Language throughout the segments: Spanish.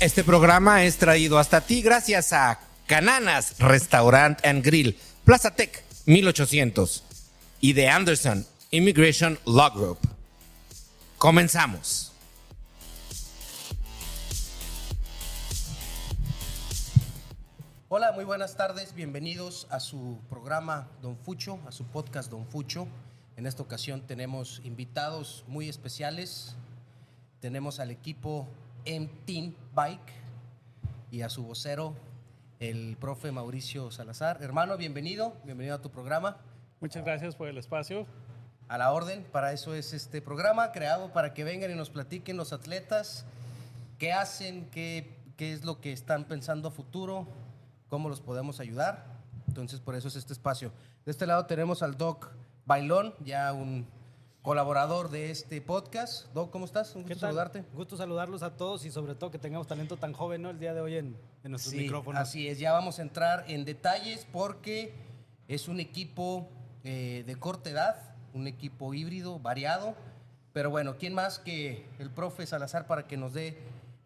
Este programa es traído hasta ti gracias a Cananas Restaurant and Grill, Plaza Tech 1800 y de Anderson Immigration Law Group. Comenzamos. Hola, muy buenas tardes, bienvenidos a su programa Don Fucho, a su podcast Don Fucho. En esta ocasión tenemos invitados muy especiales. Tenemos al equipo M-Team Bike y a su vocero, el profe Mauricio Salazar. Hermano, bienvenido, bienvenido a tu programa. Muchas gracias por el espacio. A la orden, para eso es este programa creado para que vengan y nos platiquen los atletas qué hacen, qué, qué es lo que están pensando a futuro, cómo los podemos ayudar. Entonces, por eso es este espacio. De este lado tenemos al Doc Bailón, ya un colaborador de este podcast. Doc, ¿cómo estás? Un ¿Qué gusto tal? saludarte. Gusto saludarlos a todos y sobre todo que tengamos talento tan joven, ¿no? El día de hoy en, en nuestros Sí, micrófonos. Así es, ya vamos a entrar en detalles porque es un equipo eh, de corta edad, un equipo híbrido, variado. Pero bueno, ¿quién más que el profe Salazar para que nos dé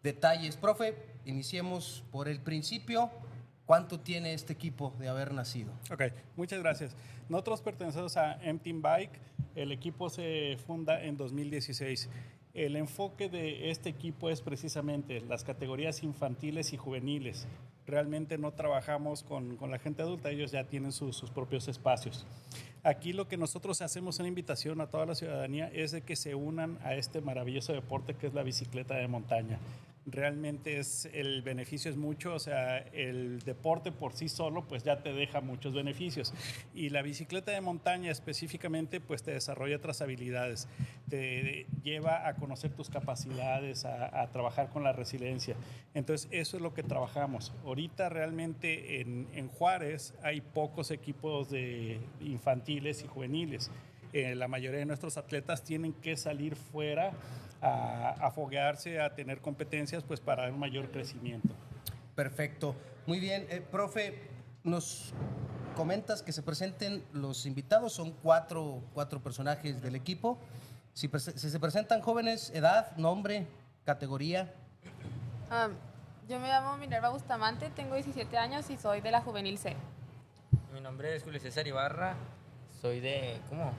detalles? Profe, iniciemos por el principio. ¿Cuánto tiene este equipo de haber nacido? Ok, muchas gracias. Nosotros pertenecemos a M-Team Bike. El equipo se funda en 2016. El enfoque de este equipo es precisamente las categorías infantiles y juveniles. Realmente no trabajamos con, con la gente adulta, ellos ya tienen sus- sus propios espacios. Aquí lo que nosotros hacemos una invitación a toda la ciudadanía es de que se unan a este maravilloso deporte que es la bicicleta de montaña. Realmente es el beneficio es mucho, o sea, el deporte por sí solo pues ya te deja muchos beneficios y la bicicleta de montaña específicamente pues te desarrolla otras habilidades, te lleva a conocer tus capacidades, a, a trabajar con la resiliencia. Entonces eso es lo que trabajamos. Ahorita realmente en, en Juárez hay pocos equipos de infantiles y juveniles. Eh, la mayoría de nuestros atletas tienen que salir fuera a, a foguearse, a tener competencias, pues para un mayor crecimiento. Perfecto. Muy bien, eh, profe, nos comentas que se presenten los invitados, son cuatro, cuatro personajes del equipo. Si, prese- si se presentan jóvenes, edad, nombre, categoría. Am, yo me llamo Minerva Bustamante, tengo 17 años y soy de la Juvenil C. Mi nombre es Julio César Ibarra, soy de... ¿Cómo?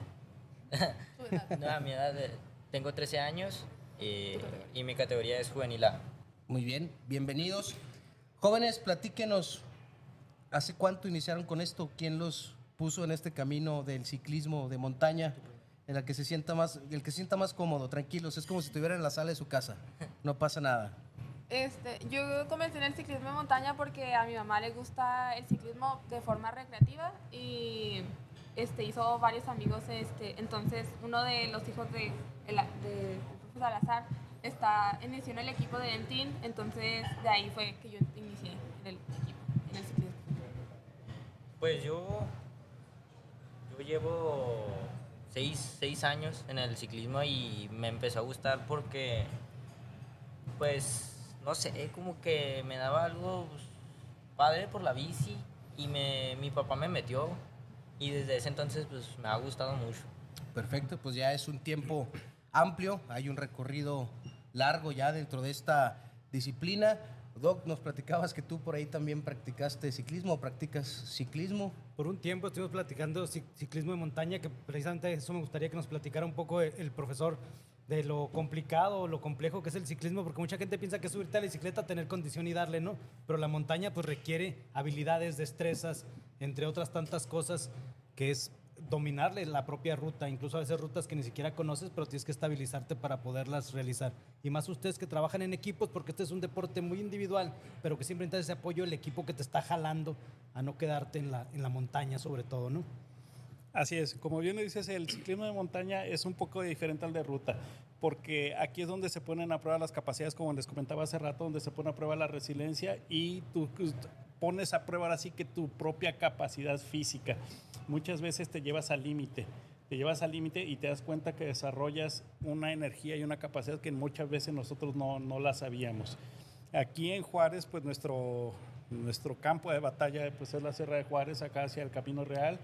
No, a mi edad de- tengo 13 años eh, y mi categoría es juvenil A. Muy bien, bienvenidos. Jóvenes, platíquenos, ¿hace cuánto iniciaron con esto? ¿Quién los puso en este camino del ciclismo de montaña? En la que se sienta más, el que se sienta más cómodo, tranquilos, es como si estuvieran en la sala de su casa. No pasa nada. Este, yo comencé en el ciclismo de montaña porque a mi mamá le gusta el ciclismo de forma recreativa y este, hizo varios amigos. Este, entonces, uno de los hijos de, el- de Rufus Salazar está inició en el equipo de Dentin, entonces de ahí fue que yo inicié en el equipo, en el ciclismo. Pues yo, yo llevo 6 seis, seis años en el ciclismo y me empezó a gustar porque, pues, no sé, como que me daba algo pues, padre por la bici y me, mi papá me metió y desde ese entonces pues me ha gustado mucho. Perfecto, pues ya es un tiempo amplio, hay un recorrido largo ya dentro de esta disciplina. Doc, nos platicabas que tú por ahí también practicaste ciclismo, practicas ciclismo. Por un tiempo estuvimos platicando ci- ciclismo de montaña, que precisamente eso me gustaría que nos platicara un poco e- el profesor de lo complicado, lo complejo que es el ciclismo, porque mucha gente piensa que es subirte a la bicicleta, tener condición y darle, ¿no? Pero la montaña pues requiere habilidades, destrezas, entre otras tantas cosas, que es dominarle la propia ruta, incluso a veces rutas que ni siquiera conoces, pero tienes que estabilizarte para poderlas realizar. Y más ustedes que trabajan en equipos, porque este es un deporte muy individual, pero que siempre necesitas ese apoyo del equipo que te está jalando a no quedarte en la, en la montaña sobre todo, ¿no? Así es, como bien lo dices, el ciclismo de montaña es un poco diferente al de ruta, porque aquí es donde se ponen a prueba las capacidades, como les comentaba hace rato, donde se pone a prueba la resiliencia y tú pues, pones a prueba así que tu propia capacidad física. Muchas veces te llevas al límite, te llevas al límite y te das cuenta que desarrollas una energía y una capacidad que muchas veces nosotros no, no la sabíamos. Aquí en Juárez, pues nuestro, Nuestro campo de batalla pues, es la Sierra de Juárez, acá hacia el Camino Real,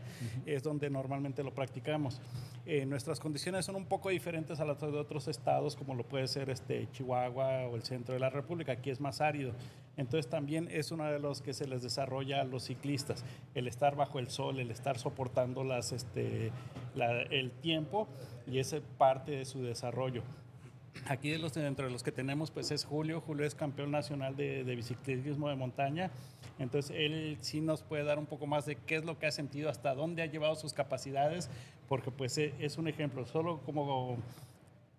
es donde normalmente lo practicamos. Eh, nuestras condiciones son un poco diferentes a las de otros estados, como lo puede ser este, Chihuahua o el centro de la República, aquí es más árido. Entonces también es uno de los que se les desarrolla a los ciclistas, el estar bajo el sol, el estar soportando las, este, la- el tiempo y esa es parte de su desarrollo. Aquí de los, entre los que tenemos pues es Julio. Julio es campeón nacional de, de bicicletismo de montaña. Entonces él sí nos puede dar un poco más de qué es lo que ha sentido, hasta dónde ha llevado sus capacidades, porque pues e- es un ejemplo. Solo como,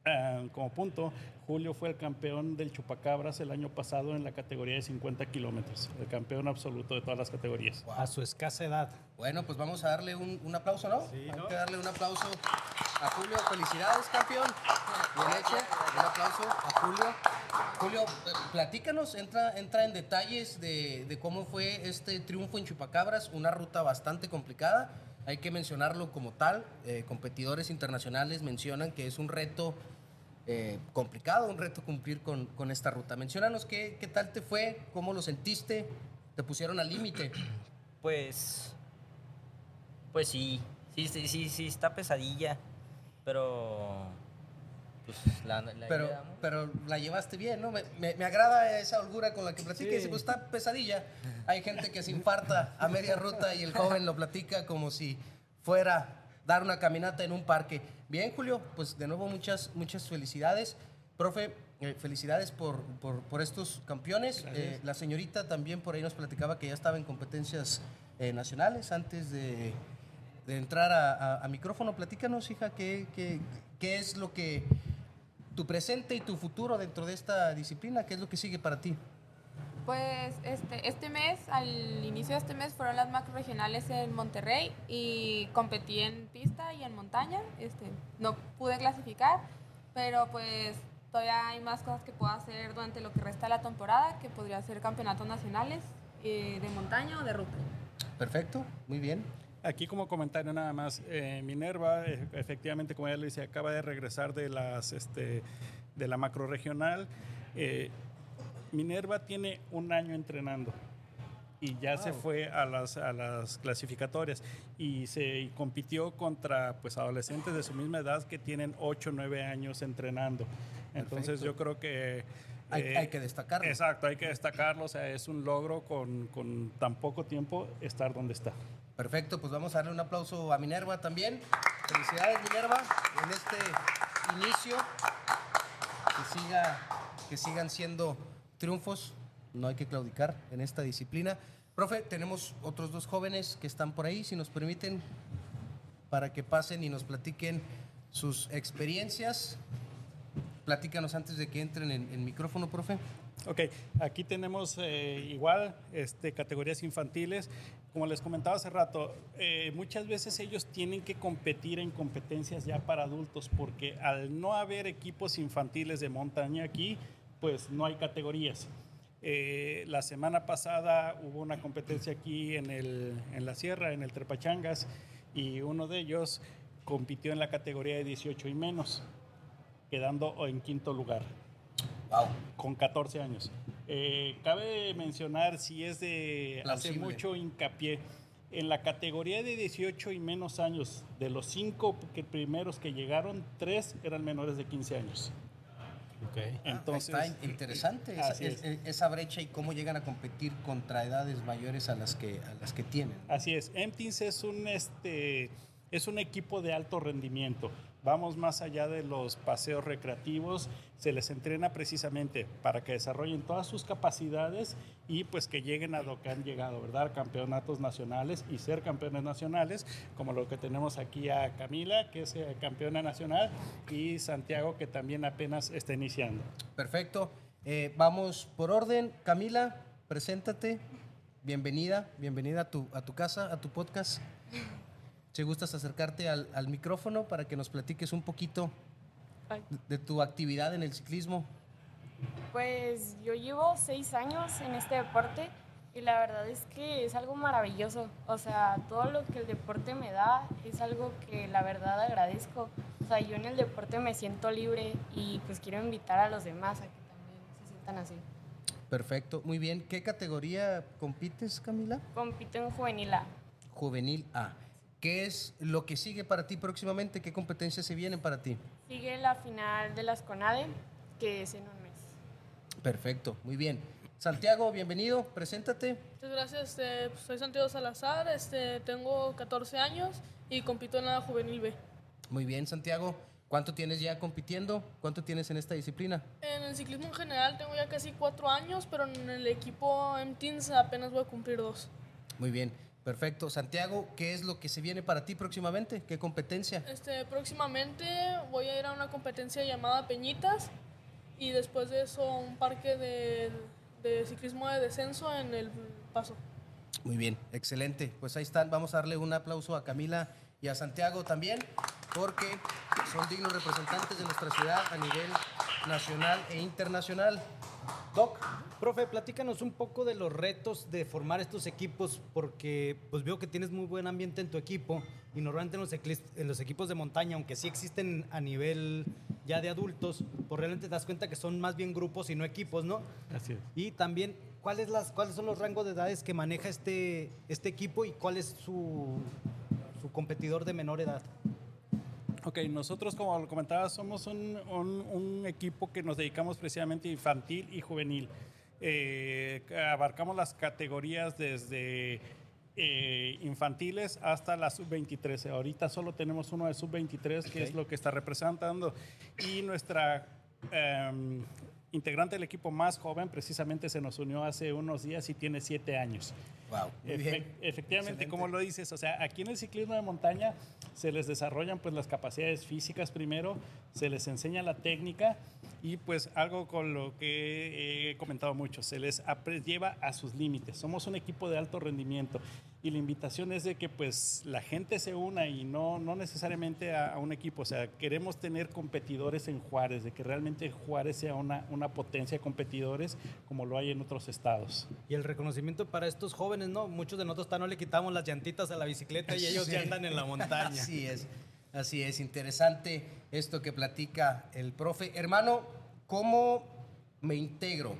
ah, como punto, Julio fue el campeón del Chupacabras el año pasado en la categoría de 50 kilómetros, el campeón absoluto de todas las categorías. A su escasa edad. Bueno, pues vamos a darle un, un aplauso, ¿no? Sí, Hay ¿no? que darle un aplauso a Julio. Felicidades, campeón. Bien hecho. Un aplauso a Julio. Julio, eh, platícanos, entra, entra en detalles de, de cómo fue este triunfo en Chupacabras, una ruta bastante complicada. Hay que mencionarlo como tal. Eh, competidores internacionales mencionan que es un reto eh, complicado, un reto cumplir con, con esta ruta. Menciónanos qué, qué tal te fue, cómo lo sentiste, te pusieron al límite. Pues. Pues sí. Sí, sí, sí, sí, está pesadilla. Pero. Pues la, la Pero, idea, ¿no? pero la llevaste bien, ¿no? Me, me- me agrada esa holgura con la que platica. Sí. Y si pues está pesadilla, hay gente que se infarta a media ruta y el joven lo platica como si fuera dar una caminata en un parque. Bien, Julio, pues de nuevo muchas, muchas felicidades. Profe, eh, felicidades por, por- por estos campeones. Eh, la señorita también por ahí nos platicaba que ya estaba en competencias eh, nacionales antes de, de entrar a, a- a micrófono. Platícanos, hija, qué, qué- qué es lo que tu presente y tu futuro dentro de esta disciplina, ¿qué es lo que sigue para ti? Pues este, este mes, al inicio de este mes, fueron las macro regionales en Monterrey y competí en pista y en montaña. Este, no pude clasificar, pero pues todavía hay más cosas que puedo hacer durante lo que resta de la temporada, que podría ser campeonatos nacionales eh, de montaña o de ruta. Perfecto, muy bien. Aquí como comentario nada más, eh, Minerva, e- efectivamente, como ya le decía, acaba de regresar de, las, este, de la macro regional. eh, Minerva tiene un año entrenando y ya se fue a las, a las clasificatorias y se y compitió contra pues, adolescentes de su misma edad que tienen 8 o 9 años entrenando. Entonces Perfecto. yo creo que... Hay, eh, hay que destacarlo. Exacto, hay que destacarlo, o sea, es un logro con, con tan poco tiempo estar donde está. Perfecto, pues vamos a darle un aplauso a Minerva también. Felicidades Minerva en este inicio. Que, siga, que sigan siendo triunfos, no hay que claudicar en esta disciplina. Profe, tenemos otros dos jóvenes que están por ahí, si nos permiten, para que pasen y nos platiquen sus experiencias. Platícanos antes de que entren en, en micrófono, profe. Ok, aquí tenemos eh, igual este, categorías infantiles. Como les comentaba hace rato, eh, muchas veces ellos tienen que competir en competencias ya para adultos porque al no haber equipos infantiles de montaña aquí, pues no hay categorías. Eh, la semana pasada hubo una competencia aquí en, el- en la sierra, en el Trepachangas, y uno de ellos compitió en la categoría de 18 y menos, quedando en quinto lugar Wow. con 14 años. Eh, cabe mencionar, si es de hacer Plausible. mucho hincapié, en la categoría de 18 y menos años, de los cinco que primeros que llegaron, tres eran menores de 15 años. Entonces, Ah, Está in- interesante esa, Así es. es- esa brecha y cómo llegan a competir contra edades mayores a las que, a las que tienen. Así es. MTINS es un, este, es un equipo de alto rendimiento. Vamos más allá de los paseos recreativos. Se les entrena precisamente para que desarrollen todas sus capacidades y pues que lleguen a lo que han llegado, ¿verdad? Campeonatos nacionales y ser campeones nacionales, como lo que tenemos aquí a Camila, que es eh, campeona nacional, y Santiago, que también apenas está iniciando. Perfecto. Eh, vamos por orden. Camila, preséntate. Bienvenida, bienvenida a tu, a tu casa, a tu podcast. Si gustas acercarte al, al micrófono para que nos platiques un poquito Ay. de- de tu actividad en el ciclismo. Pues yo llevo seis años en este deporte y la verdad es que es algo maravilloso. O sea, todo lo que el deporte me da es algo que la verdad agradezco. O sea, yo en el deporte me siento libre y pues quiero invitar a los demás a que también se sientan así. Perfecto, muy bien. ¿Qué categoría compites, Camila? Compito en juvenil A. Juvenil A. ¿Qué es lo que sigue para ti próximamente? ¿Qué competencias se vienen para ti? Sigue la final de las CONADE, que es en un mes. Perfecto, muy bien. Santiago, bienvenido, preséntate. Muchas gracias, este, pues, soy Santiago Salazar, este, tengo 14 años y compito en la juvenil B. Muy bien, Santiago. ¿Cuánto tienes ya compitiendo? ¿Cuánto tienes en esta disciplina? En el ciclismo en general tengo ya casi 4 años, pero en el equipo M-Teens apenas voy a cumplir 2. Muy bien, perfecto. Santiago, ¿qué es lo que se viene para ti próximamente? ¿Qué competencia? Este, próximamente voy a ir a una competencia llamada Peñitas y después de eso a un parque de, de ciclismo de descenso en el paso. Muy bien, excelente. Pues ahí están. Vamos a darle un aplauso a Camila y a Santiago también, porque son dignos representantes de nuestra ciudad a nivel nacional e internacional. Doc, profe, platícanos un poco de los retos de formar estos equipos, porque pues veo que tienes muy buen ambiente en tu equipo y normalmente en los, ciclis- en los equipos de montaña, aunque sí existen a nivel ya de adultos, pues realmente te das cuenta que son más bien grupos y no equipos, ¿no? Así es. Y también, ¿cuáles, las, ¿cuáles son los rangos de edades que maneja este, este equipo y cuál es su, su competidor de menor edad? Ok, nosotros como lo comentaba somos un, un- un equipo que nos dedicamos precisamente infantil y juvenil. Eh, abarcamos las categorías desde eh, infantiles hasta la sub-23. Ahorita solo tenemos uno de sub-23 que es lo que está representando. Y nuestra em, integrante del equipo más joven precisamente se nos unió hace unos días y tiene siete años. Wow, muy Efe- bien. efectivamente, Excelente. como lo dices, o sea, aquí en el ciclismo de montaña se les desarrollan pues las capacidades físicas primero, se les enseña la técnica y pues algo con lo que he comentado mucho, se les apre- lleva a sus límites. Somos un equipo de alto rendimiento y la invitación es de que pues la gente se una y no, no necesariamente a, a un equipo, o sea, queremos tener competidores en Juárez, de que realmente Juárez sea una, una potencia de competidores como lo hay en otros estados. Y el reconocimiento para estos jóvenes, ¿no? Muchos de nosotros tan no le quitamos las llantitas a la bicicleta y ellos Sí. ya andan en la montaña. Así es, así es. Interesante esto que platica el profe. Hermano, ¿cómo me integro?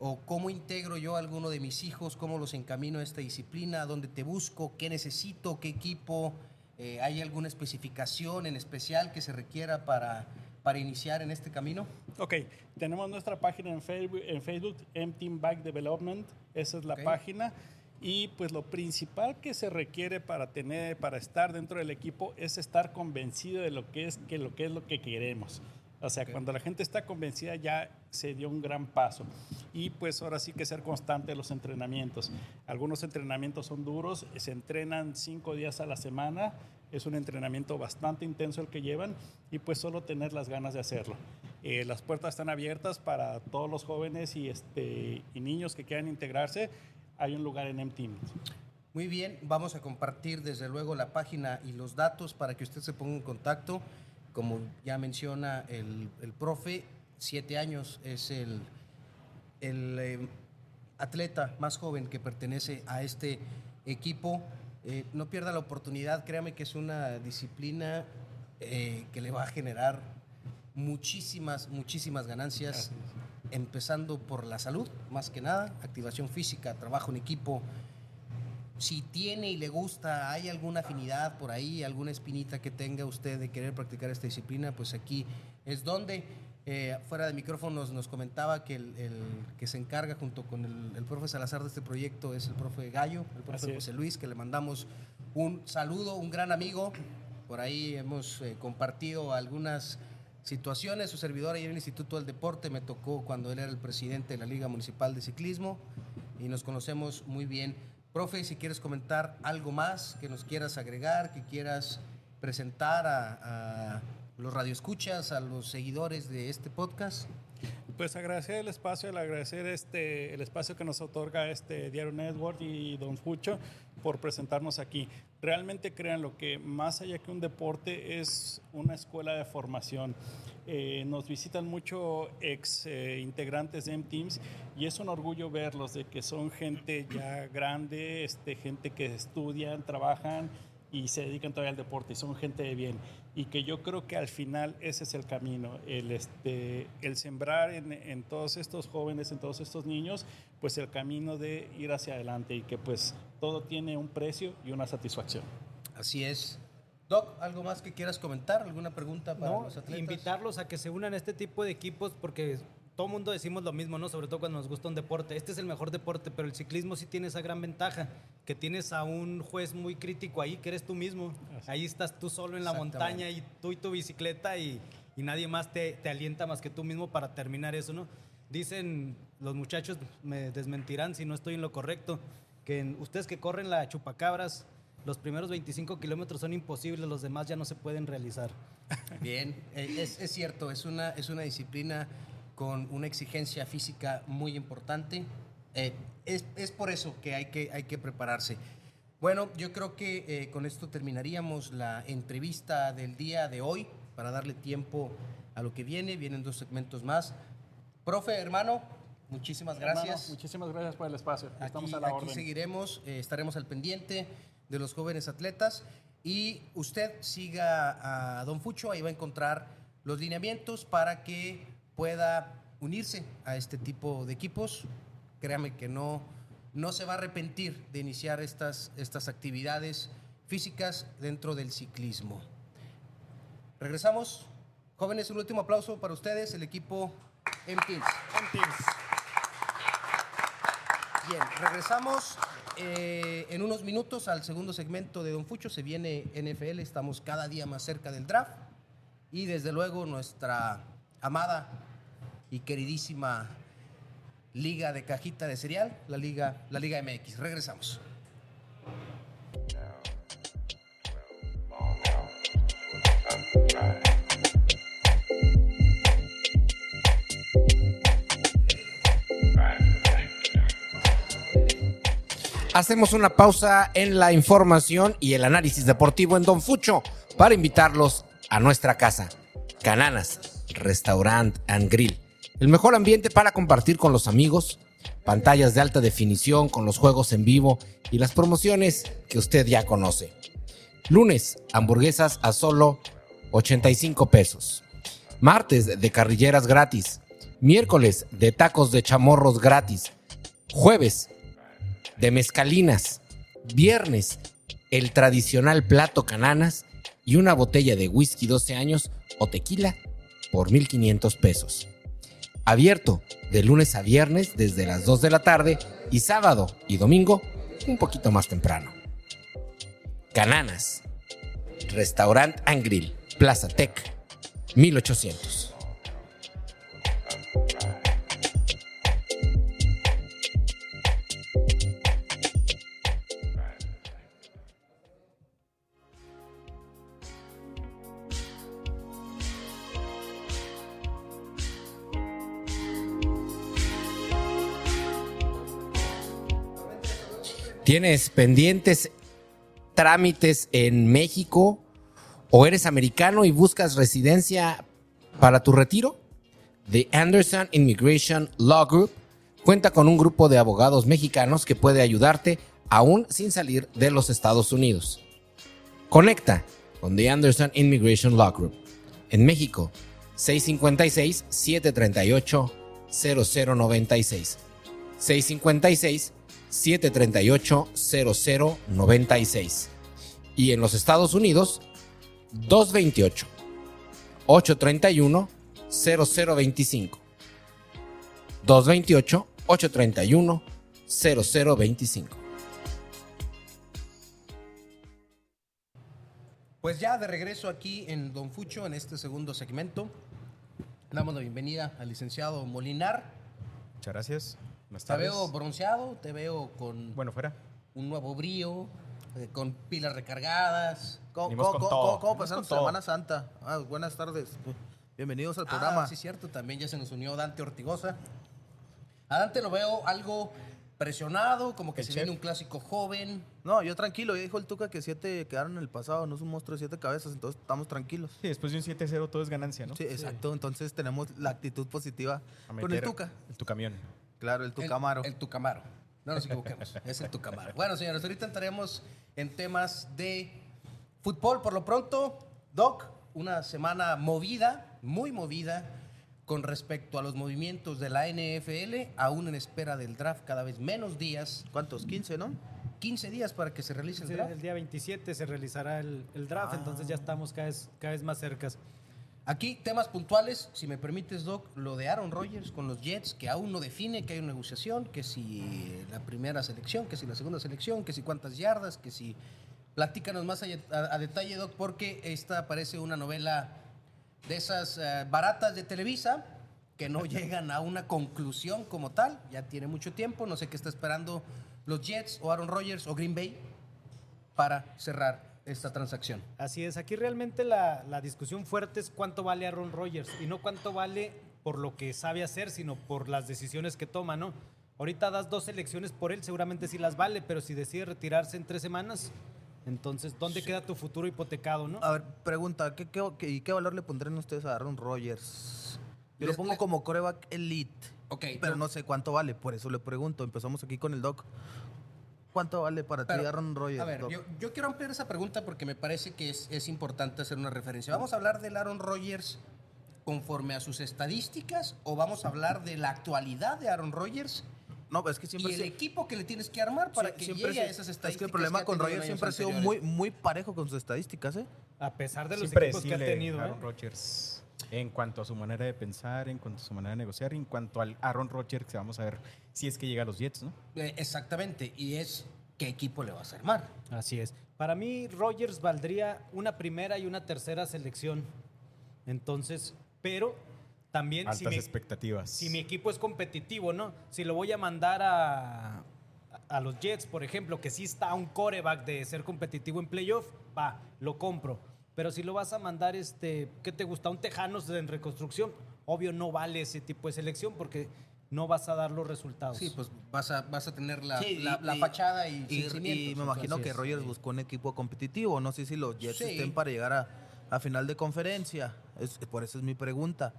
¿O cómo integro yo a alguno de mis hijos? ¿Cómo los encamino a esta disciplina? ¿Dónde te busco? ¿Qué necesito? ¿Qué equipo? Eh, ¿Hay alguna especificación en especial que se requiera para, para iniciar en este camino? Ok, tenemos nuestra página en Facebook, en Facebook Empty Bike Development, esa es la Ok. página. Y pues lo principal que se requiere para tener, para estar dentro del equipo es estar convencido de lo que es, que lo que es lo que queremos. O sea, Ok. cuando la gente está convencida ya se dio un gran paso. Y pues ahora sí que ser constante en los entrenamientos. Algunos entrenamientos son duros, se entrenan cinco días a la semana, es un entrenamiento bastante intenso el que llevan y pues solo tener las ganas de hacerlo. Eh, las puertas están abiertas para todos los jóvenes y, este, y niños que quieran integrarse. Hay un lugar en M-Team. Muy bien, vamos a compartir desde luego la página y los datos para que usted se ponga en contacto. Como ya menciona el, el profe, siete años es el, el, eh, atleta más joven que pertenece a este equipo. Eh, no pierda la oportunidad, créame que es una disciplina eh, que le va a generar muchísimas, muchísimas ganancias, empezando por la salud, más que nada, activación física, trabajo en equipo, si tiene y le gusta, hay alguna afinidad por ahí, alguna espinita que tenga usted de querer practicar esta disciplina, pues aquí es donde. Eh, fuera de micrófonos nos comentaba que el, el que se encarga junto con el, el profe Salazar de este proyecto es el profe Gallo, el profe Así es. José Luis, que le mandamos un saludo, un gran amigo. Por ahí hemos eh, compartido algunas situaciones. Su servidor ayer en el Instituto del Deporte me tocó cuando él era el presidente de la Liga Municipal de Ciclismo y nos conocemos muy bien. Profe, si quieres comentar algo más que nos quieras agregar, que quieras presentar a, a los radioescuchas, a los seguidores de este podcast. Pues agradecer el espacio, el agradecer este, el espacio que nos otorga este Diario Network y Don Fucho por presentarnos aquí. Realmente crean lo que más allá que un deporte es una escuela de formación. Eh, nos visitan mucho ex eh, integrantes de M-Teams y es un orgullo verlos, de que son gente ya grande, este, gente que estudian, trabajan y se dedican todavía al deporte y son gente de bien. y que yo creo que al final ese es el camino, el, este, el sembrar en, en todos estos jóvenes, en todos estos niños, pues el camino de ir hacia adelante y que pues todo tiene un precio y una satisfacción. Así es. Doc, ¿algo más que quieras comentar? ¿Alguna pregunta para No, los atletas? invitarlos a que se unan a este tipo de equipos porque todo mundo decimos lo mismo, ¿no? Sobre todo cuando nos gusta un deporte. Este es el mejor deporte, pero el ciclismo sí tiene esa gran ventaja, que tienes a un juez muy crítico ahí, que eres tú mismo. Ahí estás tú solo en la Exactamente. montaña y tú y tu bicicleta y, y nadie más te, te alienta más que tú mismo para terminar eso, ¿no? Dicen, los muchachos me desmentirán si no estoy en lo correcto, que en- ustedes que corren la chupacabras, los primeros 25 kilómetros son imposibles, los demás ya no se pueden realizar. Bien, eh, es, es cierto, es una, es una disciplina con una exigencia física muy importante. Eh, es, es por eso que hay que, hay que prepararse. Bueno, yo creo que eh, con esto terminaríamos la entrevista del día de hoy para darle tiempo a lo que viene. Vienen dos segmentos más. Profe, hermano, muchísimas gracias. Hermano, muchísimas gracias por el espacio. pues, Estamos Aquí, a la aquí orden. seguiremos, eh, estaremos al pendiente de los jóvenes atletas. Y usted siga a Don Fucho, ahí va a encontrar los lineamientos para que pueda unirse a este tipo de equipos. Créame que no, no se va a arrepentir de iniciar estas, estas actividades físicas dentro del ciclismo. Regresamos. Jóvenes, un último aplauso para ustedes, el equipo M-Teams. Bien, regresamos eh, en unos minutos al segundo segmento de Don Fucho. Se viene NFL, estamos cada día más cerca del draft. Y desde luego nuestra amada y queridísima Liga de Cajita de Cereal, la Liga, la Liga MX. Regresamos. Hacemos una pausa en la información y el análisis deportivo en Don Fucho para invitarlos a nuestra casa, Cananas, Restaurant and Grill. El mejor ambiente para compartir con los amigos, pantallas de alta definición con los juegos en vivo y las promociones que usted ya conoce. Lunes, hamburguesas a solo 85 pesos. Martes, de carrilleras gratis. Miércoles, de tacos de chamorros gratis. Jueves, de mezcalinas, viernes, el tradicional plato cananas y una botella de whisky 12 años o tequila por 1.500 pesos. Abierto de lunes a viernes desde las 2 de la tarde y sábado y domingo un poquito más temprano. Cananas, Restaurant and Grill, Plaza Tech, 1800. ¿Tienes pendientes trámites en México o eres americano y buscas residencia para tu retiro? The Anderson Immigration Law Group cuenta con un grupo de abogados mexicanos que puede ayudarte aún sin salir de los Estados Unidos. Conecta con The Anderson Immigration Law Group en México 656 738 0096. 656-738-0096. Y en los Estados Unidos, 228-831-0025. 228-831-0025. Pues ya de regreso aquí en Don Fucho, en este segundo segmento. Damos la bienvenida al licenciado Molinar. Muchas gracias. Buenas Te tardes. veo bronceado, te veo con Bueno, fuera. un nuevo brío, eh, con pilas recargadas. ¿Cómo, Venimos cómo, con cómo, todo. cómo, cómo Venimos pasaron con su todo. Semana Santa? Ah, buenas tardes. Bienvenidos al programa. Pues, Ah, sí, cierto, también ya se nos unió Dante Ortigosa. A Dante lo veo algo presionado, como que El se chef. viene un clásico joven. No, yo tranquilo. Ya dijo el Tuca que siete quedaron en el pasado. No es un monstruo de siete cabezas, entonces estamos tranquilos. Sí, después de un 7-0 todo es ganancia, ¿no? Sí, exacto. Entonces tenemos la actitud positiva A con el meter Tuca. el tu camión. Claro, el Tucamaro. El, el Tucamaro. No nos equivoquemos, es el Tucamaro. Bueno, señores, ahorita entraremos en temas de fútbol. Por lo pronto, Doc, una semana movida, muy movida, con respecto a los movimientos de la NFL, aún en espera del draft, cada vez menos días, ¿Cuántos? 15, ¿no? 15 días para que se realice el Sí, draft. el día 27 se realizará el, el draft, entonces ya estamos cada vez, cada vez más cercas. Aquí temas puntuales, si me permites Doc, lo de Aaron Rodgers con los Jets, que aún no define, que hay una negociación, que si la primera selección, que si la segunda selección, que si cuántas yardas, que si... Platícanos más a, a- a detalle Doc, porque esta parece una novela de esas eh, baratas de Televisa, que no llegan a una conclusión como tal, ya tiene mucho tiempo, no sé qué está esperando los Jets o Aaron Rodgers o Green Bay para cerrar esta transacción. Así es, aquí realmente la, la discusión fuerte es cuánto vale Aaron Rodgers y no cuánto vale por lo que sabe hacer, sino por las decisiones que toma, ¿no? Ahorita das dos elecciones por él, seguramente sí las vale, pero si decide retirarse en tres semanas, entonces, ¿dónde queda tu futuro hipotecado, no? A ver, pregunta, ¿qué, qué, qué- y qué valor le pondrían ustedes a Aaron Rodgers? Yo lo Les- pongo le- como coreback elite, Ok, pero no sé cuánto vale, por eso le pregunto. Empezamos aquí con el Doc. ¿Cuánto vale para ti Pero, Aaron Rodgers? A ver, Doc? yo, yo quiero ampliar esa pregunta porque me parece que es, es importante hacer una referencia. ¿Vamos a hablar del Aaron Rodgers conforme a sus estadísticas o vamos a hablar de la actualidad de Aaron Rodgers No, pues es que y siempre... el se- equipo que le tienes que armar para sie- que siempre llegue a se- esas Es estadísticas? que el problema ha con tenido en Rodgers años siempre ha sido muy, anteriores? muy parejo con sus estadísticas, ¿eh? A pesar de Es los equipos que ha impredecible tenido, Aaron ¿eh? Rodgers. En cuanto a su manera de pensar, en cuanto a su manera de negociar, en cuanto al Aaron Rodgers, que vamos a ver si es que llega a los Jets, ¿no? Eh, exactamente, y es qué equipo le vas a armar. Así es. Para mí, Rogers valdría una primera y una tercera selección. Entonces, pero también Altas si mi, expectativas. si mi equipo es competitivo, ¿no? Si lo voy a mandar a, a los Jets, por ejemplo, que sí está a un coreback de ser competitivo en playoff, va, lo compro. Pero si lo vas a mandar, este, ¿qué te gusta? Un Tejanos en reconstrucción, obvio no vale ese tipo de selección porque no vas a dar los resultados. Sí, pues vas a, vas a tener la, Sí, la- y- la y- fachada y, Y, sin y cimientos, me imagino entonces, que Rogers eh, buscó un equipo competitivo. No sé si los Jets Sí. estén para llegar a, a final de conferencia. Es- por eso es mi pregunta.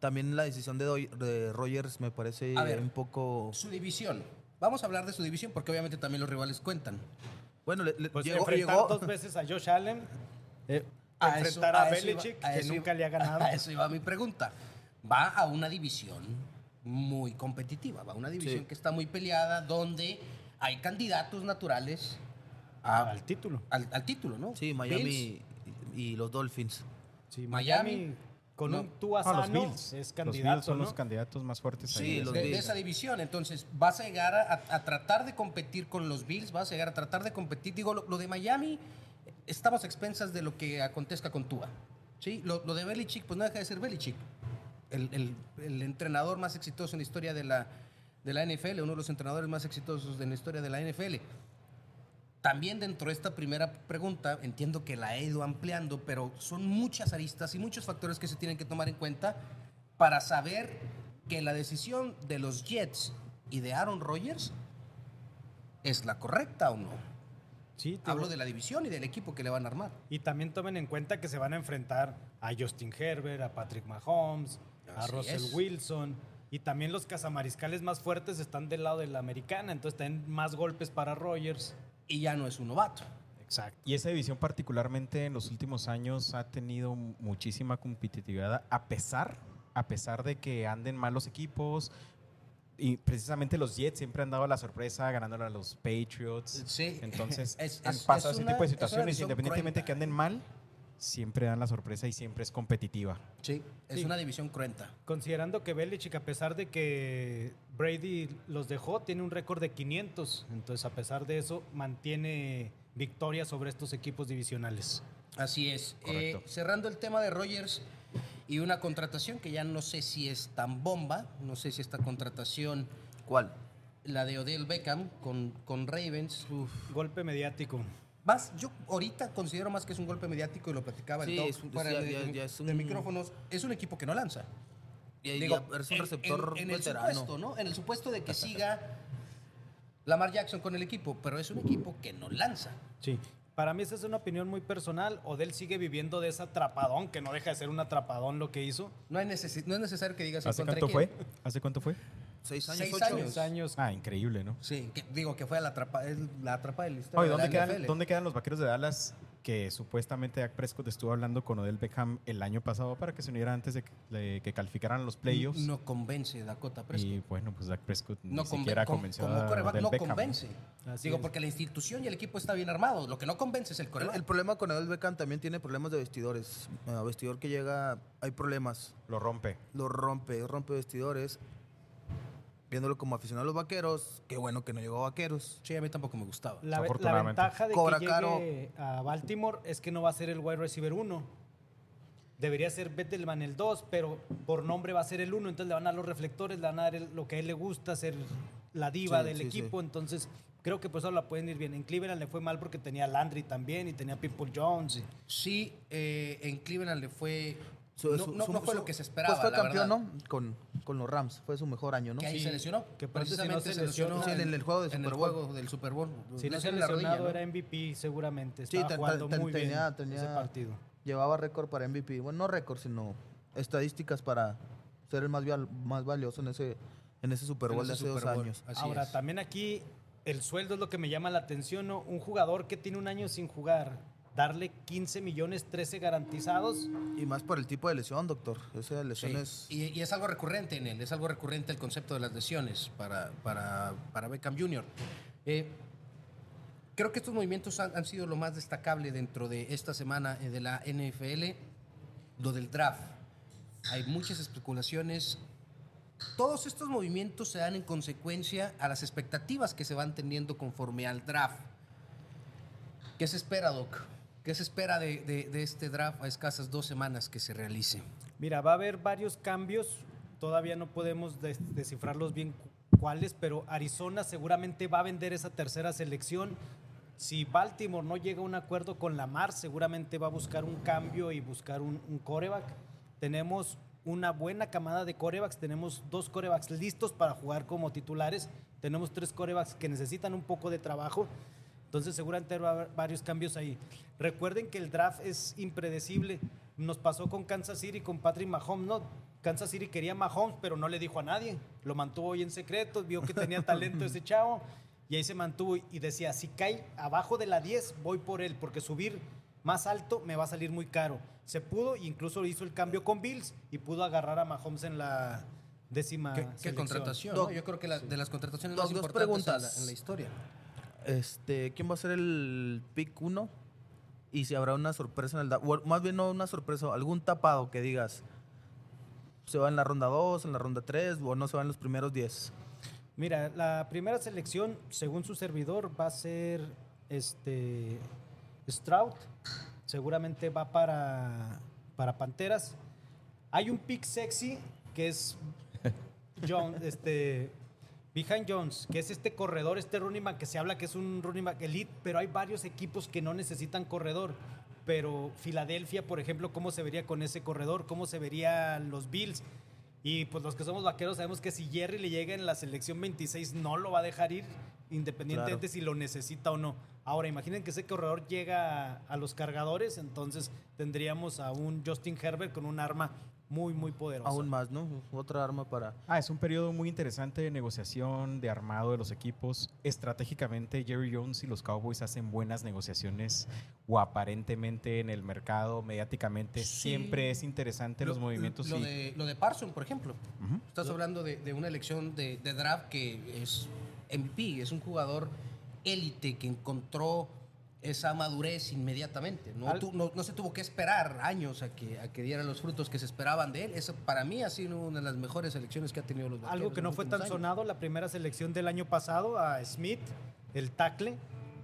También la decisión de, Doy- de Rogers me parece A ver. un poco. Su división. Vamos a hablar de su división porque obviamente también los rivales cuentan. Bueno, le- le- Pues llegó, enfrentar llegó- dos veces a Josh Allen, eh, A enfrentar eso- a, a eso Belichick, iba- a que eso nunca iba- le ha ganado. A eso iba mi pregunta. Va a una división muy competitiva, va a una división Sí. que está muy peleada, donde hay candidatos naturales a- al título. al, al título, ¿no? Sí, Miami Bills, y, y los Dolphins. Sí, Miami, con no. un Tua Ah, los sano, Bills. es los Bills candidato, son ¿no? los candidatos más fuertes Sí, ahí. los de, de Bills. esa división, entonces vas a llegar a, a- a tratar de competir con los Bills, vas a llegar a tratar de competir. Digo, lo, lo de Miami, estamos a expensas de lo que acontezca con Tua. ¿sí? Lo, lo de Belichick, pues no deja de ser Belichick. el, el- el entrenador más exitoso en la historia de la, de la NFL, uno de los entrenadores más exitosos en la historia de la NFL. También dentro de esta primera pregunta, entiendo que la he ido ampliando, pero son muchas aristas y muchos factores que se tienen que tomar en cuenta para saber que la decisión de los Jets y de Aaron Rodgers es la correcta o no. Sí, te- Hablo de la división y del equipo que le van a armar. Y también tomen en cuenta que se van a enfrentar a Justin Herbert, a Patrick Mahomes, a Así Russell es. Wilson. Y también los cazamariscales más fuertes están del lado de la americana, entonces tienen más golpes para Rogers. Y ya no es un novato. Exacto. Y esa división particularmente en los últimos años ha tenido muchísima competitividad a pesar, a pesar de que anden mal los equipos. Y precisamente los Jets siempre han dado la sorpresa ganándole a los Patriots. Sí. Entonces Es- han es- pasado es ese una- tipo de es una situaciones. división Independientemente cruenta. que anden mal, siempre dan la sorpresa y siempre es competitiva. Sí, es Sí. una división cruenta. Considerando que Belichick, a pesar de que Brady los dejó, tiene un récord de 500. Entonces, a pesar de eso, mantiene victorias sobre estos equipos divisionales. Así es. Eh, Correcto. cerrando el tema de Rogers y una contratación que ya no sé si es tan bomba, no sé si esta contratación, ¿Cuál? la de Odell Beckham con, con Ravens, Golpe mediático. más, yo ahorita considero más que es un golpe mediático y lo platicaba Sí, el Doc es un- fuera ya- de, ya- ya es de un- micrófonos, es un equipo que no lanza. Y ahí Digo, ya eres en- un en- receptor en, el veterano. supuesto, ¿no? En el supuesto de que siga Lamar Jackson con el equipo, pero es un equipo que no lanza. Sí. Para mí esa es una opinión muy personal. Odell sigue viviendo de ese atrapadón, que no deja de ser un atrapadón lo que hizo. No, hay necesi- no es necesario que digas en ¿Hace contra de cuánto quién. fue? ¿Hace cuánto fue? Seis años, Seis ocho. años. Tres años. Ah, increíble, ¿no? Sí, que- digo que fue la atrapa, es la atrapa de la historia. Oye, de ¿dónde la quedan, NFL? ¿dónde quedan los vaqueros de Dallas que supuestamente Dak Prescott estuvo hablando con Odell Beckham el año pasado para que se uniera antes de que, de que calificaran los playoffs. No convence Dakota Prescott. Y bueno, pues Dak Prescott No ni conven- siquiera con- convenció como a coreback Odell no Beckham. convence. Así Digo, es. porque la institución y el equipo está bien armado. Lo que no convence es el El, coreback. el problema con Odell Beckham también tiene problemas de vestidores. Eh, vestidor que llega, hay problemas. Lo rompe. Lo rompe, rompe vestidores. Viéndolo como aficionado a los vaqueros, qué bueno que no llegó a vaqueros. Sí, a mí tampoco me gustaba. La, ve- la Afortunadamente. ventaja de Cobra que caro. llegue a Baltimore es que no va a ser el wide receiver 1. Debería ser Bettelman el 2, pero por nombre va a ser el 1. Entonces le van a dar los reflectores, le van a dar el- lo que a él le gusta, ser la diva Sí, del sí, equipo. Entonces creo que por eso la pueden ir bien. En Cleveland le fue mal porque tenía a Landry también y tenía a People Jones. y- Sí, eh, en Cleveland le fue. Su- no su- no- su- no fue su- lo que se esperaba. Pues fue la campeón, verdad. ¿no? Con, con los Rams. Fue su mejor año, ¿no? Que ahí se lesionó. Que por eso si no precisamente se se lesionó, lesionó en el- el juego de en Super el Bowl. juego del Super Bowl. Pues Si no se ha Lesión en la rodilla, lesionado ¿no? era MVP seguramente. Sí, Estaba ten- jugando ten- muy tenía- bien tenía- ese partido. Llevaba récord para MVP. Bueno, no récord, sino estadísticas para ser el más, val- más valioso en ese, en ese Super En Bowl ese de hace Super dos Bowl. años. Así Ahora, es. también aquí el sueldo es lo que me llama la atención, ¿no? Un jugador que tiene un año sin jugar, darle 15 millones, 13 garantizados. Y más por el tipo de lesión, doctor. Esa lesión Sí, es... Y, y es algo recurrente en él, es algo recurrente el concepto de las lesiones para, para, para Beckham Jr. Eh, creo que estos movimientos han, han sido lo más destacable dentro de esta semana eh, de la NFL, lo del draft. Hay muchas especulaciones. Todos estos movimientos se dan en consecuencia a las expectativas que se van teniendo conforme al draft. ¿Qué se espera, Doc? ¿Qué se espera de, de- de este draft a escasas dos semanas que se realice? Mira, va a haber varios cambios, todavía no podemos des- descifrarlos bien cu- cuáles, pero Arizona seguramente va a vender esa tercera selección. Si Baltimore no llega a un acuerdo con Lamar, seguramente va a buscar un cambio y buscar un, un coreback. Tenemos una buena camada de corebacks, tenemos dos corebacks listos para jugar como titulares, tenemos tres corebacks que necesitan un poco de trabajo. Entonces seguramente va a haber varios cambios ahí. Recuerden que el draft es impredecible. Nos pasó con Kansas City, con Patrick Mahomes, ¿no? Kansas City quería a Mahomes, pero no le dijo a nadie. Lo mantuvo ahí en secreto, vio que tenía talento ese chavo y ahí se mantuvo y decía, si cae abajo de la 10, voy por él, porque subir más alto me va a salir muy caro. Se pudo, incluso hizo el cambio con Bills y pudo agarrar a Mahomes en la décima ¿Qué, qué selección. contratación? Doc, ¿no? Yo creo que la- de las contrataciones Doc, más dos importantes en, la, preguntas. en la historia. Este, ¿Quién va a ser el pick 1? Y si habrá una sorpresa en el... da- o Más bien no una sorpresa, algún tapado que digas. ¿Se va en la ronda 2, en la ronda 3 o no se va en los primeros 10? Mira, la primera selección, según su servidor, va a ser este Stroud. Seguramente va para, para Panteras. Hay un pick sexy que es Jones, este Behind Jones, que es este corredor, este running back que se habla que es un running back elite, pero hay varios equipos que no necesitan corredor. Pero Filadelfia, por ejemplo, ¿cómo se vería con ese corredor? ¿Cómo se verían los Bills? Y pues los que somos vaqueros sabemos que si Jerry le llega en la selección 26 no lo va a dejar ir, independientemente Claro. si lo necesita o no. Ahora, imaginen que ese corredor llega a, a los cargadores, entonces tendríamos a un Justin Herbert con un arma muy, muy poderosa. Aún más, ¿no? Otra arma para... Ah, es un periodo muy interesante de negociación, de armado de los equipos. Estratégicamente, Jerry Jones y los Cowboys hacen buenas negociaciones o aparentemente en el mercado, mediáticamente. Sí. Siempre es interesante los Lo- movimientos. Lo, y- de, lo de Parson, por ejemplo. Ujú. Estás hablando de, de una elección de, de draft que es MVP, es un jugador élite que encontró esa madurez inmediatamente. No, Al- tu- no, no se tuvo que esperar años a que, a que dieran los frutos que se esperaban de él. Eso para mí ha sido una de las mejores elecciones que ha tenido los Algo vaqueros que en no los fue últimos tan años. sonado, la primera selección del año pasado a Smith, el tackle,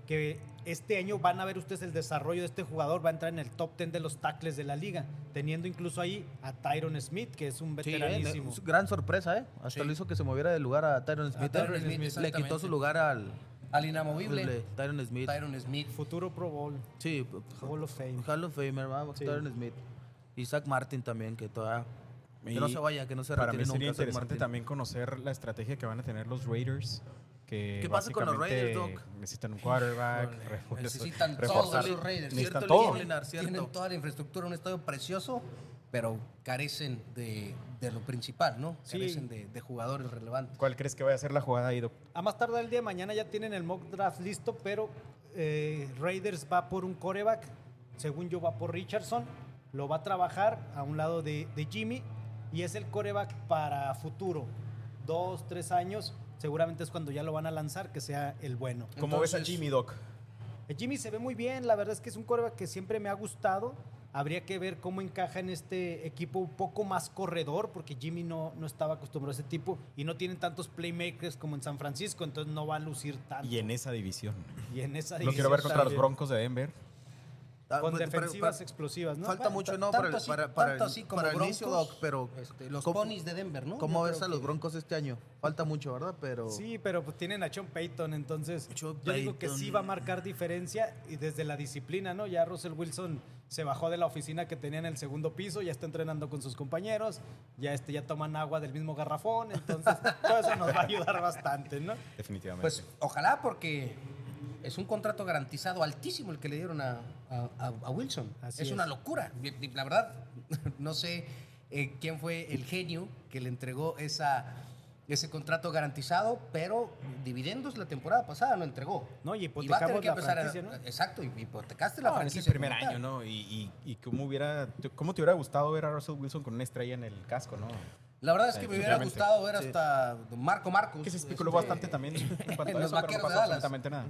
que este año van a ver ustedes el desarrollo de este jugador, va a entrar en el top 10 de los tackles de la liga, teniendo incluso ahí a Tyron Smith, que es un Sí, eh, veteranísimo. Gran sorpresa, ¿eh? Hasta Sí. lo hizo que se moviera del lugar a Tyron Smith. Tyron Tyron Smith, Smith le exactamente. quitó su lugar al... Al inamovible, Tyron Smith. Tyron Smith. Futuro Pro Bowl, Sí, Hall of Fame. Hall of Famer, ¿verdad? Sí. Tyron Smith. Isaac Martin también, que todavía... Que Y no se vaya, que no se Para retire mí nunca. sería Isaac interesante Martin. también conocer la estrategia que van a tener los Raiders. Que ¿Qué pasa con los básicamente Raiders, Doc? Necesitan un quarterback, Híjole, refuerzo- necesitan reforzar- todos los Raiders. necesitan ¿Cierto, todo. Lillian? Lenar, cierto. Tienen toda la infraestructura, un estadio precioso, pero carecen de, de lo principal, ¿no? Sí. Carecen de, de jugadores relevantes. ¿Cuál crees que vaya a ser la jugada ahí, Doc? A más tardar el día de mañana ya tienen el mock draft listo, pero eh, Raiders va por un coreback. según yo, va por Richardson, lo va a trabajar a un lado de, de Jimmy y es el coreback para futuro, dos, tres años, seguramente es cuando ya lo van a lanzar, que sea el bueno. ¿Cómo ves a Entonces- Jimmy Doc? Eh, Jimmy se ve muy bien, la verdad es que es un coreback que siempre me ha gustado. Habría que ver cómo encaja en este equipo un poco más corredor, porque Jimmy no, no estaba acostumbrado a ese tipo y no tienen tantos playmakers como en San Francisco, entonces no va a lucir tanto. Y en esa división. Y en esa Lo quiero ver división contra los también. Broncos de Denver. Ah, Con pero- pero- defensivas pero- explosivas, ¿no? Falta Bueno, mucho, ta- ¿no? tanto Para el, así- para, para tanto el- así como para el inicio, Broncos, Doc, pero este, los ¿cómo- ponis de Denver, ¿no? ¿Cómo Yo ves creo a los que- Broncos este año? Falta mucho, ¿verdad? Pero Sí, pero pues tienen a Sean Payton, entonces Sean yo digo que Payton. sí va a marcar diferencia y desde la disciplina, ¿no? Ya Russell Wilson se bajó de la oficina que tenía en el segundo piso, ya está entrenando con sus compañeros, ya este ya toman agua del mismo garrafón, entonces todo eso nos va a ayudar bastante, ¿no? Definitivamente. Pues ojalá porque es un contrato garantizado altísimo el que le dieron a, a- a- a Wilson. Así es, es. una locura. La verdad, no sé eh, quién fue el genio que le entregó esa, ese contrato garantizado, pero dividendos la temporada pasada no entregó. No, y va a tener hipotecamos que la empezar a- franquicia, ¿no? Exacto, y hipotecaste la No, es franquicia. el primer como tal. año, ¿no? Y, y, y cómo, hubiera, cómo te hubiera gustado ver a Russell Wilson con una estrella en el casco, ¿no? La verdad es que me hubiera Definitivamente. gustado ver hasta Marco Marcos. Que se especuló este, bastante también en cuanto a eso, Los pero no vaqueros de pasó Dallas. absolutamente nada.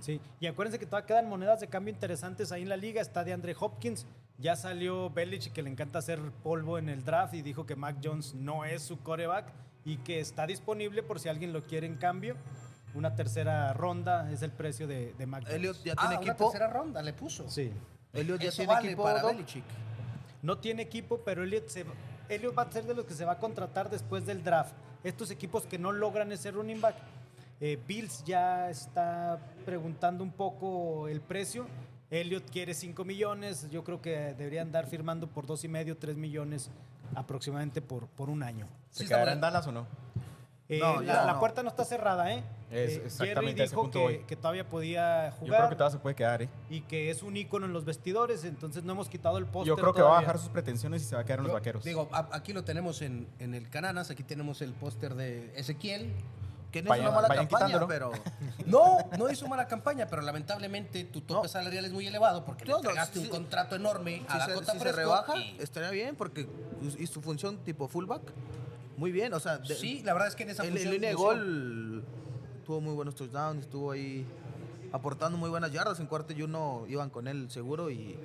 Sí, y acuérdense que todavía quedan monedas de cambio interesantes ahí en la liga. Está de Andre Hopkins, ya salió Belich, que le encanta hacer polvo en el draft y dijo que Mac Jones no es su coreback y que está disponible por si alguien lo quiere en cambio. Una tercera ronda es el precio de, de Mac Jones. Elliot ya Ah, tiene una equipo. tercera ronda le puso. Sí. Elliot ya Eso tiene vale equipo. para Doc. Belichick. No tiene equipo, pero Elliot, se, Elliot va a ser de los que se va a contratar después del draft. Estos equipos que no logran ese running back. Eh, Bills ya está preguntando un poco el precio. Elliot quiere 5 millones. Yo creo que deberían andar firmando por dos y medio, 3 millones aproximadamente por, por un año. ¿Se Sí, quedará está en Dallas o no? Eh, No, la, ya la no. puerta no está cerrada, ¿eh? Es- Eh, Jerry exactamente, a ese dijo punto que, voy. que todavía podía Yo creo jugar que todavía se puede quedar, ¿eh? y que es un ícono en los vestidores, entonces no hemos quitado el póster Yo creo que va a todavía. bajar sus pretensiones y se va a quedar en los Yo vaqueros. Digo, a- aquí lo tenemos en, en el Cananas, aquí tenemos el póster de Ezequiel. Que no es Vayan- una mala vayan campaña, quitándolo. pero. No, no hizo mala campaña, pero lamentablemente tu tope salarial es muy elevado porque No, le no, entregaste sí, un sí. contrato enorme Ah, a si se, Dakota si se Prescott rebaja, y- estaría bien, porque. Y su función tipo fullback, muy bien. O sea, de- sí, la verdad es que en esa en, en función línea de lució. gol tuvo muy buenos touchdowns, estuvo ahí aportando muy buenas yardas. En cuarto y uno iban con él seguro y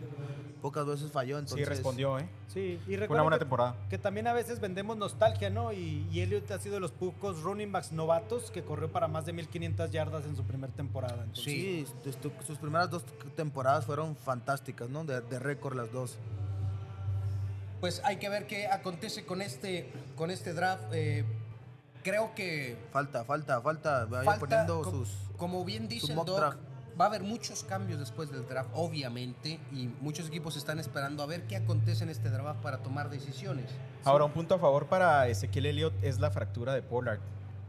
pocas veces falló. Entonces, Sí, respondió, ¿eh? Sí, y Fue una recuerda buena que- temporada. Que también a veces vendemos nostalgia, ¿no? Y, y Elliot ha sido de los pocos running backs novatos que corrió para más de 1500 yardas en su primera temporada. Entonces, Sí, estu- estu- sus primeras dos temporadas fueron fantásticas, ¿no? De, de récord las dos. Pues hay que ver qué acontece con este, con este draft. eh, creo que Falta, falta, falta. Vayan falta, poniendo co- sus. como bien dice el mock Doc, draft. va a haber muchos cambios después del draft, obviamente, y muchos equipos están esperando a ver qué acontece en este draft para tomar decisiones. Ahora, un punto a favor para Ezequiel Elliott es la fractura de Pollard.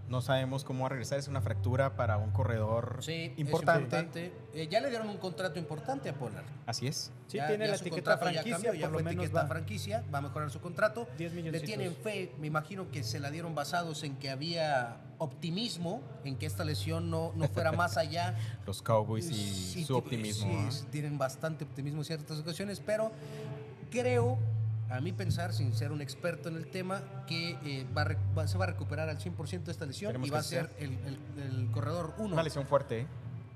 No sabemos cómo va a regresar. Es una fractura para un corredor Sí, es importante. importante. Eh, ya le dieron un contrato importante a Pollard. Así es. sí Ya- tiene ya la su etiqueta contrato ya franquicia, cambió, ya por lo fue menos etiqueta va. franquicia, va a mejorar su contrato. 10 Le milloncitos. tienen fe, me imagino que se la dieron basados en que había optimismo, en que esta lesión no, no fuera más allá. Los Cowboys y Sí, su que- optimismo. sí, ¿ah? es- tienen bastante optimismo en ciertas ocasiones, pero creo, a mi pensar, sin ser un experto en el tema, que eh, va a re- va- se va a recuperar al 100% esta lesión Esperemos y va a que sea. ser el, el- el corredor 1. Una lesión fuerte, ¿eh?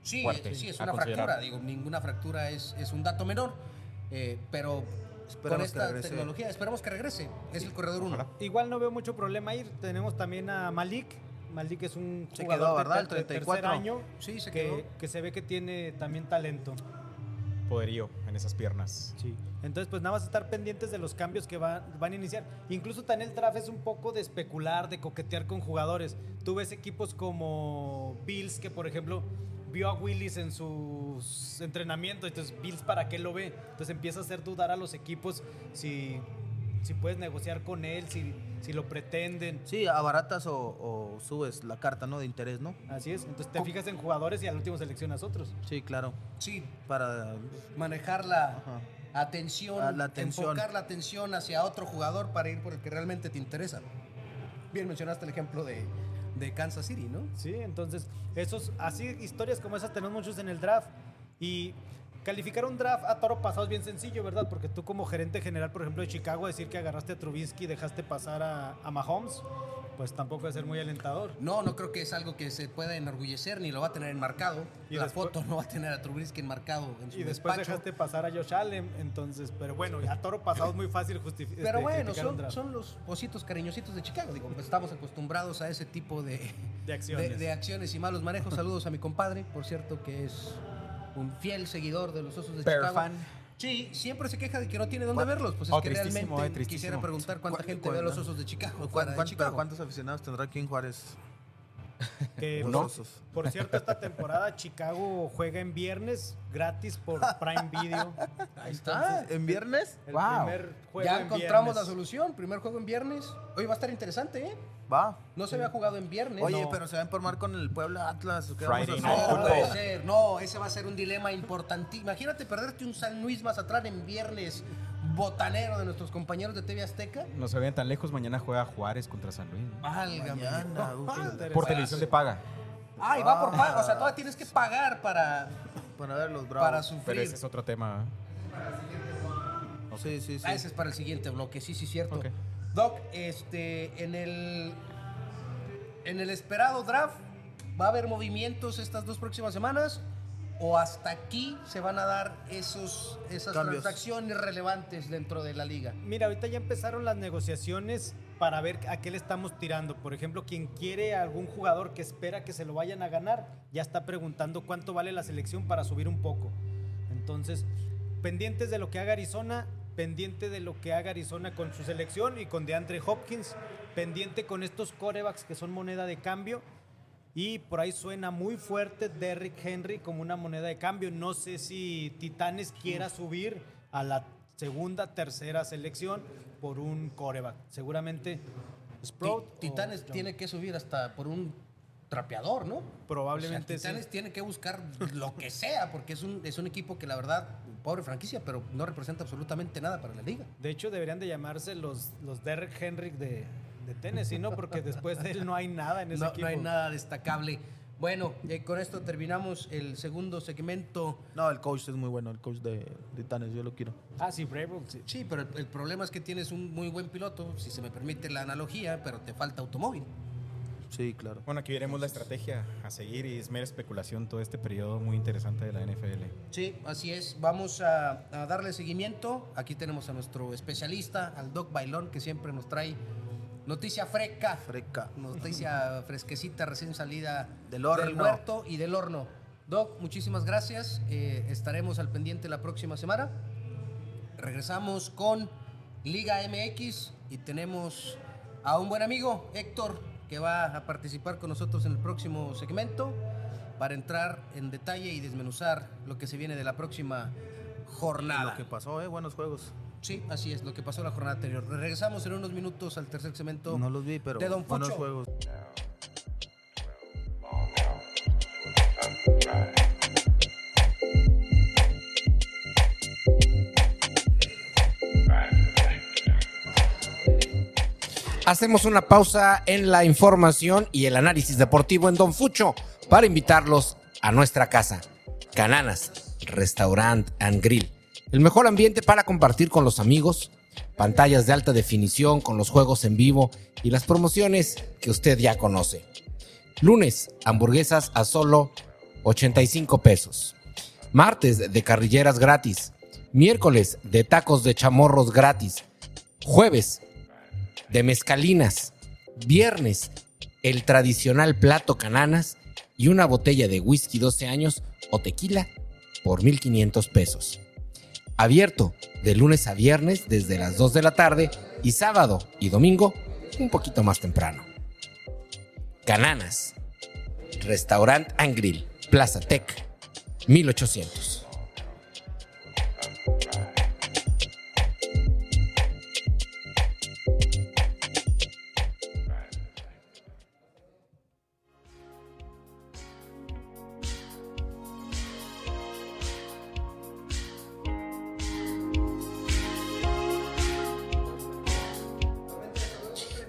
Sí, fuerte, sí, es a una considerar. fractura. Digo, ninguna fractura es, es un dato menor. eh, pero con Esperemos que esta regrese. tecnología, esperamos que regrese. Es el corredor 1. Ojalá. Igual no veo mucho problema ir. Tenemos también a Malik. Malik es un Se jugador quedó, de ¿verdad? ter- El de tercer 34. año Sí, se que, quedó. que se ve que tiene también talento. Poderío en esas piernas. Sí. Entonces, pues nada más estar pendientes de los cambios que van, van a iniciar. Incluso también el draft es un poco de especular, de coquetear con jugadores. Tú ves equipos como Bills, que por ejemplo vio a Willis en sus entrenamientos. Entonces, Bills, ¿para qué lo ve? Entonces empieza a hacer dudar a los equipos si, si puedes negociar con él, si, si lo pretenden. Sí, abaratas o, o subes la carta, ¿no? De interés, ¿no? Así es. Entonces te fijas en jugadores y al último seleccionas otros. Sí, claro. Sí, Para. manejar la Ajá. atención, Ah, la atención. enfocar la atención hacia otro jugador para ir por el que realmente te interesa. Bien, mencionaste el ejemplo de, de Kansas City, ¿no? Sí, entonces, esos, así historias como esas tenemos muchos en el draft. Y ca- Calificar un draft a toro pasado es bien sencillo, ¿verdad? Porque tú como gerente general, por ejemplo, de Chicago, decir que agarraste a Trubisky y dejaste pasar a, a Mahomes, pues tampoco va a ser muy alentador. No, no creo que es algo que se pueda enorgullecer ni lo va a tener enmarcado. Y la después- foto no va a tener a Trubisky enmarcado en su Y después despacho. dejaste pasar a Josh Allen, entonces, pero bueno, a toro pasado es muy fácil este, justificar. Pero bueno, son, son los ositos cariñositos de Chicago. Digo, pues, estamos acostumbrados a ese tipo de, de de, acciones. de acciones y malos manejos. Saludos a mi compadre, por cierto, que es un fiel seguidor de los osos de Bear Chicago. fan. Sí, siempre se queja de que no tiene dónde verlos. Pues es Oh, que tristísimo, realmente eh, tristísimo. quisiera preguntar cuánta ¿Cuán- gente cuán- ve a los osos de Chicago. ¿Cuán- fuera de cuán- Chicago. ¿Cuántos aficionados tendrá aquí en Juárez? Que, Los por- osos. Por cierto, esta temporada Chicago juega en viernes gratis por Prime Video. Ahí está. ¿En viernes? El Wow. primer juego Ya en encontramos la viernes. solución. Primer juego en viernes. Hoy va a estar interesante, ¿eh? Va. No se había jugado en viernes. Oye, No. pero se va a informar con el Puebla Atlas. ¿o qué Friday vamos a No, hacer? Night no Fútbol. puede ser. No, ese va a ser un dilema importante. Imagínate perderte un San Luis Mazatlán en viernes botanero de nuestros compañeros de TV Azteca. No se vean tan lejos, mañana juega Juárez contra San Luis. ¿no? Válgame. Mañana, uf, Por televisión de paga. Ay, va por pago. O sea, todavía tienes que pagar para, Para ver los bravos. para Ah, Pero sufrir. ese es otro tema. ¿eh? Sí, sí, sí. Ah, ese es para el siguiente bloque. Sí, sí, cierto. Ok. Doc, este, en el, en el esperado draft, ¿va a haber movimientos estas dos próximas semanas? ¿O hasta aquí se van a dar esos, esas Cambios. transacciones relevantes dentro de la liga? Mira, ahorita ya empezaron las negociaciones para ver a qué le estamos tirando. Por ejemplo, quien quiere a algún jugador que espera que se lo vayan a ganar, ya está preguntando cuánto vale la selección para subir un poco. Entonces, pendientes de lo que haga Arizona, pendiente de lo que haga Arizona con su selección y con DeAndre Hopkins, pendiente con estos corebacks que son moneda de cambio. Y por ahí suena muy fuerte Derrick Henry como una moneda de cambio. No sé si Titanes quiera subir a la segunda, tercera selección por un coreback. Seguramente Sprout. Ti- o Titanes Jones. tiene que subir hasta por un trapeador, ¿no? Probablemente O sea, Titanes sí. tiene que buscar lo que sea, porque es un, es un equipo que la verdad, pobre franquicia, pero no representa absolutamente nada para la liga. De hecho, deberían de llamarse los, los Derrick Henry de, de Tennessee, ¿no? Porque después de él no hay nada en ese No, equipo. no hay nada destacable. Bueno, eh, con esto terminamos el segundo segmento. No, el coach es muy bueno, el coach de Titanes, yo lo quiero. Ah, sí, Brable, sí. Sí, pero el, el problema es que tienes un muy buen piloto, si se me permite la analogía, pero te falta automóvil. Sí, claro. Bueno, aquí veremos la estrategia a seguir y es mera especulación todo este periodo muy interesante de la NFL. Sí, así es. Vamos a, a darle seguimiento. Aquí tenemos a nuestro especialista, al Doc Bailón, que siempre nos trae noticia fresca. Freca. Noticia fresquecita, recién salida Del horno. del huerto y del horno. Doc, muchísimas gracias. Eh, estaremos al pendiente la próxima semana. Regresamos con Liga MX y tenemos a un buen amigo, Héctor, que va a participar con nosotros en el próximo segmento para entrar en detalle y desmenuzar lo que se viene de la próxima Lo jornada. que pasó, eh, buenos juegos. Sí, así es, lo que pasó la jornada anterior. Regresamos en unos minutos al tercer segmento. No los vi, pero De Don buenos Fucho. juegos. Hacemos una pausa en la información y el análisis deportivo en Don Fucho para invitarlos a nuestra casa, Cananas, Restaurant and Grill. El mejor ambiente para compartir con los amigos, pantallas de alta definición con los juegos en vivo y las promociones que usted ya conoce. Lunes, hamburguesas a solo 85 pesos. Martes, de carrilleras gratis. Miércoles, de tacos de chamorros gratis. Jueves, de mezcalinas, viernes, el tradicional plato cananas y una botella de whisky 12 años o tequila por 1.500 pesos. Abierto de lunes a viernes desde las 2 de la tarde y sábado y domingo un poquito más temprano. Cananas, Restaurant Angril, Plaza Tech, 1800.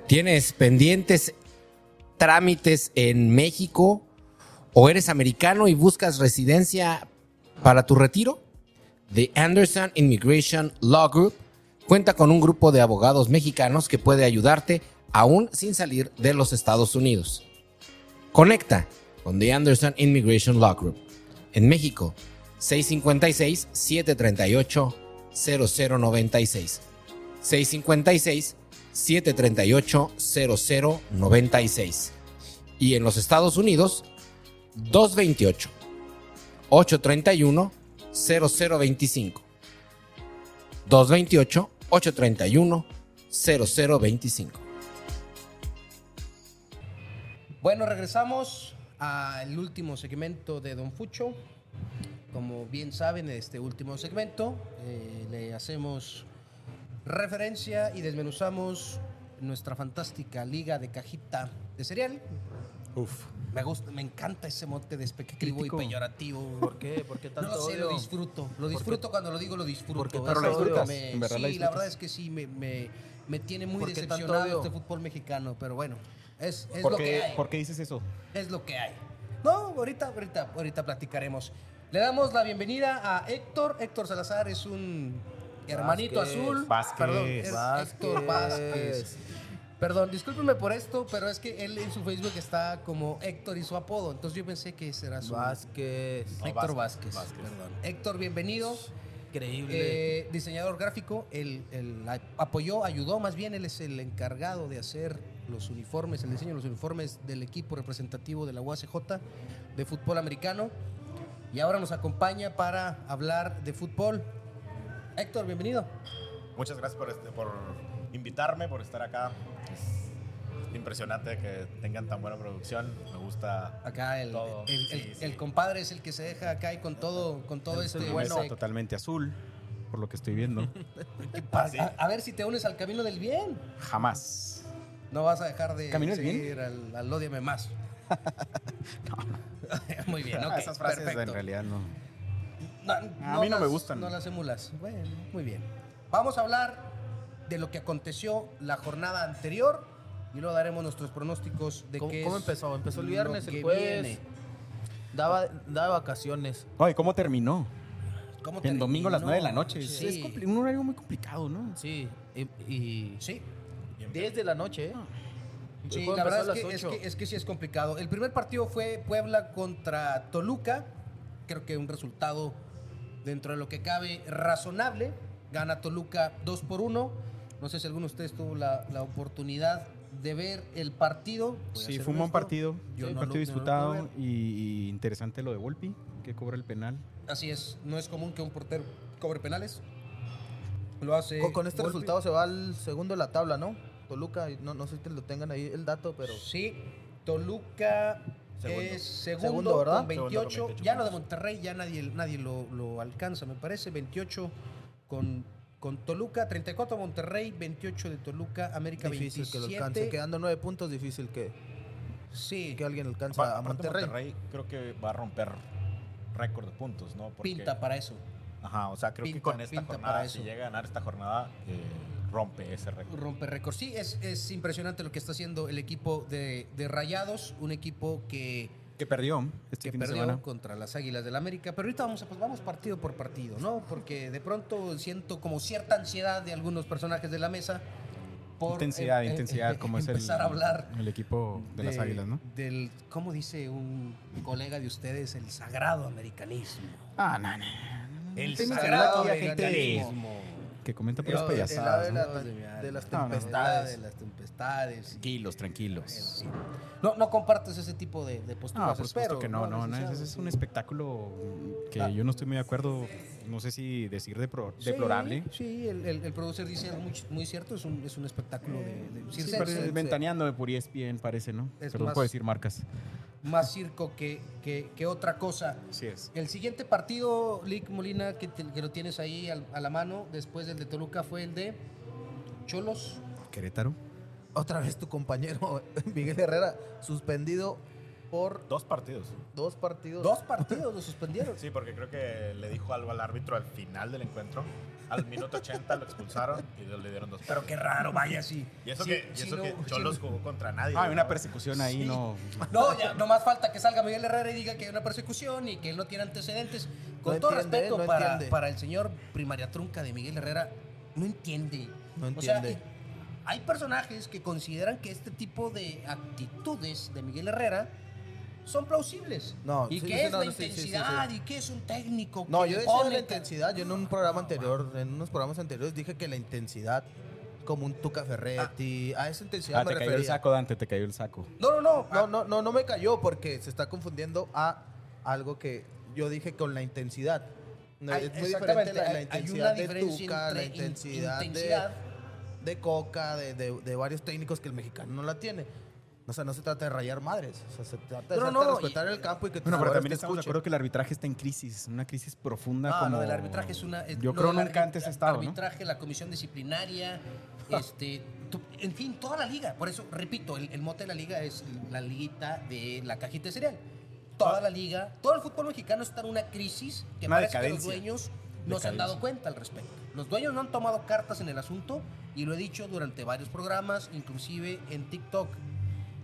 ¿Tienes pendientes trámites en México o eres americano y buscas residencia para tu retiro? The Anderson Immigration Law Group cuenta con un grupo de abogados mexicanos que puede ayudarte aún sin salir de los Estados Unidos. Conecta con The Anderson Immigration Law Group. En México, 656-738-0096. 656-738-0096. Y en los Estados Unidos, 228-831-0025. 228-831-0025. Bueno, regresamos al último segmento de Don Fucho. Como bien saben, en este último segmento eh, le hacemos referencia y desmenuzamos nuestra fantástica liga de cajita de cereal. Uf. Me gusta, me encanta ese mote despectivo Crítico. y peyorativo. ¿Por qué? ¿Por qué No tanto lo sé, odio? lo disfruto. Lo disfruto cuando lo digo, lo disfruto. ¿Por qué Eso tanto es lo que odias? me- ¿En verdad la sí, la disfrutas? verdad es que sí, me, me- me tiene muy ¿Por qué tanto decepcionado odio? este fútbol mexicano, pero bueno, es, es ¿Por lo qué, que hay. por qué dices eso? Es lo que hay. No, ahorita, ahorita, ahorita platicaremos. Le damos la bienvenida a Héctor. Héctor Salazar es un hermanito Vázquez, azul. Vázquez, Perdón, es Vázquez. Héctor Vázquez. Perdón, discúlpenme por esto, pero es que él en su Facebook está como Héctor y su apodo. Entonces yo pensé que será su. Vázquez. Héctor Vázquez. Perdón. Héctor, bienvenido. Increíble. Eh, diseñador gráfico, él, él a- apoyó, ayudó, más bien él es el encargado de hacer los uniformes, el diseño de los uniformes del equipo representativo de la UACJ de fútbol americano. Y ahora nos acompaña para hablar de fútbol. Héctor, bienvenido. Muchas gracias por, este- por invitarme, por estar acá. Es impresionante que tengan tan buena producción. Me gusta. Acá el, Todo. el- el- Sí, sí. el compadre es el que se deja acá y con todo, con todo este... Bueno, ese- totalmente azul, por lo que estoy viendo. a, Ah, a- a ver si te unes al camino del bien. Jamás. No vas a dejar de ¿Camino del seguir al, al ódiame más. Muy bien, Ah, ok, Esas frases perfecto. en realidad no. No, A mí no me gustan. No las emulas. Bueno, muy bien. Vamos a hablar de lo que aconteció la jornada anterior y luego daremos nuestros pronósticos de ¿Cómo, qué cómo es empezó? Empezó el lo viernes, el que jueves. viene. Daba, daba vacaciones. Oye, ¿cómo terminó? ¿Cómo En terminó? domingo a las 9 de la noche. Sí. Es compli- un horario muy complicado, ¿no? Sí. Y, y Sí, 10 de la noche, ¿eh? El sí, juego la empezó verdad a es que, las es, ocho. que, es que sí es complicado. El primer partido fue Puebla contra Toluca. Creo que un resultado dentro de lo que cabe razonable. Gana Toluca 2 por 1. No sé si alguno de ustedes tuvo la, la oportunidad de ver el partido. Voy a Sí, ser fue un buen honesto. partido. Yo un no partido lo- no lo disputado pude ver. y, y interesante lo de Volpi, que cobra el penal. Así es, no es común que un portero cobre penales. Lo hace. Con, con este Volpi. resultado se va al segundo de la tabla, ¿no? Toluca, y no, no sé si lo tengan ahí el dato, pero Sí, Toluca Segundo. es segundo, Segundo, ¿verdad? con 28. Segundo con 28 Ya lo de puntos. Monterrey ya nadie, nadie lo, lo alcanza, me parece. 28 con, con Toluca, 34 Monterrey, 28 de Toluca, América difícil 27. que lo alcance. Quedando nueve puntos, difícil que, Sí, que alguien alcance Apar- a aparte, Monterrey. creo que va a romper récord de puntos, ¿no? Porque- pinta para eso. Ajá, o sea, creo pinta- que con esta pinta para jornada, si eso. llega a ganar esta jornada, eh, rompe ese récord. Rompe récord. Sí, es, es impresionante lo que está haciendo el equipo de, de Rayados, un equipo que. Que perdió este que fin de perdió semana. contra las Águilas del América. Pero ahorita vamos, a- pues vamos partido por partido, ¿no? Porque de pronto siento como cierta ansiedad de algunos personajes de la mesa. Por intensidad, em- em- intensidad, em- como es el, empezar a hablar el equipo de, las Águilas, ¿no? Del, ¿cómo dice un colega de ustedes? El sagrado americanismo. Ah, no, no. El tengo entendido sagrado que hay gente- americanismo. Que comenta puras Yo- payasadas. de ¿no? la- Dios pues, mi alma. de las No, no. tempestades. De las tempestades. Tranquilos, tranquilos. No, no compartes ese tipo de, de posturas. Ah, Pues por supuesto espero, que no, no, no, Licenciado? ese es un espectáculo que Ah. yo no estoy muy de acuerdo, no sé si decir depro- deplorable. Sí, sí, el, el, el producer dice algo muy, muy cierto, es un, es un espectáculo de, de Sí, circense, parece- de- ventaneando de por ESPN parece, ¿no? Es Perdón más- por decir marcas. más circo que, que, que otra cosa. Así es. El siguiente partido, Lick Molina, que, te- que lo tienes ahí al- a la mano, después del de Toluca, fue el de Cholos. Querétaro. Otra vez tu compañero Miguel Herrera suspendido por Dos partidos. dos partidos. Dos partidos lo suspendieron. Sí, porque creo que le dijo algo al árbitro al final del encuentro. Al minuto 80 lo expulsaron y le dieron dos. Pero qué raro, vaya, sí. Y eso Sí, que, y sí, eso no, que sí, Cholos no. jugó contra nadie. Ah, hay una ¿no? persecución ahí, Sí. no. No, ya, no más falta que salga Miguel Herrera y diga que hay una persecución y que él no tiene antecedentes. Con No todo entiende, respeto no para, entiende. para el señor primaria trunca de Miguel Herrera, no entiende. No O sea, entiende. y- hay personajes que consideran que este tipo de actitudes de Miguel Herrera son plausibles. No, y sí, que sí, es no, la no, sí, sí, sí, sí. intensidad, y que es un técnico. No, que yo le decía pone la ca- intensidad. Yo en un programa anterior, en unos programas anteriores, dije que la intensidad, como un Tuca Ferretti, a esa intensidad Ah, me te cayó el refería. saco, Dante, te cayó el saco. No, no, no, no, no, no, no me cayó porque se está confundiendo a algo que yo dije con la intensidad. No, Hay- es muy diferente exactamente, la, la hay- hay intensidad una de diferencia Tuca, la entre in- intensidad, de- intensidad. De, Coca, de, de- de varios técnicos que el mexicano no la tiene. O sea, no se trata de rayar madres, o sea, se trata de, No, trata no, de y- respetar el campo y que tus Bueno, pero jugadores también te estamos de escuchen. acuerdo que el arbitraje está en crisis, una crisis profunda Ah, como... lo del arbitraje es una. es- Yo lo creo del nunca arbit- antes ha estado, ¿no? Ah. Arbitraje, la comisión disciplinaria, este, tu- en fin, toda la liga. Por eso, repito, el, el mote de la liga es la liguita de la cajita de cereal. Ah. Toda la liga, todo el fútbol mexicano está en una crisis que Una parece que los decadencia. dueños no se han dado cuenta al respecto. Los dueños no han tomado cartas en el asunto y lo he dicho durante varios programas, inclusive en TikTok.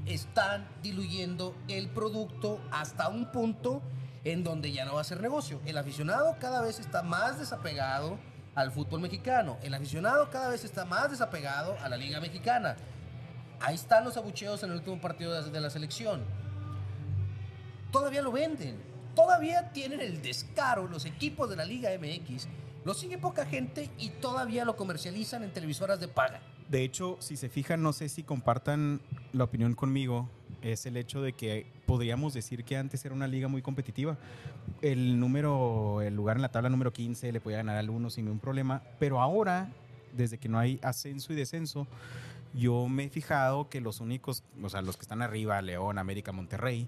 Están diluyendo el producto hasta un punto en donde ya no va a ser negocio. El aficionado cada vez está más desapegado al fútbol mexicano. El aficionado cada vez está más desapegado a la Liga Mexicana. Ahí están los abucheos en el último partido de- de la selección todavía lo venden. Todavía tienen el descaro los equipos de la Liga MX. Lo sigue poca gente y todavía lo comercializan en televisoras de paga. De hecho, si se fijan, no sé si compartan la opinión conmigo, es el hecho de que podríamos decir que antes era una liga muy competitiva. El número, el lugar en la tabla número 15 le podía ganar al 1 sin ningún problema, pero ahora, desde que no hay ascenso y descenso, yo me he fijado que los únicos, o sea, los que están arriba, León, América, Monterrey,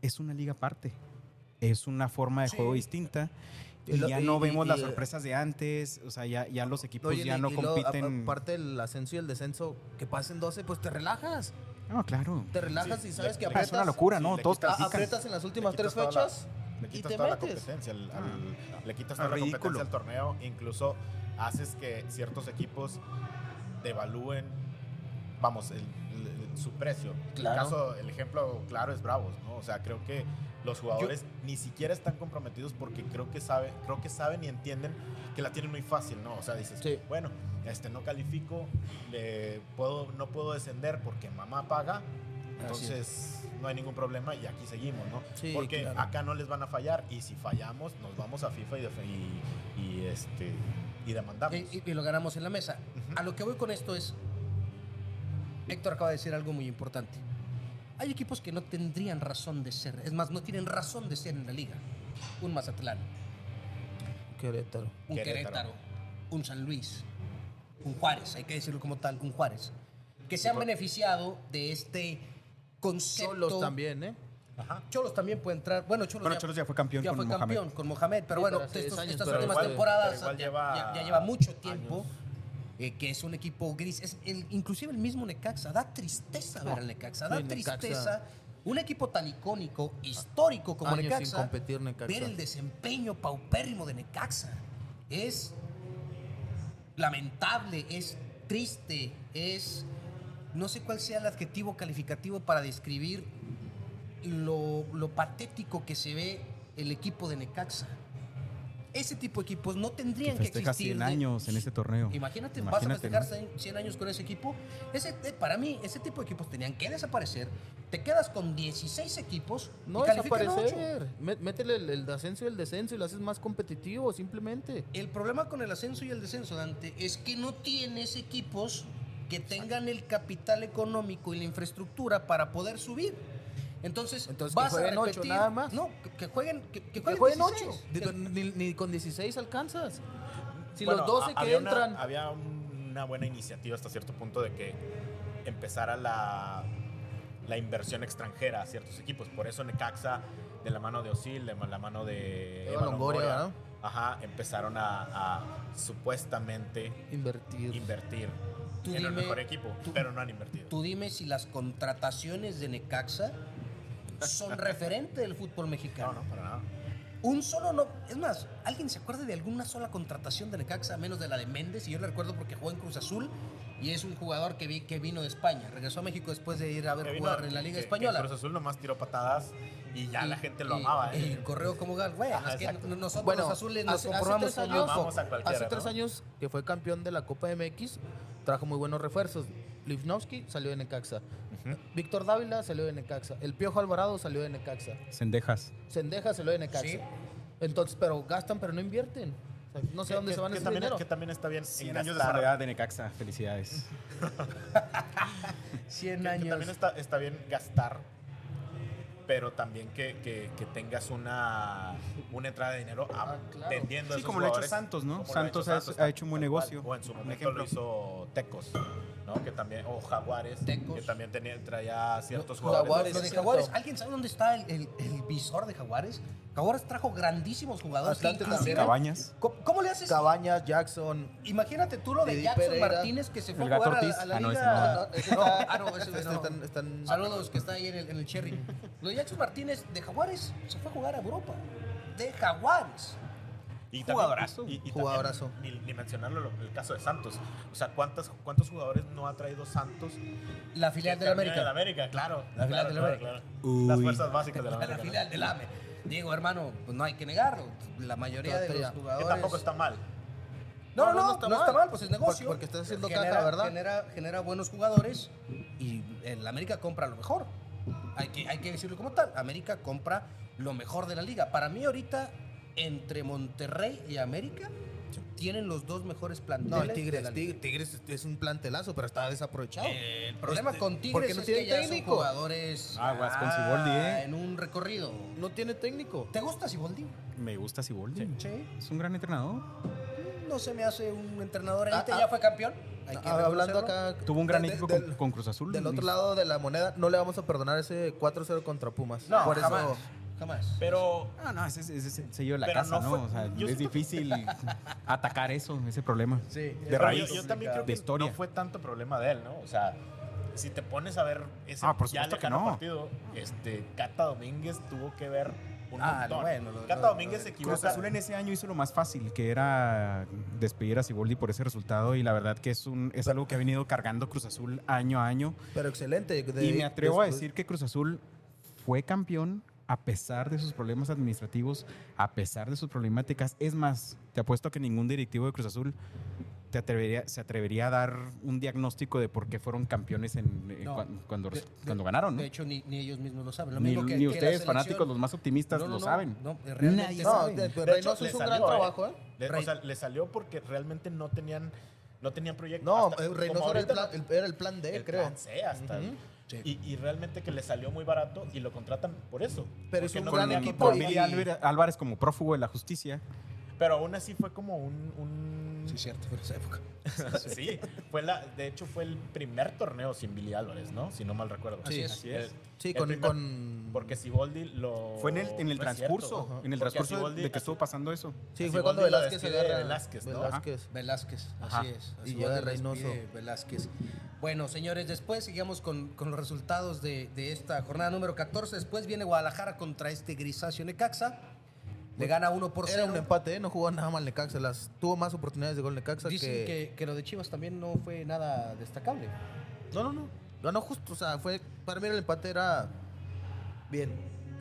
es una liga aparte. Es una forma de juego distinta. Y Y lo- ya y- no y- vemos las y- sorpresas de antes, o sea, ya, ya los equipos pues Oye, ya y- no y luego, a- compiten. Aparte del ascenso y el descenso, que pasen 12, pues te relajas. No, claro. Te relajas y sabes que Ah, es una aprietas, locura, ¿no? le Todos quitas- a- califican. aprietas en las últimas Le tres quitas toda la- fechas Le y quitas te toda la metes. competencia, al- al- le quitas Ah, toda la ridículo. competencia al torneo, incluso haces que ciertos equipos devalúen, vamos, el- el- el- su precio. Claro. El, caso, el ejemplo claro es Bravos, ¿no? O sea, creo que los jugadores ni siquiera están comprometidos porque creo que, sabe, creo que saben y entienden que la tienen muy fácil, ¿no? O sea, dices, Sí. bueno, este, no califico, le puedo, no puedo descender porque mamá paga, entonces no hay ningún problema y aquí seguimos, ¿no? Sí, porque claro. acá no les van a fallar y si fallamos nos vamos a FIFA y, def- y, y, este y Eh, demandamos. Y, y- y lo ganamos en la mesa. A lo que voy con esto es, Héctor acaba de decir algo muy importante. Hay equipos que no tendrían razón de ser, es más, no tienen razón de ser en la liga. Un Mazatlán, Querétaro. un Querétaro, Querétaro. un San Luis, un Juárez, hay que decirlo como tal, un Juárez, que se han beneficiado de este concepto. Solos también, ¿eh? Ajá. Cholos también puede entrar. Bueno, Cholos, Bueno, Cholos ya fue campeón ya con fue Mohamed. campeón con Mohamed, pero Sí, bueno, pero hace estos- 10 años, estas pero últimas igual- temporadas pero igual ya, lleva ya- ya lleva mucho tiempo eh, que es un equipo gris. Es el- inclusive el mismo Necaxa. Da tristeza ver al Necaxa. Da Sí, Necaxa. tristeza. Un equipo tan icónico, histórico como Años Necaxa, sin competir, Necaxa. ver el desempeño paupérrimo de Necaxa es lamentable, es triste, es no sé cuál sea el adjetivo calificativo para describir lo, lo patético que se ve el equipo de Necaxa. Ese tipo de equipos no tendrían que, Festeja existir. 100 de- años en este torneo. Imagínate, Imagínate, vas a ¿no? festejar 100 100 años con ese equipo. Ese, eh, para mí, ese tipo de equipos tenían que desaparecer. Te quedas con 16 equipos No y califican ocho. desaparecer. Mé- Métele el, el ascenso y el descenso y lo haces más competitivo, simplemente. El problema con el ascenso y el descenso, Dante, es que no tienes equipos que tengan el capital económico y la infraestructura para poder subir. Entonces, Entonces, que vas a jueguen ocho, repetir, nada más. No, que- que jueguen, que, que Que jueguen, jueguen 16. 8. Que- Ni, ni con 16 alcanzas. Si Bueno, los 12 a- que había una- entran. había una buena iniciativa hasta cierto punto de que empezara la, la inversión extranjera a ciertos equipos. Por eso Necaxa, de la mano de Osil, de la mano de Eva eh, Longoria, ¿verdad? ajá, empezaron a, a supuestamente Invertir. invertir Tú en el dime- mejor equipo, tú- pero no han invertido. Tú dime si las contrataciones de Necaxa son referente del fútbol mexicano. No, no, para nada. Un solo no. Es más, ¿alguien se acuerda de alguna sola contratación de Necaxa, menos de la de Méndez? Y yo la recuerdo porque jugó en Cruz Azul Y es un jugador que, vi, que vino de España. Regresó a México después de ir a ver Que jugar vino- en la Liga que- que Española. Cruz Azul nomás tiró patadas y ya la gente lo y- amaba. Y, ¿eh? correo como gal, güey. Ajá, es que exacto. nosotros Bueno, los azules nos hace- hace conformamos tres con años- Oxford. Amamos a cualquiera, Hace tres ¿no? años que fue campeón de la Copa MX, trajo muy buenos refuerzos. Livnowski salió de Necaxa. Víctor Dávila salió de Necaxa. El Piojo Alvarado salió de Necaxa. Sendejas. Sendeja salió de Necaxa. Sí. Entonces, pero gastan, pero no invierten. O sea, no sé Que- dónde que- se van que ese también- dinero. Que también está bien. 100 en años de gastar. soledad de Necaxa. Felicidades. 100 Que- que años. también está, está bien gastar, pero también que, que- que tengas una, una entrada de dinero a- Ah, claro. vendiendo a Sí, esos como lo ha hecho jugadores, Santos, ¿no? como lo Santos ha- ha tal- hecho un buen tal cual. negocio. O en su Un momento ejemplo. lo hizo Tecos, ¿no? Que también, o Jaguares, Tecos. que también tenía, traía ciertos Lo- lo- jugadores. Lo de Jaguares. ¿Alguien sabe dónde está el, el, el visor de Jaguares? Jaguares trajo grandísimos jugadores. Atlante inclusive- también. Cabañas. ¿Cómo, cómo le haces? Cabañas, Jackson. Imagínate tú lo de Didi Jackson Pereira. Martínez que se fue El a Gato jugar a la- Ortiz. a la Ah, no, ese liga. no. ese no. Ah, no, ese Este no. están- están- Saludos que está ahí en el, en el Cherry. Lo de Jackson Martínez de Jaguares se fue a jugar a Europa. De Jaguares. Y Jugadorazo. también- y- y Jugadorazo. también Ni, ni mencionarlo lo- el caso de Santos. O sea, ¿cuántas, ¿cuántos jugadores no ha traído Santos? La filial de Que la termina en América. América, claro. La filial claro, de la claro, América. claro. Las fuerzas básicas de la La, América. ¿no? filial del AME. Digo, hermano, pues no hay que negarlo. La mayoría de los Todavía. Que jugadores. tampoco está mal. No, no, no, no está, mal. pues es negocio. Porque- porque estás haciendo Genera- caca, ¿verdad? Genera, genera buenos jugadores y el América compra lo mejor. Hay que, hay que decirlo como tal. América compra lo mejor de la liga. Para mí ahorita, entre Monterrey y América, tienen los dos mejores planteles. No, de el la Tigres, liga. Tig- Tigres es un plantelazo, pero está desaprovechado. Eh, el problema Este, con Tigres porque no es tiene que ya son técnico. jugadores Aguas con ah, Siboldi, ¿eh? en un recorrido. No tiene técnico. ¿Te gusta Siboldi? Me gusta Siboldi. Sí. Es un gran entrenador. No se me hace un entrenador élite. Ah, ah. ya fue campeón. Hay que Ah, Hablando reconocerlo. acá. Tuvo un gran de- equipo del- con, con Cruz Azul. Del otro lado de la moneda, no le vamos a perdonar ese 4-0 contra Pumas. No, Por eso- jamás. Jamás. Pero Ah, no, ese ese es el sello de la Pero casa, no ¿no? fue- O sea, yo es siento- difícil atacar eso, ese problema. Sí, De es Pero raíz. Yo, yo también creo De que historia. no fue tanto problema de él, ¿no? O sea, si te pones a ver ese Ah, por ya supuesto que lejano no. partido, este, Cata Domínguez tuvo que ver un Ah, montón. bueno, lo- Cata lo- Domínguez lo- se equivoca. Cruz Azul en ese año hizo lo más fácil, que era despedir a Siboldi por ese resultado y la verdad que es un es algo que ha venido cargando Cruz Azul año a año Pero excelente. de- y me atrevo a después- decir que Cruz Azul fue campeón a pesar de sus problemas administrativos, a pesar de sus problemáticas. Es más, te apuesto que ningún directivo de Cruz Azul te atrevería, se atrevería a dar un diagnóstico de por qué fueron campeones en, eh, No. cuan- cuando, De- cuando de- ganaron. ¿no? De hecho, ni, ni ellos mismos lo saben. Lo ni mismo que- ni que la ustedes, selección. fanáticos, los más optimistas, No, no, lo no, saben. no, realmente Nadie No, sabe. de- de- De hecho, Reynoso le hizo un salió, gran ¿eh? trabajo, ¿eh? Le, o Rey- sea, le salió porque realmente no tenían, no tenían proyecto. No, Hasta- eh, como Reynoso era el, ahorita, plan, ¿no? el- era el plan D, El creo. plan C hasta. Ujú. Sí. y, y realmente que le salió muy barato y lo contratan por eso. Pero Porque es un no gran tenían equipo Con otro- y- Billy Álvarez- Álvarez como prófugo de la justicia. Pero aún así fue como un... un- Sí, cierto, fue en esa época. Sí, fue la, de hecho fue el primer torneo sin Billy Álvarez, ¿no? Si no mal recuerdo. Así es. Eh, Así es. Sí, El con, primer- con- Porque Siboldi lo... Fue en el, en el no es transcurso, cierto. en el Porque a transcurso de- Siboldi- de que estuvo pasando eso. Sí, así fue Boldi cuando lo Velázquez despide agarra. Velázquez, ¿no? Velázquez. Velázquez, Ajá. así es. Y así llega es, Reynoso. despide Velázquez. Bueno, señores, después sigamos con, con los resultados de, de esta jornada número 14. Después viene Guadalajara contra este grisáceo Necaxa. Le gana 1 por 0. Era un empate, ¿eh? No jugó nada mal Necaxa. Las, tuvo más oportunidades de gol Necaxa Dicen que... que... que lo de Chivas también no fue nada destacable. No, no, no. Ganó justo. O sea, fue... Para mí el empate era... Bien.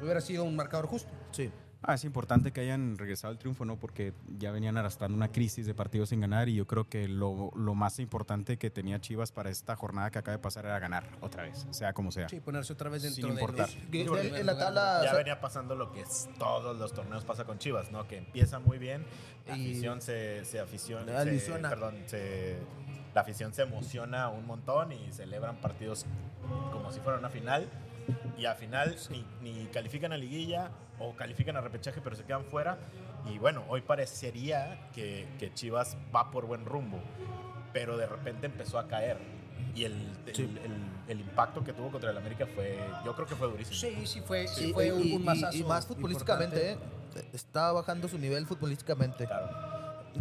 Hubiera sido un marcador justo. Sí. Ah, es importante que hayan regresado al triunfo, ¿no? Porque ya venían arrastrando una crisis de partidos sin ganar y yo creo que lo, lo más importante que tenía Chivas para esta jornada que acaba de pasar era ganar otra vez, sea como sea. Sí, ponerse otra vez dentro Sin importar. de Que- los- en- en la tabla- Ya o sea- venía pasando lo que es- todos los torneos pasa con Chivas, ¿no? Que empieza muy bien, la Y- afición se, se aficiona, La se- alusiona. perdón, se- la afición se emociona un montón y celebran partidos como si fuera una final. Y al final ni, ni califican a liguilla o califican a repechaje, pero se quedan fuera. Y bueno, hoy parecería que, que Chivas va por buen rumbo, pero de repente empezó a caer. Y el, el- el- el impacto que tuvo contra el América fue, yo creo que fue durísimo. Sí, sí fue, sí Y- fue y- un, y- un y- mazazo. Y más futbolísticamente, ¿eh? Está bajando su nivel futbolísticamente. Claro.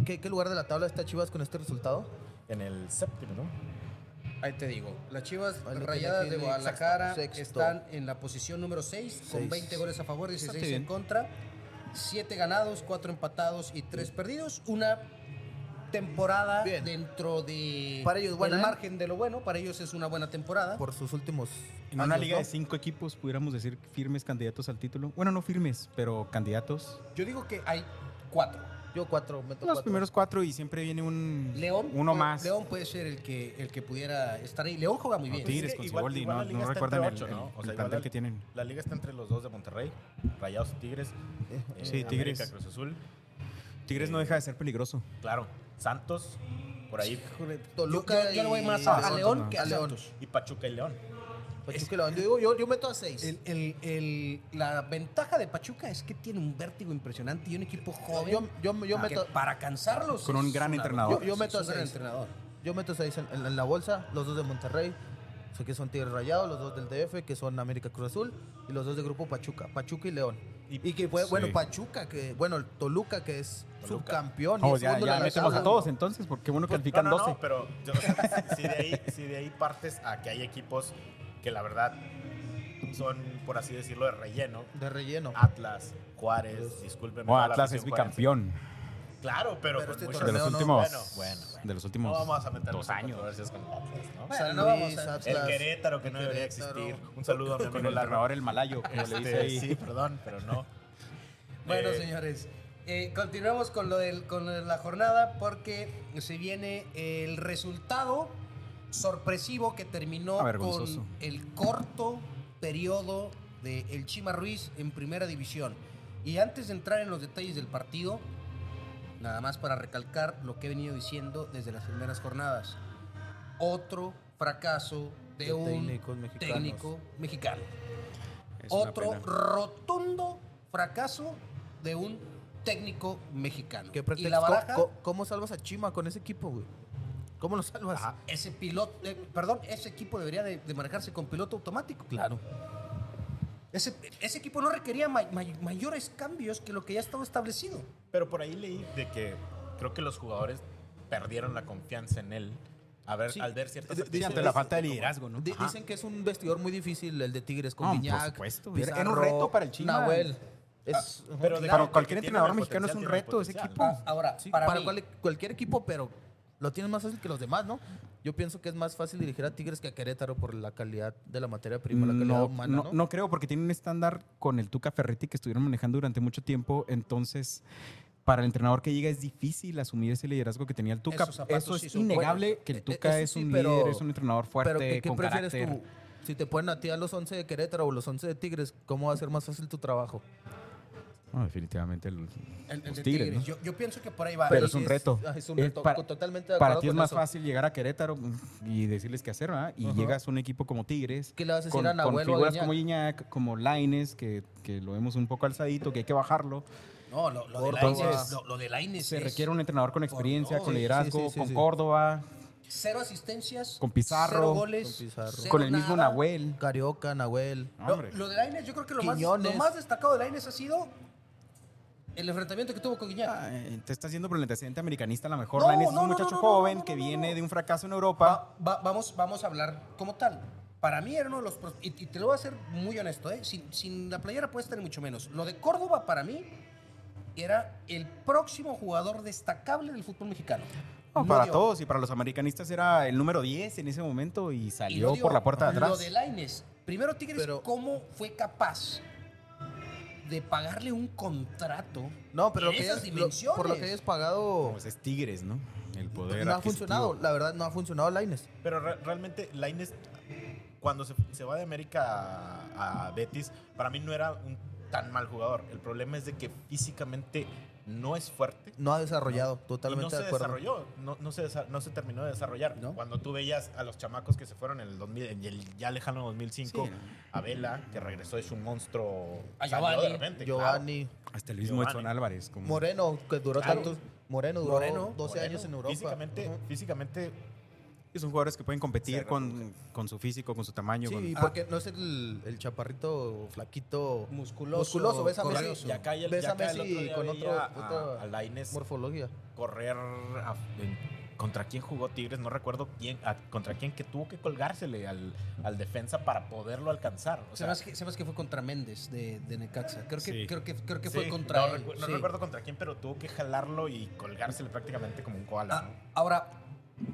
¿Qué, ¿Qué lugar de la tabla está Chivas con este resultado? en el séptimo, ¿no? Ahí te digo. Las Chivas Ahí lo Rayadas de tiene, tiene Guadalajara sexto, sexto. están en la posición número 6 con Seis. 20 goles a favor, 16 en bien. contra, 7 ganados, 4 empatados y 3 perdidos. Una temporada Bien. dentro de Para ellos buena, del ¿eh? margen de lo bueno. Para ellos es una buena temporada. por sus últimos. En una años, liga ¿no? de cinco equipos pudiéramos decir firmes candidatos al título. Bueno, no firmes, pero candidatos. Yo digo que hay cuatro. Yo cuatro, meto Los cuatro. primeros cuatro y siempre viene un León. uno puede- más. León puede ser el que, el que pudiera estar ahí. León juega muy O bien. Tigres que con igual- Siboldi, igual no, la liga no está recuerdan el, entre ocho, el- ¿no? O el sea, igual plantel la- que tienen. La liga está entre los dos de Monterrey, Rayados y Tigres. eh, Sí, América, Tigres. Cruz Azul. Eh, Tigres no deja de ser peligroso. Claro, Santos, por ahí. yo, Toluca yo le voy y- más Ah, a, a Santos, León no. que a A León. León. Y Pachuca y León. Pachuca y León. Yo, digo, yo, yo meto a seis. El- el- el- la ventaja de Pachuca es que tiene un vértigo impresionante y un equipo joven. yo, yo, yo Ah, que meto, para cansarlos. Con un es gran una- entrenador. Yo- yo meto es un a gran seis. entrenador. yo meto seis en, en- en la bolsa, los dos de Monterrey. o sea, que son Tigres Rayados, los dos del DF, que son América Cruz Azul, y los dos de grupo Pachuca, Pachuca y León. Y, que fue, bueno, sí. Pachuca, que, bueno, el Toluca, que es subcampeón. y Oh, es ya, segundo ya en la metemos a tabla. todos entonces, porque uno Pues, No, califican no, 12. no, pero yo- o sea, si, si de ahí, si de ahí partes a que hay equipos que la verdad son, por así decirlo, de relleno. De relleno. Atlas, Juárez, discúlpenme. Oh, toda la Atlas es afición juarense. bicampeón Claro, pero, Pero con este mucho- de los torneo no- últimos Bueno, bueno, de los No últimos vamos a meter dos años. con Atlas, ¿no? Bueno, San no vamos Luis, a- Atlas. El Querétaro que no El debería Querétaro. existir. Un saludo a mi Con amigo el Larro. narrador el malayo, como le dice Este, ahí. sí, perdón, pero no. Bueno, Eh, señores, eh, continuamos con lo, del, con lo de la jornada porque se viene el resultado sorpresivo que Ah, terminó Avergonzoso. con el corto periodo de El Chima Ruiz en primera división. Y antes de entrar en los detalles del partido, nada más para recalcar lo que he venido diciendo desde las primeras jornadas. Otro fracaso de, De un técnicos mexicanos. técnico mexicano Es una otro pena. rotundo fracaso de un técnico mexicano. ¿Qué y pretexto? la baraja, ¿Cómo, cómo salvas a Chima con ese equipo, güey? ¿Cómo lo salvas? ah, ese piloto, eh, perdón, ese equipo debería de, de manejarse con piloto automático. Claro. Ese, ese equipo no requería ma- may- mayores cambios que lo que ya estaba establecido. Pero por ahí leí de que creo que los jugadores perdieron la confianza en él a ver, Sí. al ver ciertas D- Sí, actitudes. ante la falta de liderazgo, ¿no? Di- Ajá. dicen que es un vestidor muy difícil el de Tigres con No, por Guiñac. supuesto, güey. Era- era un reto para el Chima. Nahuel. Es, Ah, pero pero de- Para que cualquier tiene entrenador el mexicano es potencial, un tiene el reto ese potencial. equipo. Ahora, Ah, sí, para, para, mí, cual- cualquier equipo, pero lo tienes más fácil que los demás, ¿no? Yo pienso que es más fácil dirigir a Tigres que a Querétaro por la calidad de la materia prima, la calidad No, humana, ¿no? no- no creo, porque tiene un estándar con el Tuca Ferretti que estuvieron manejando durante mucho tiempo. Entonces, para el entrenador que llega es difícil asumir ese liderazgo que tenía el Tuca. Esos zapatos Eso es sí son innegable, que Eh, el Tuca eso es sí, un pero- líder, es un entrenador fuerte, pero ¿qué, qué con prefieres carácter. tú? Si te ponen a ti a los 11 de Querétaro o los 11 de Tigres, ¿cómo va a ser más fácil tu trabajo? No, definitivamente el- los el- el de Pues Tigres, Tigres, ¿no? yo, yo pienso que por ahí va. Pero Eh, es un es- reto. ah, es un Eh, reto, para, totalmente de para acuerdo ti es con más eso. fácil llegar a Querétaro mm, y decirles qué hacer, ¿verdad? Y Ajá. llegas a un equipo como Tigres. ¿Qué le vas a decir con, a con Nahuel o a figuras Guiñac? como Iñak, como Laines, que, que lo vemos un poco alzadito, que hay que bajarlo. no, lo, lo de Entonces, Lainez- lo- lo de Lainez Se es requiere un entrenador con experiencia, Dios. con Sí, sí, liderazgo, sí, sí, con sí. Córdoba, cero asistencias, Con Pizarro, cero goles, con Pizarro. cero con el mismo nada. Nahuel. Carioca, Nahuel. Lo- Hombre. Lo, de Lainez, yo creo que lo más, lo Quiñones. más destacado de Lainez ha sido el enfrentamiento que tuvo con Guiñac. Ah, eh, Te está haciendo por el antecedente americanista, a lo mejor No, Lainez no, es un no, muchacho no, no, joven no, no, que no, viene no. de un fracaso en Europa. Va- va- vamos, vamos a hablar como tal. Para mí era uno de los... pros- Y, y te lo voy a ser muy honesto, ¿eh? sin, sin la playera puesta ni mucho menos. Lo de Córdoba para mí era el próximo jugador destacable del fútbol mexicano. No, No para dio. todos y para los americanistas era el número 10 en ese momento y Y no salió dio. por la puerta de Lo atrás. de Laines. Primero Tigres, Pero- ¿cómo fue capaz de pagarle un contrato? No, pero lo En que esas hayas- lo- por lo que dimensiones. hayas pagado Pues es Tigres, ¿no? El poder no ha adquisitivo. funcionado. La verdad, no ha funcionado Laines. Pero re- realmente Laines, cuando se, se va de América a, a Betis, para mí no era un tan mal jugador. El problema es de que físicamente no es fuerte. No ha desarrollado, Y totalmente no se de acuerdo. desarrolló, no, no se, desa- no se terminó de desarrollar. ¿No? Cuando tú veías a los chamacos que se fueron en el, 2000, en el ya lejano 2005, Sí. a Vela, que regresó es un monstruo. A salió de Giovanni. repente, Giovanni, Hasta el mismo Giovanni. Edson Álvarez. como- Moreno, que duró Claro. tantos. Moreno duró Moreno, 12 Moreno, años en Europa. Físicamente, Ujú. físicamente Y son jugadores que pueden competir Se con, con su físico, con su tamaño. Sí, con- y ah. porque no es el, el chaparrito flaquito Ah, Musculoso, musculoso ves a Messi, corrioso. y acá, y el, ves y a acá el Messi otro día con veía otro, a, otra a Lainez morfología. correr a- en contra quién jugó Tigres, no recuerdo quién, a- contra quién que tuvo que colgársele al, al defensa para poderlo alcanzar. O Se sea, me hace que, se me hace que fue contra Méndez de, de Necaxa. Creo que, Sí. creo que, creo que fue sí, contra no, él, recu- no sí. recuerdo contra quién, pero tuvo que jalarlo y colgársele prácticamente como un koala. Ah, ahora,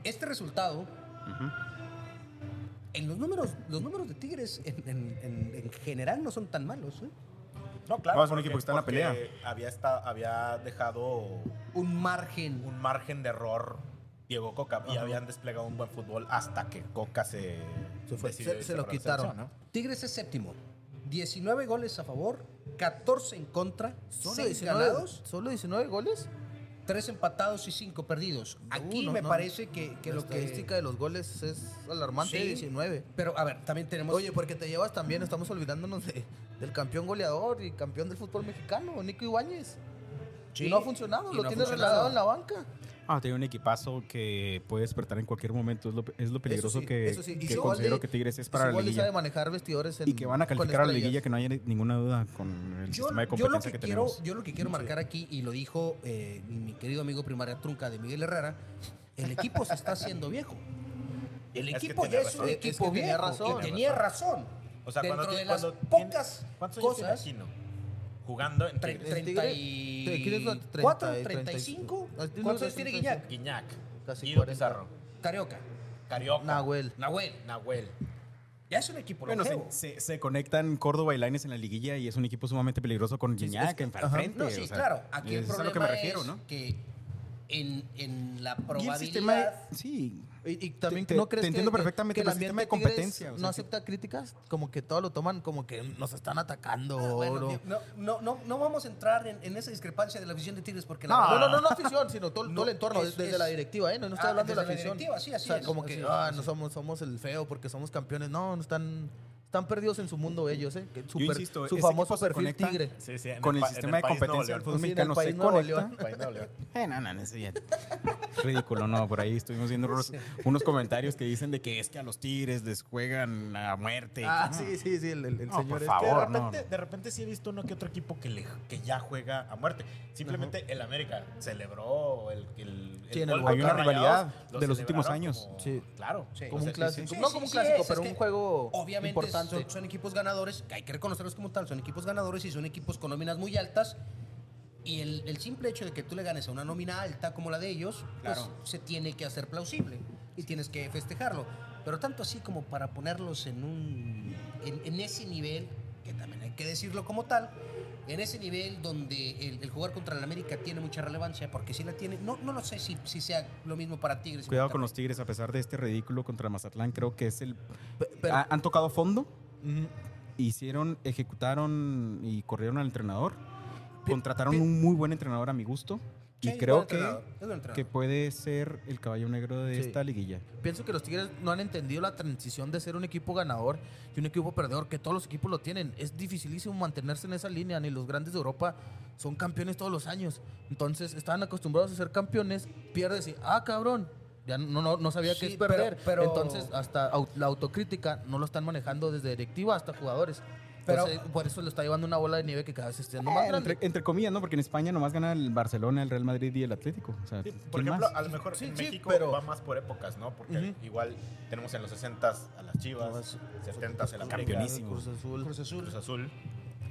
este resultado, en los números, los números de Tigres en, en- en- en general no son tan malos. ¿eh? No, claro. No, es un equipo que está en la porque pelea. Había, esta- había dejado Un margen. un margen de error Diego Coca y habían desplegado un buen fútbol hasta que Coca se. Se, fue. decidió Se- irse se lo para la quitaron. selección, Tigres es séptimo. 19 goles a favor, 14 en contra, ¿Solo 6 19, ganados, ¿Solo 19 goles? 3 empatados y 5 perdidos. Aquí no, me no. parece que, que la lo que... estadística de los goles es alarmante, Sí. 19. Pero a ver, también tenemos... Oye, porque te llevas también, estamos olvidándonos de- del campeón goleador y campeón del fútbol mexicano, Nico Ibáñez. Sí. Y no ha funcionado, Y lo no ha tienes funcionado. relegado en la banca. Ah, tiene un equipazo que puede despertar en cualquier momento. Es lo, es lo peligroso sí, que, eso sí. Y que su gol considero de- que Tigres es para la Igual y sabe liguilla. manejar vestidores en- Y que van a con calificar a la estrellas. liguilla, que no hay ninguna duda con el Yo, sistema de yo lo competencia que, que, quiero, tenemos. yo lo que quiero marcar aquí, y lo dijo eh, mi querido amigo primaria trunca de Miguel Herrera, el equipo se está haciendo viejo. El Es que equipo tenía ya es un razón. equipo Es que tenía viejo. razón. y tenía razón. O sea, Dentro cuando, de tiene- las cuando tiene- pocas ¿Cuántos años cosas, tiene Aquino? Jugando en tre- Tigres. Tigres? 34, Treinta y- 35. Ah, tiene ¿Cuántos años razón, tiene sí, Guiñac? Guiñac, Casi Guido 40. Pizarro, Carioca. Carioca, Nahuel. Nahuel. Nahuel. Ya es un equipo Bueno, se, longevo. se- se conectan Córdoba y Laines en la liguilla y es un equipo sumamente peligroso con Gignac en para el frente. No, sí, o sea, claro. Aquí el es problema a lo que me refiero, es ¿no? que en, en la Y probabilidad... el sistema, sí, Ah, Y, y también Te- te- no crees te entiendo que, perfectamente, que el pero el sistema ambiente de Tigres competencia, o sea, no que- acepta críticas, como que todo lo toman como que nos están atacando. Bueno, bro. tío, no, no, no, no vamos a entrar en, en esa discrepancia de la visión de Tigres porque la No, verdad- no, no, no afición, sino todo, No, todo el entorno, es- desde es- la directiva, ¿eh? No, no estoy Ah, hablando de la desde la afición. directiva, sí, así o sea, es, como así que, es, ah, así no es. somos, somos el feo porque somos campeones. No, no están, están perdidos en su mundo ellos, ¿eh? Que super- insisto, su ese famoso equipo se perfil conecta- tigre. Sí, sí, en con el pa- en sistema de país Nuevo competencia León. del fútbol Sí, en el mexicano país se Nuevo conecta. León. País Nuevo León. Eh, no, no, no, eso ya- Ridículo, no, por ahí estuvimos viendo unos, unos comentarios que dicen de que es que a los Tigres les juegan a muerte. Ah, sí, sí, sí, el, el- el No, señor por este. Que favor. de Ahora, repente, no. de repente sí he visto uno que otro equipo que, le, que ya juega a muerte. Simplemente el América celebró el, el, Sí, en el gol Hay contra una rivalidad Rayados, de lo los últimos celebraron años. como- Sí. Claro. Sí. Como un O sea, sí, clásico, sí. no sí, como un sí clásico, es, pero es un que juego Obviamente importante. Son, son equipos ganadores, que hay que reconocerlos como tal, son equipos ganadores y son equipos con nóminas muy altas. Y el, el simple hecho de que tú le ganes a una nómina alta como la de ellos, pues, Claro. se tiene que hacer plausible y tienes que festejarlo. Pero tanto así como para ponerlos en, un, en, en ese nivel, que también hay que decirlo como tal, en ese nivel donde el, el jugar contra el América tiene mucha relevancia, porque si la tiene, no, no lo sé si, si sea lo mismo para Tigres. y Cuidado con Monterrey. los Tigres, a pesar de este ridículo contra Mazatlán, creo que es el. Pe- pero- Ha- han tocado fondo, Ujú. hicieron, ejecutaron y corrieron al entrenador. Contrataron un muy buen entrenador a mi gusto. Sí, Y es creo buen que, entrenador, es buen entrenador. que puede ser el caballo negro de Sí. esta liguilla. Pienso que los Tigres no han entendido la transición de ser un equipo ganador y un equipo perdedor, que todos los equipos lo tienen. Es dificilísimo mantenerse en esa línea, ni los grandes de Europa son campeones todos los años. Entonces, estaban acostumbrados a ser campeones, pierdes y, ah, cabrón, ya no, no, no sabía que Sí, es perder. pero- pero- Entonces, hasta au- la autocrítica no lo están manejando desde directiva hasta jugadores. Pero- Entonces, por eso lo está llevando una bola de nieve que cada vez está siendo más grande. Entre, entre comillas, ¿no? Porque en España nomás gana el Barcelona, el Real Madrid y el Atlético. O sea, Sí, ¿quién por ejemplo, más? a lo mejor Sí, en sí, México pero- va más por épocas, ¿no? Porque Ujú. igual tenemos en los 60s a las Chivas, 70s el América, Campeonísimo. Cruz Azul. Cruz Azul. Cruz Azul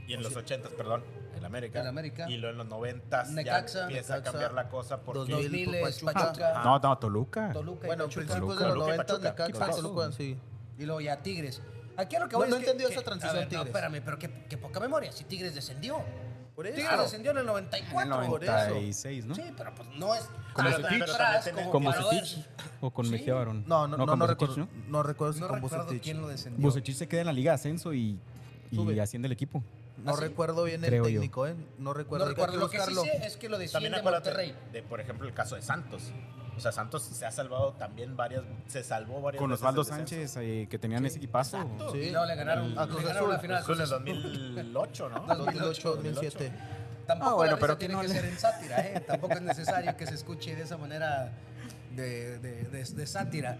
y en los 80s, perdón, el América. El América. Y luego en los 90s ya Necaxa, empieza a Necaxa, cambiar la cosa porque Ah. 2000, 2000 es Pachuca. Pachuca, No, no, Toluca. Toluca y Bueno, Pachuca. principios de los Toluca y 90 Pachuca. Necaxa, ¿Qué pasó? Toluca, sí. Y luego ya Tigres. Aquí a lo que No, voy no es que- entendió que- esa transición, a ver, No, Tigres. espérame, pero qué, qué poca memoria. Si Tigres descendió. Por eso. Tigres Claro. descendió en el En el 94. por eso. 96, ¿no? Sí, pero pues no es Como tan Cetich. atrás Pero también como Con para ver- Bucetich o con Mejía Barón. No, no, no, no, con Bucetich, recuerdo. ¿no? No recuerdo si No con recuerdo Bucetich. quién lo descendió. Bucetich se queda en la Liga Ascenso y, y Sube. asciende el equipo. No ¿Ah, sí? recuerdo bien Creo el yo. técnico, ¿eh? No recuerdo. no hay que recuerdo. Lo que sí buscarlo. sé es que lo También desciende acuérdate Monterrey. de, por ejemplo, el caso de Santos. O sea, Santos se ha salvado también varias, se salvó varias Con veces Osvaldo del descenso. Sánchez, eh, que tenían ese equipazo. Sí. Y luego le ganaron, A le Cruz ganaron la Azul. final. Cruz Azul en el 2008, ¿no? 2008, 2007. Tampoco Ah, bueno, la risa pero tiene que no que le- ser en sátira, ¿eh? Tampoco es necesario que se escuche de esa manera de, de- de- de sátira.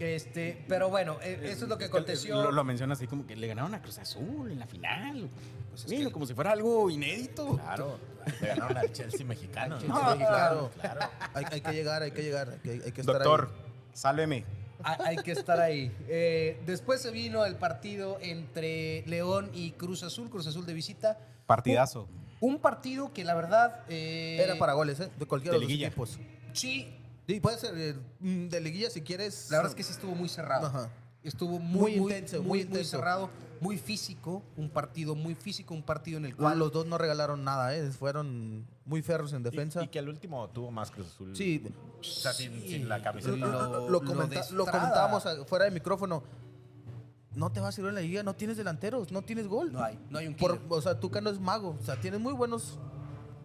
Este, pero bueno, eh, eso es lo que aconteció. Lo, lo menciona así como que le ganaron a Cruz Azul en la final. Pues es Mira, que- como si fuera algo inédito. Claro, le ganaron al Chelsea mexicano. Al ¿no? Chelsea mexicano. claro. Hay, hay que llegar, hay que llegar, hay que, hay que estar Doctor, ahí. sálveme. Ha- Hay que estar ahí. Eh, después se vino el partido entre León y Cruz Azul, Cruz Azul de visita. Partidazo. Uh, Un partido que la verdad... eh, Era para goles, ¿eh? De cualquiera de de, los liguilla. equipos. Sí, Sí, puede ser eh, mm, de liguilla si quieres. la verdad es que sí estuvo muy cerrado. Ajá. Estuvo muy, Muy muy intenso, muy, muy muy intenso. cerrado, muy físico, un partido muy físico, un partido en el Ah, cual... Los dos no regalaron nada, ¿eh? Fueron muy ferros en Y- defensa. Y, que al último tuvo más Cruz Azul. Sí, O sea, sin, Sí. sin la lo, camiseta. Lo- lo lo comenta- de lo Estrada. comentábamos a- fuera de micrófono. No te va a servir en la liga, no tienes delanteros, no tienes gol. No hay, no hay un Por- killer. o sea, Tuca no es mago. O sea, tienes muy buenos.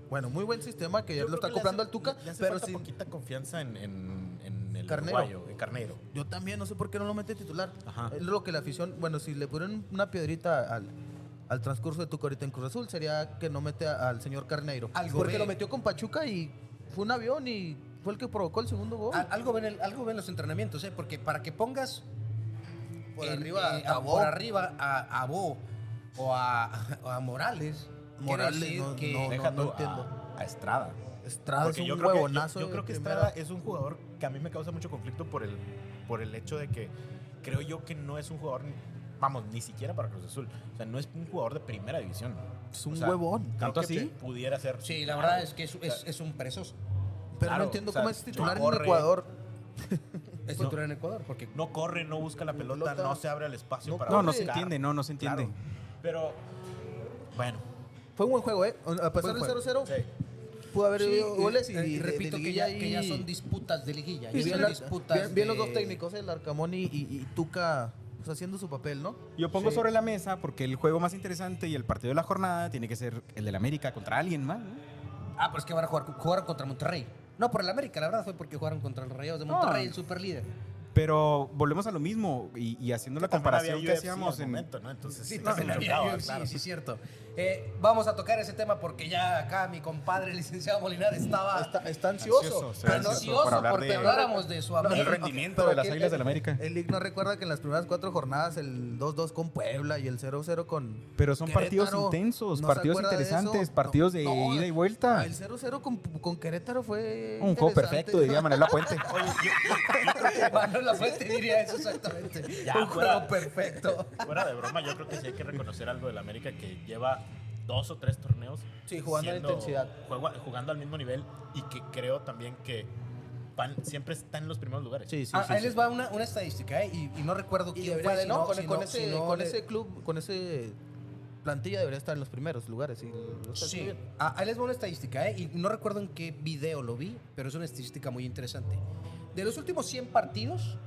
Bueno, muy buen sistema que ya Yo lo creo está que le comprando hace- al Tuca. le- le hace Pero falta sí. poquita confianza en, en- en el Carnero. uruguayo, en Carnero. Yo también, no sé por qué no lo mete titular. Ajá. Es lo que la afición. Bueno, si le ponen una piedrita al, al transcurso de Tuca ahorita en Cruz Azul, sería que no mete a- al señor Carneiro. Algo Porque ve. lo metió con Pachuca y fue un avión y fue el que provocó el segundo gol. A- Algo ven, el- algo ven los entrenamientos, ¿eh? porque para que pongas Por en- arriba eh, a a- Bo. por arriba a, a Bo o a, o a Morales, quiere Morales, decir no, que no. Deja tú a- entiendo. A, Estrada. Estrada es Porque un yo, creo que, huevonazo. yo- yo creo de que primera. Estrada es un jugador que a mí me causa mucho conflicto por el, por el hecho de que creo yo que no es un jugador, ni- vamos, ni siquiera para Cruz Azul. O sea, no es un jugador de primera división. Es un O sea, huevón. creo ¿Tanto que así? pe- Pudiera ser. Sí, la verdad es que es, es- es un perezoso. Pero Claro, no entiendo o sea, cómo es titular corre. en Ecuador. Es No. titular en Ecuador, porque No corre, no busca la pelota, Pelota. no se abre el espacio No para corre. buscar. No, no se no, no se Claro. Pero, bueno. Fue un buen juego, ¿eh? A pesar Buen juego. del 0-0, sí. pudo haber Sí, habido goles y, eh, de- de repito que liguilla ya, que ya y- son disputas de liguilla. y ya bien, son la- disputas bien- bien los de- dos técnicos, ¿eh? el Arcamón y, y- y Tuca pues, haciendo su papel, ¿no? Yo pongo Sí. sobre la mesa porque el juego más interesante y el partido de la jornada tiene que ser el del América contra alguien más. ¿no? Ah, pero es que van a jugar, jugaron contra Monterrey. No, por el América, la verdad fue porque jugaron contra los Rayados de Monterrey, el superlíder. Pero volvemos a lo mismo y, y haciendo la comparación que hacíamos en en. momento, ¿no? Entonces, Sí, se también había chocaba, UFC, claro. sí, cierto. Eh, vamos a tocar ese tema porque ya acá mi compadre, el licenciado Molinar, Ah, estaba Está, está ansioso. Ansioso, sí, Pero no- ansioso. ansioso para hablar porque de- habláramos de su El amigo. rendimiento pero de las que- Águilas del América. El Lick no recuerda que en las primeras cuatro jornadas el 2-2 con Puebla y el 0-0 con... Pero son Querétaro, partidos intensos, ¿no se partidos acuerda de eso? interesantes, No, partidos de no, ida y vuelta. El 0-0 con, con Querétaro fue... Un juego interesante. perfecto, diría Manuel Puente. Manuel Lafuente diría eso exactamente. Ya, Un fuera. juego perfecto. Fuera de broma, yo creo que sí hay que reconocer algo del América que lleva dos o tres torneos. Sí, jugando a la siendo- intensidad. juega- jugando al mismo nivel y que creo también que van, siempre está en los primeros lugares. Sí, sí, Ah, sí, ahí sí. les va una, una estadística, ¿eh? Y, y no recuerdo Y quién debería fue, de, si ¿no? no, con, si con no- ese, si no con le- ese club, con ese plantilla debería estar en los primeros lugares. y lo está haciendo Sí, bien. Ah, ahí les va una estadística, ¿eh? y no recuerdo en qué video lo vi, pero es una estadística muy interesante. De los últimos 100 partidos,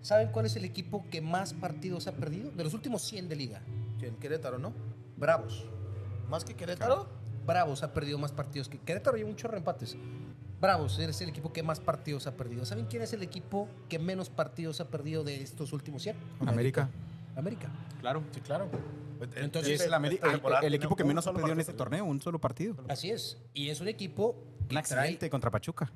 ¿saben cuál es el equipo que más partidos ha perdido? De los últimos 100 de liga. Sí, en Querétaro, ¿no? Bravos. Más que Querétaro. Bravos ha perdido más partidos que Querétaro lleva un chorro de empates. Bravos es el equipo que más partidos ha perdido. ¿Saben quién es el equipo que menos partidos ha perdido de estos últimos 100? América. América. Claro. Sí, claro. Entonces, Es el, Ameri- esta temporada el- el equipo tiene que un menos ha solo perdido en partido este torneo, un solo partido. Así es. Y es un equipo que Un accidente trae contra Pachuca.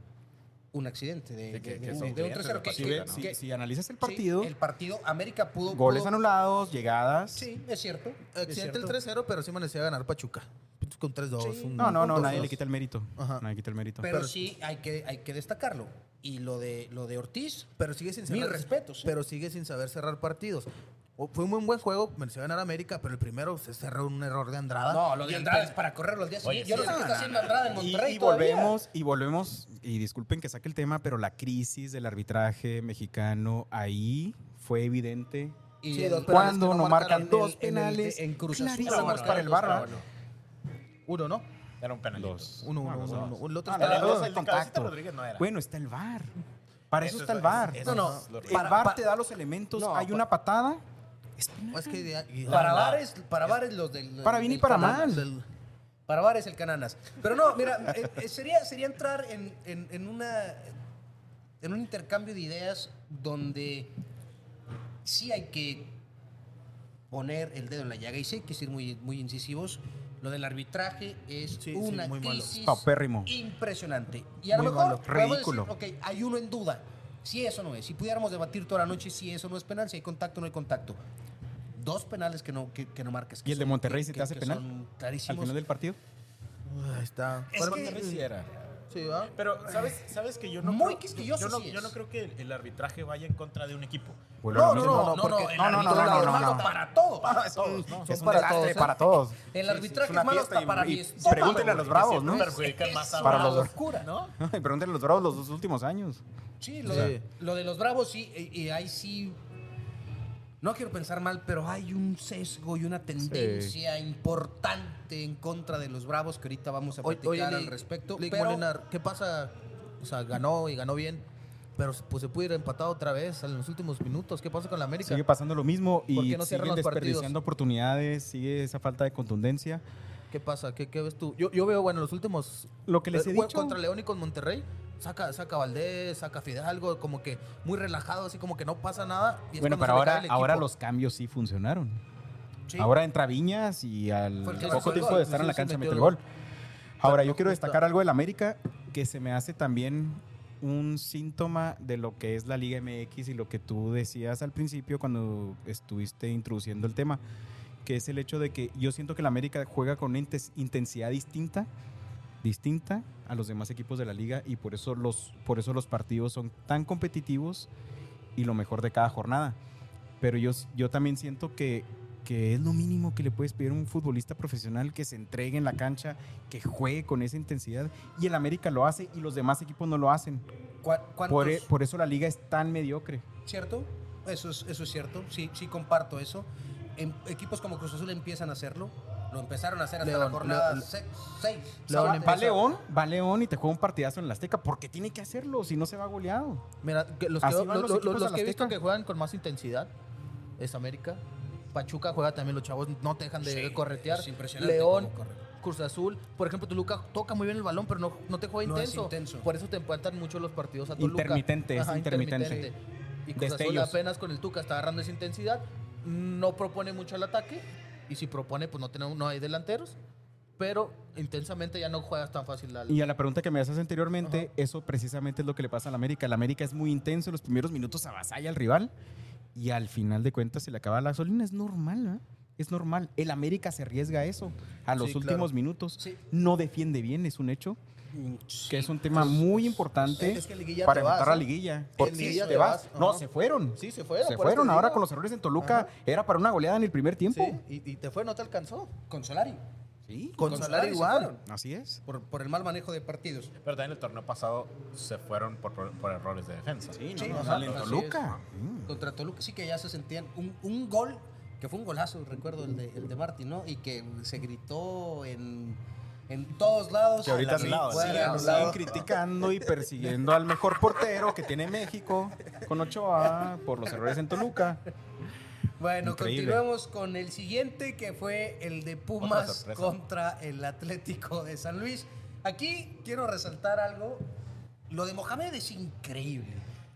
un accidente de, Sí, que- de- que de- son de un clientes tercero. del que- Si, Pachuca, que- ve- ¿no? si- que- si analizas el Sí, partido, el partido América pudo. goles pudo- anulados, llegadas. Sí, es cierto. es Accidente el cierto. 3-0, pero sí me decía ganar Pachuca. Con 3-2. Sí. un- No, no, no, un nadie 2-2. le quita el mérito. Ajá. Nadie quita el mérito. Pero, pero- sí hay que, hay que destacarlo. Y lo de, lo de Ortiz, Pero sigue sin mis cerrar. respetos. ¿eh? Pero sigue sin saber cerrar partidos. O- fue un buen, buen juego, mereció ganar América, pero el primero se cerró un error de Andrada. no, lo Y de el Andrade pen- es para correr los días. Oye, Yo no sí, sé no, qué está no, haciendo Andrade en Y, Monterrey. y todavía. volvemos, y volvemos, y disculpen que saque el tema, pero la crisis del arbitraje mexicano ahí fue evidente. Y Sí, el- dos penales Cuando que no no marcan marcaron dos en el- en el- penales en Cruz Azul. clarísimos Bueno, para el dos, Barra. bueno. Uno, ¿no? Era un penalito. Dos. Uno, uno, No, los uno, dos. uno. El otro Ah, está- la- El dos de de Cabecita contacto. Rodríguez no era. Bueno, está el VAR. Para eso, Eso está es- el VAR. eso No, no, es lo- el para- VAR pa- te da los elementos. No, Hay pa- una patada. Es que de- y- Para la- bares, para bares los del. Para bien y del para Cananas. mal. del- Para bares el Cananas. Pero no, mira, eh, eh, sería, sería entrar en, en- en una, en un intercambio de ideas donde sí hay que poner el dedo en la llaga. Y sí hay que ser muy, muy incisivos. Lo del arbitraje es Sí, sí, una muy malo. crisis Paupérrimo. impresionante. Y a lo Muy mejor malo, podemos ridículo. decir, ok, hay uno en duda. Si eso no es, si pudiéramos debatir toda la noche si eso no es penal, si hay contacto o no hay contacto. Dos penales que no, que, que no marques. que ¿Y el de son- Monterrey que- si te que- hace que penal? son Al clarísimos. final del partido. Ahí está. Es Para que- Monterrey Sí, sí. era. Sí, ¿va? Pero, ¿sabes, ¿sabes que yo no Muy creo, quisquilloso yo no, sí es. yo no creo que el, el arbitraje vaya en contra de un equipo. No, no, no, no, no, porque- el no, no, árbitro no, es no, no, malo no. para todos. Para todos, ¿no? Es un para desastre, todos, ¿eh? para todos. El Es arbitraje una es malo fiesta hasta y- para y mi pregúntenle a estómago. los bravos, ¿no? Perjudican más a Para uno. los dos. locura, ¿no? Y pregúntale a los bravos los dos últimos años. Sí, lo, Sí. De, lo de los bravos sí, eh, y, y ahí sí. No quiero pensar mal, pero hay un sesgo y una tendencia importante en contra de los bravos que ahorita vamos a Oye, platicar oye, al Lick- respecto. Lick pero Molinar, ¿qué pasa? O sea, ganó y ganó bien, pero pues, se pudo ir empatado otra vez en los últimos minutos. ¿Qué pasa con la América? Sigue pasando lo mismo ¿Por y qué no cierran siguen los partidos? desperdiciando oportunidades, sigue esa falta de contundencia. ¿Qué pasa? ¿Qué, qué ves tú? Yo, yo veo, bueno, los últimos... Lo que les he eh, bueno, dicho. Contra León y con Monterrey, saca, saca Valdés, saca Fidalgo, como que muy relajado, así como que no pasa nada. y es Bueno, cuando pero se le cae ahora, el equipo. ahora los cambios sí funcionaron. sí, Ahora entra Viñas y al Fue el que hizo poco el tiempo gol. de estar en la Sí, sí, cancha metió mete el el gol. gol. Ahora, Pero yo quiero justo- destacar algo del América que se me hace también un síntoma de lo que es la Liga MX y lo que tú decías al principio cuando estuviste introduciendo el tema, que es el hecho de que yo siento que la América juega con una intes- intensidad distinta distinta a los demás equipos de la liga y por eso los, por eso los partidos son tan competitivos y lo mejor de cada jornada. Pero yo, s- yo también siento que, que es lo mínimo que le puedes pedir a un futbolista profesional que se entregue en la cancha, que juegue con esa intensidad. Y el América lo hace y los demás equipos no lo hacen. ¿cuá- cuántos- Por, e- por eso la liga es tan mediocre. ¿Cierto? Eso es, eso es cierto. Sí, sí comparto eso. En- equipos como Cruz Azul empiezan a hacerlo. Lo empezaron a hacer hasta la León, jornada León, 6. León Va- va, empieza- León, va León y te juega un partidazo en la Azteca porque tiene que hacerlo, si no se va goleado. Mira, que los que, Así van lo- los lo- equipos los al que he visto Azteca. que juegan con más intensidad es América. Pachuca juega también, los chavos no te dejan de corretear. es impresionante León, cómo corre. Cruz Azul. Por ejemplo, Toluca toca muy bien el balón, pero no, no te juega No es intenso. intenso. Por eso te empatan mucho los partidos a Toluca. Intermitente, es intermitente. Y Cruz Azul Destellos. apenas con el Tuca está agarrando esa intensidad. No propone mucho al ataque. Y si propone, pues no, tenemos, no hay delanteros. Pero intensamente ya no juegas tan fácil al, Y a la pregunta que me haces anteriormente, eso precisamente es lo que le pasa al América. El América es muy intenso, los primeros minutos avasalla al rival y al final de cuentas se le acaba la gasolina. Es normal, ¿no? Es normal. El América se arriesga a eso a los Sí, claro. últimos minutos. Sí. No defiende bien, es un hecho, que es un tema muy importante es que liguilla para te vas, evitar la ¿eh? liguilla. En Porque liguilla te te vas. vas, No, ajá. se fueron. Sí, se fueron, Se por eso fueron te ahora digo. con los errores en Toluca. Ajá. Era para una goleada en el primer tiempo. Sí, y, y te fue, no te alcanzó. Con Solari. Sí. Con, Solari salario se igual. fueron. Así es. Por, por el mal manejo de partidos. Pero también el torneo pasado se fueron por, por- por errores de defensa. Sí, Sí, no, no, ajá, sale en así Toluca. Mm. Contra Toluca sí que ya se sentían un, un gol, que fue un golazo, recuerdo el de, el de Martín, ¿no? Y que se gritó en, en todos lados. Que ahorita sí, Fuera, sí, anulado. Siguen criticando y persiguiendo al mejor portero que tiene México con Ochoa por los errores en Toluca. Bueno, Increíble. continuemos con el siguiente, que fue el de Otra Pumas sorpresa. contra el Atlético de San Luis. Aquí quiero resaltar algo. Lo de Mohamed es increíble.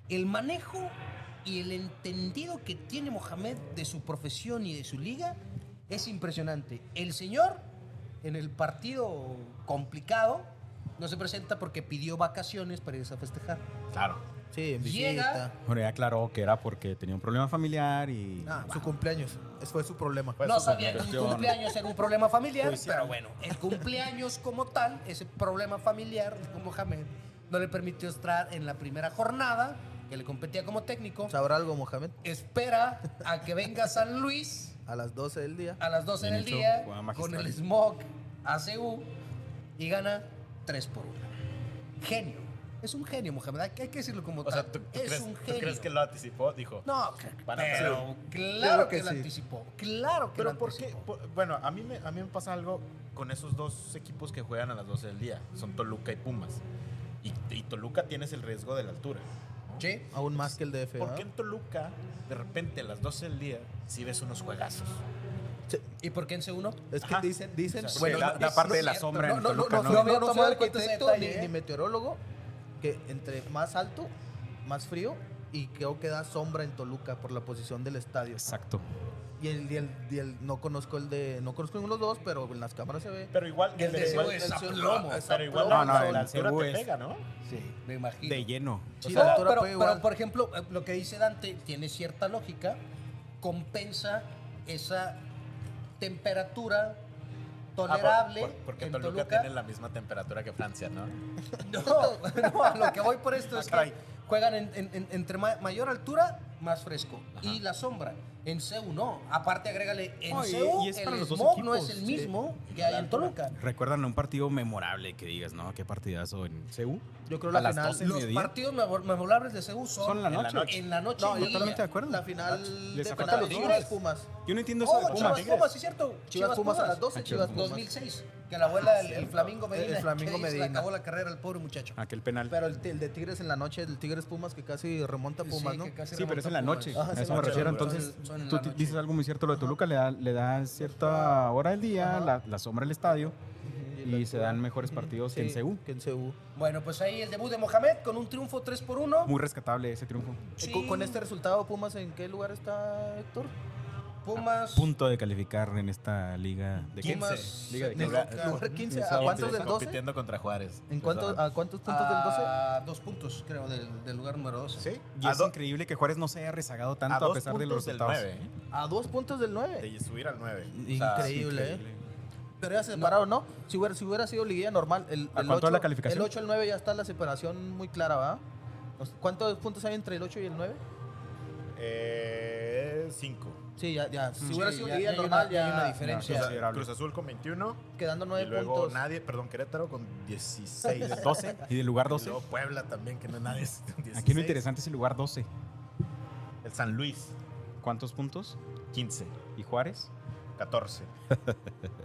El manejo y el entendido que tiene Mohamed de su profesión y de su liga es impresionante. El señor, en el partido complicado, no se presenta porque pidió vacaciones para irse a festejar. Claro. Sí, en visita. Llega. Bueno, ya aclaró que era porque tenía un problema familiar y... Ah, su cumpleaños. Ese fue su problema. Pues, no o sea, sabía que un cuestión. cumpleaños era un problema familiar, Pues, sí. pero bueno, el cumpleaños como tal, ese problema familiar con Mohamed, no le permitió estar en la primera jornada, que le competía como técnico. ¿Sabrá algo, Mohamed? Espera a que venga San Luis A las 12 del día. a las 12 Bien del hecho, día jugada magistral. con el Smog a CU y gana 3 por 1. Genio. Es un genio, Mohamed. Hay que hay que decirlo como O tal. sea, ¿tú, tú es crees, un tú genio. crees que lo anticipó? Dijo. No, cl- Van a pero pasar. claro Creo que, que lo sí. anticipó. Claro que Pero lo ¿por qué? anticipó. Por- bueno, a mí, me, a mí me pasa algo con esos dos equipos que juegan a las 12 del día. Son Toluca y Pumas. Y, y Toluca tienes el riesgo de la altura. ¿no? Sí. Aún más que el DF. ¿Por ¿verdad? qué en Toluca, de repente a las 12 del día, si ves unos juegazos? ¿Y por qué en C1? Es que Ajá. dicen, dicen. Ah. O sea, bueno, sí, la- no- la no- parte de no la es sombra cierto, en No, no, Toluca, no, no, ¿no? no, No no tomó soy en cuenta ese ¿eh? arquitecto detalle, ni, ¿eh? ni meteorólogo que entre más alto, más frío, y creo que da sombra en Toluca por la posición del estadio. Exacto. Y el, y el- y el- no conozco el de, no conozco ninguno de los dos, pero en las cámaras se ve. Pero igual, El ah, de pero igual, Seúl es el- aplomo, pero es igual aplomo. la- No, no, la, el altura Seúl te es- pega, ¿no? Sí, me imagino. De lleno. Sí, No, la altura pero, pega pero, igual. por ejemplo, eh, lo que dice Dante tiene cierta lógica, compensa esa temperatura tolerable Ah, por- por- porque en Toluca, Toluca. tiene la misma temperatura que Francia, ¿no? No, no, a lo que voy por esto es Ah, caray. que juegan en- en- en- entre ma- mayor altura, más fresco. Y la sombra. En CEU no. Aparte, agrégale, en No, y- CEU y es para el los dos smog no equipos, es el sí. mismo que hay en Toluca. Recuerdan un partido memorable que digas, ¿no? Qué partidazo en CU. Yo creo A la las final. 12 del Los mediodía. partidos memor- memorables de CEU son, Son la en la noche. noche. en la noche. No, y yo día. Totalmente de acuerdo. La final Le de sacaste penales, los Chivas goles. Pumas. Yo no entiendo eso Oh, de Chivas Pumas. Pumas, Pumas, sí, cierto. Chivas Pumas a las 12, Ah, Chivas Chivas Pumas. Pumas. 2006, que la abuela del el Flamingo Medina. El Flamingo que dice, Medina. Le acabó la carrera al pobre muchacho. Aquel penal. Pero el, el de Tigres en la noche, el Tigres Pumas que casi remonta a Pumas, Sí, ¿no? que casi Sí, pero es en la remonta noche. Ah, Pumas. Ajá, a sí, eso la me noche, refiero. güey. Entonces, Son- son en tú la ti- noche. dices algo muy cierto, lo de Toluca le da, le da cierta hora del día, la, la sombra al estadio, y se dan mejores partidos que en Sí, CU. que en CU. Bueno, pues ahí el debut de Mohamed con un triunfo 3 por 1. Muy rescatable ese triunfo. Eh, con- Con este resultado, Pumas, ¿en qué lugar está Héctor? Eh, Pumas. Punto de calificar en esta liga de Pumas- Liga de En el Lugar- lugar 15. ¿A Compite- cuántos del 12? Compitiendo contra Juárez. ¿En cuánto, ¿A cuántos puntos del 12? A dos puntos, creo, del, del lugar número 12. Sí. Y A es do- increíble que Juárez no se haya rezagado a tanto a, dos pesar de los puntos del resultados. 9, ¿eh? A dos puntos del 9. De subir al 9. Increíble, ¿eh? Pero ya se separaron, ¿no? Si, hubiera, si hubiera sido liguilla normal, el, ¿A el cuánto 8, es la calificación? El 8 al 9 ya está la separación muy clara, ¿va? No sé, ¿Cuántos puntos hay entre el 8 y el 9? 5. Sí, ya, ya. Si Sí, hubiera sido ya- liguilla ya hay normal, una- ya ya hay una diferencia. ya, Considerable. Cruz Azul con 21. quedando Y 9 luego puntos. nadie, perdón, Querétaro con 16. 12 y del lugar Y 12. luego Puebla también, que no nadie es con 16. Aquí lo interesante es el lugar 12. El San Luis, ¿Cuántos puntos? 15, ¿Y Juárez? 14.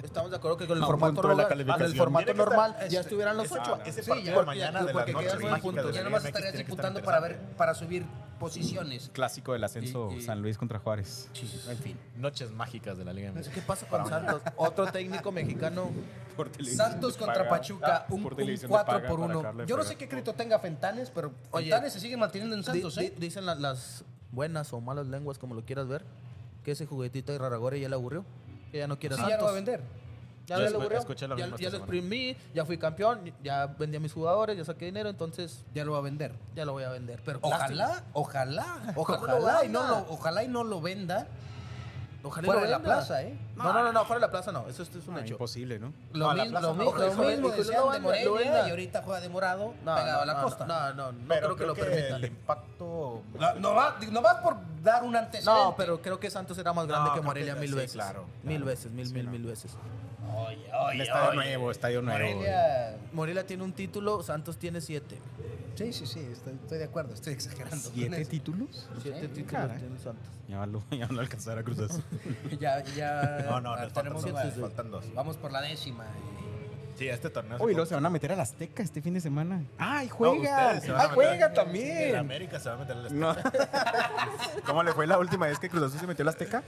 Estamos de acuerdo que con el A un formato, punto de la normal- calificación. el formato Tiene que normal estar- ya este- estuvieran los ese- 8. ah, ese sí, partido ya, de mañana ya, porque de las quedan noches nueve mágicas puntos. de Ya la nomás MX estarías tiene que disputando estar para, ver, interesante. para subir posiciones. Clásico del ascenso Y- y- San Luis contra Juárez. En fin. Noches mágicas de la Liga MX. ¿Qué pasa con Santos? Otro técnico mexicano. Por televisión Santos de contra paga. Ah, Pachuca, un, Por un televisión de 4 paga por para 1. acabarle de Yo no fregar. sé qué crédito tenga Fentanes, pero Oye, Fentanes se sigue manteniendo en Santos, Di- ¿eh? di- Dicen la- las buenas o malas lenguas, como lo quieras ver, que ese juguetito de Raragore ya le aburrió. Que Ah, ya no quiere Sí, Santos. ya lo va a vender. Ya Yo le escu- aburrió. escuché lo ya, mismo ya esta lo semana. exprimí, ya fui campeón, ya vendí a mis jugadores, ya saqué dinero, entonces Ya lo va a vender. ya lo voy a vender. Pero plástico. Ojalá, ojalá, ¿Cómo lo ojalá, y no venda? lo, ojalá y no lo venda Ojalá y fuera lo de la venda. plaza, ¿eh? No, no, no, no, fuera de la plaza no. Eso, esto es un Ah, hecho. imposible, ¿no? Lo, No, la mi- plaza lo no. mi- Ojalá, lo ojalá, mismo ojalá decían lo de venda, lo Morelia venda. y ahorita juega de morado No, pegado no, a la no, costa. No, no, no Pero creo que lo permitan. El impacto. No, no va- no vas por dar un antecedente. No, pero creo que Santos era más grande No, que creo Morelia que- mil sí, veces. claro, Mil claro. veces, mil, Sí, mil, no. mil veces. Oye, oye, El estadio oye. nuevo, estadio nuevo. Morelia- Morelia tiene un título, Santos tiene siete. Sí, sí, sí, estoy, estoy de acuerdo, estoy exagerando. con ¿Siete eso. títulos? Siete títulos caray. tiene Santos. Ya lo, ya lo alcanzará Cruz Azul. Ya, ya. No, no, ah, nos faltan, tenemos dos, nueve. nos ¿eh? faltan dos. Vamos por la décima. eh. Sí, este torneo. Uy, luego se van a meter a la Azteca este fin de semana. ¡Ay, juega! juega! ustedes se Ah, van a ¡Ay, meter. Ah, juega En también! América se va a meter el No. ¿Cómo le fue la última vez que Cruz Azul se metió a la Azteca?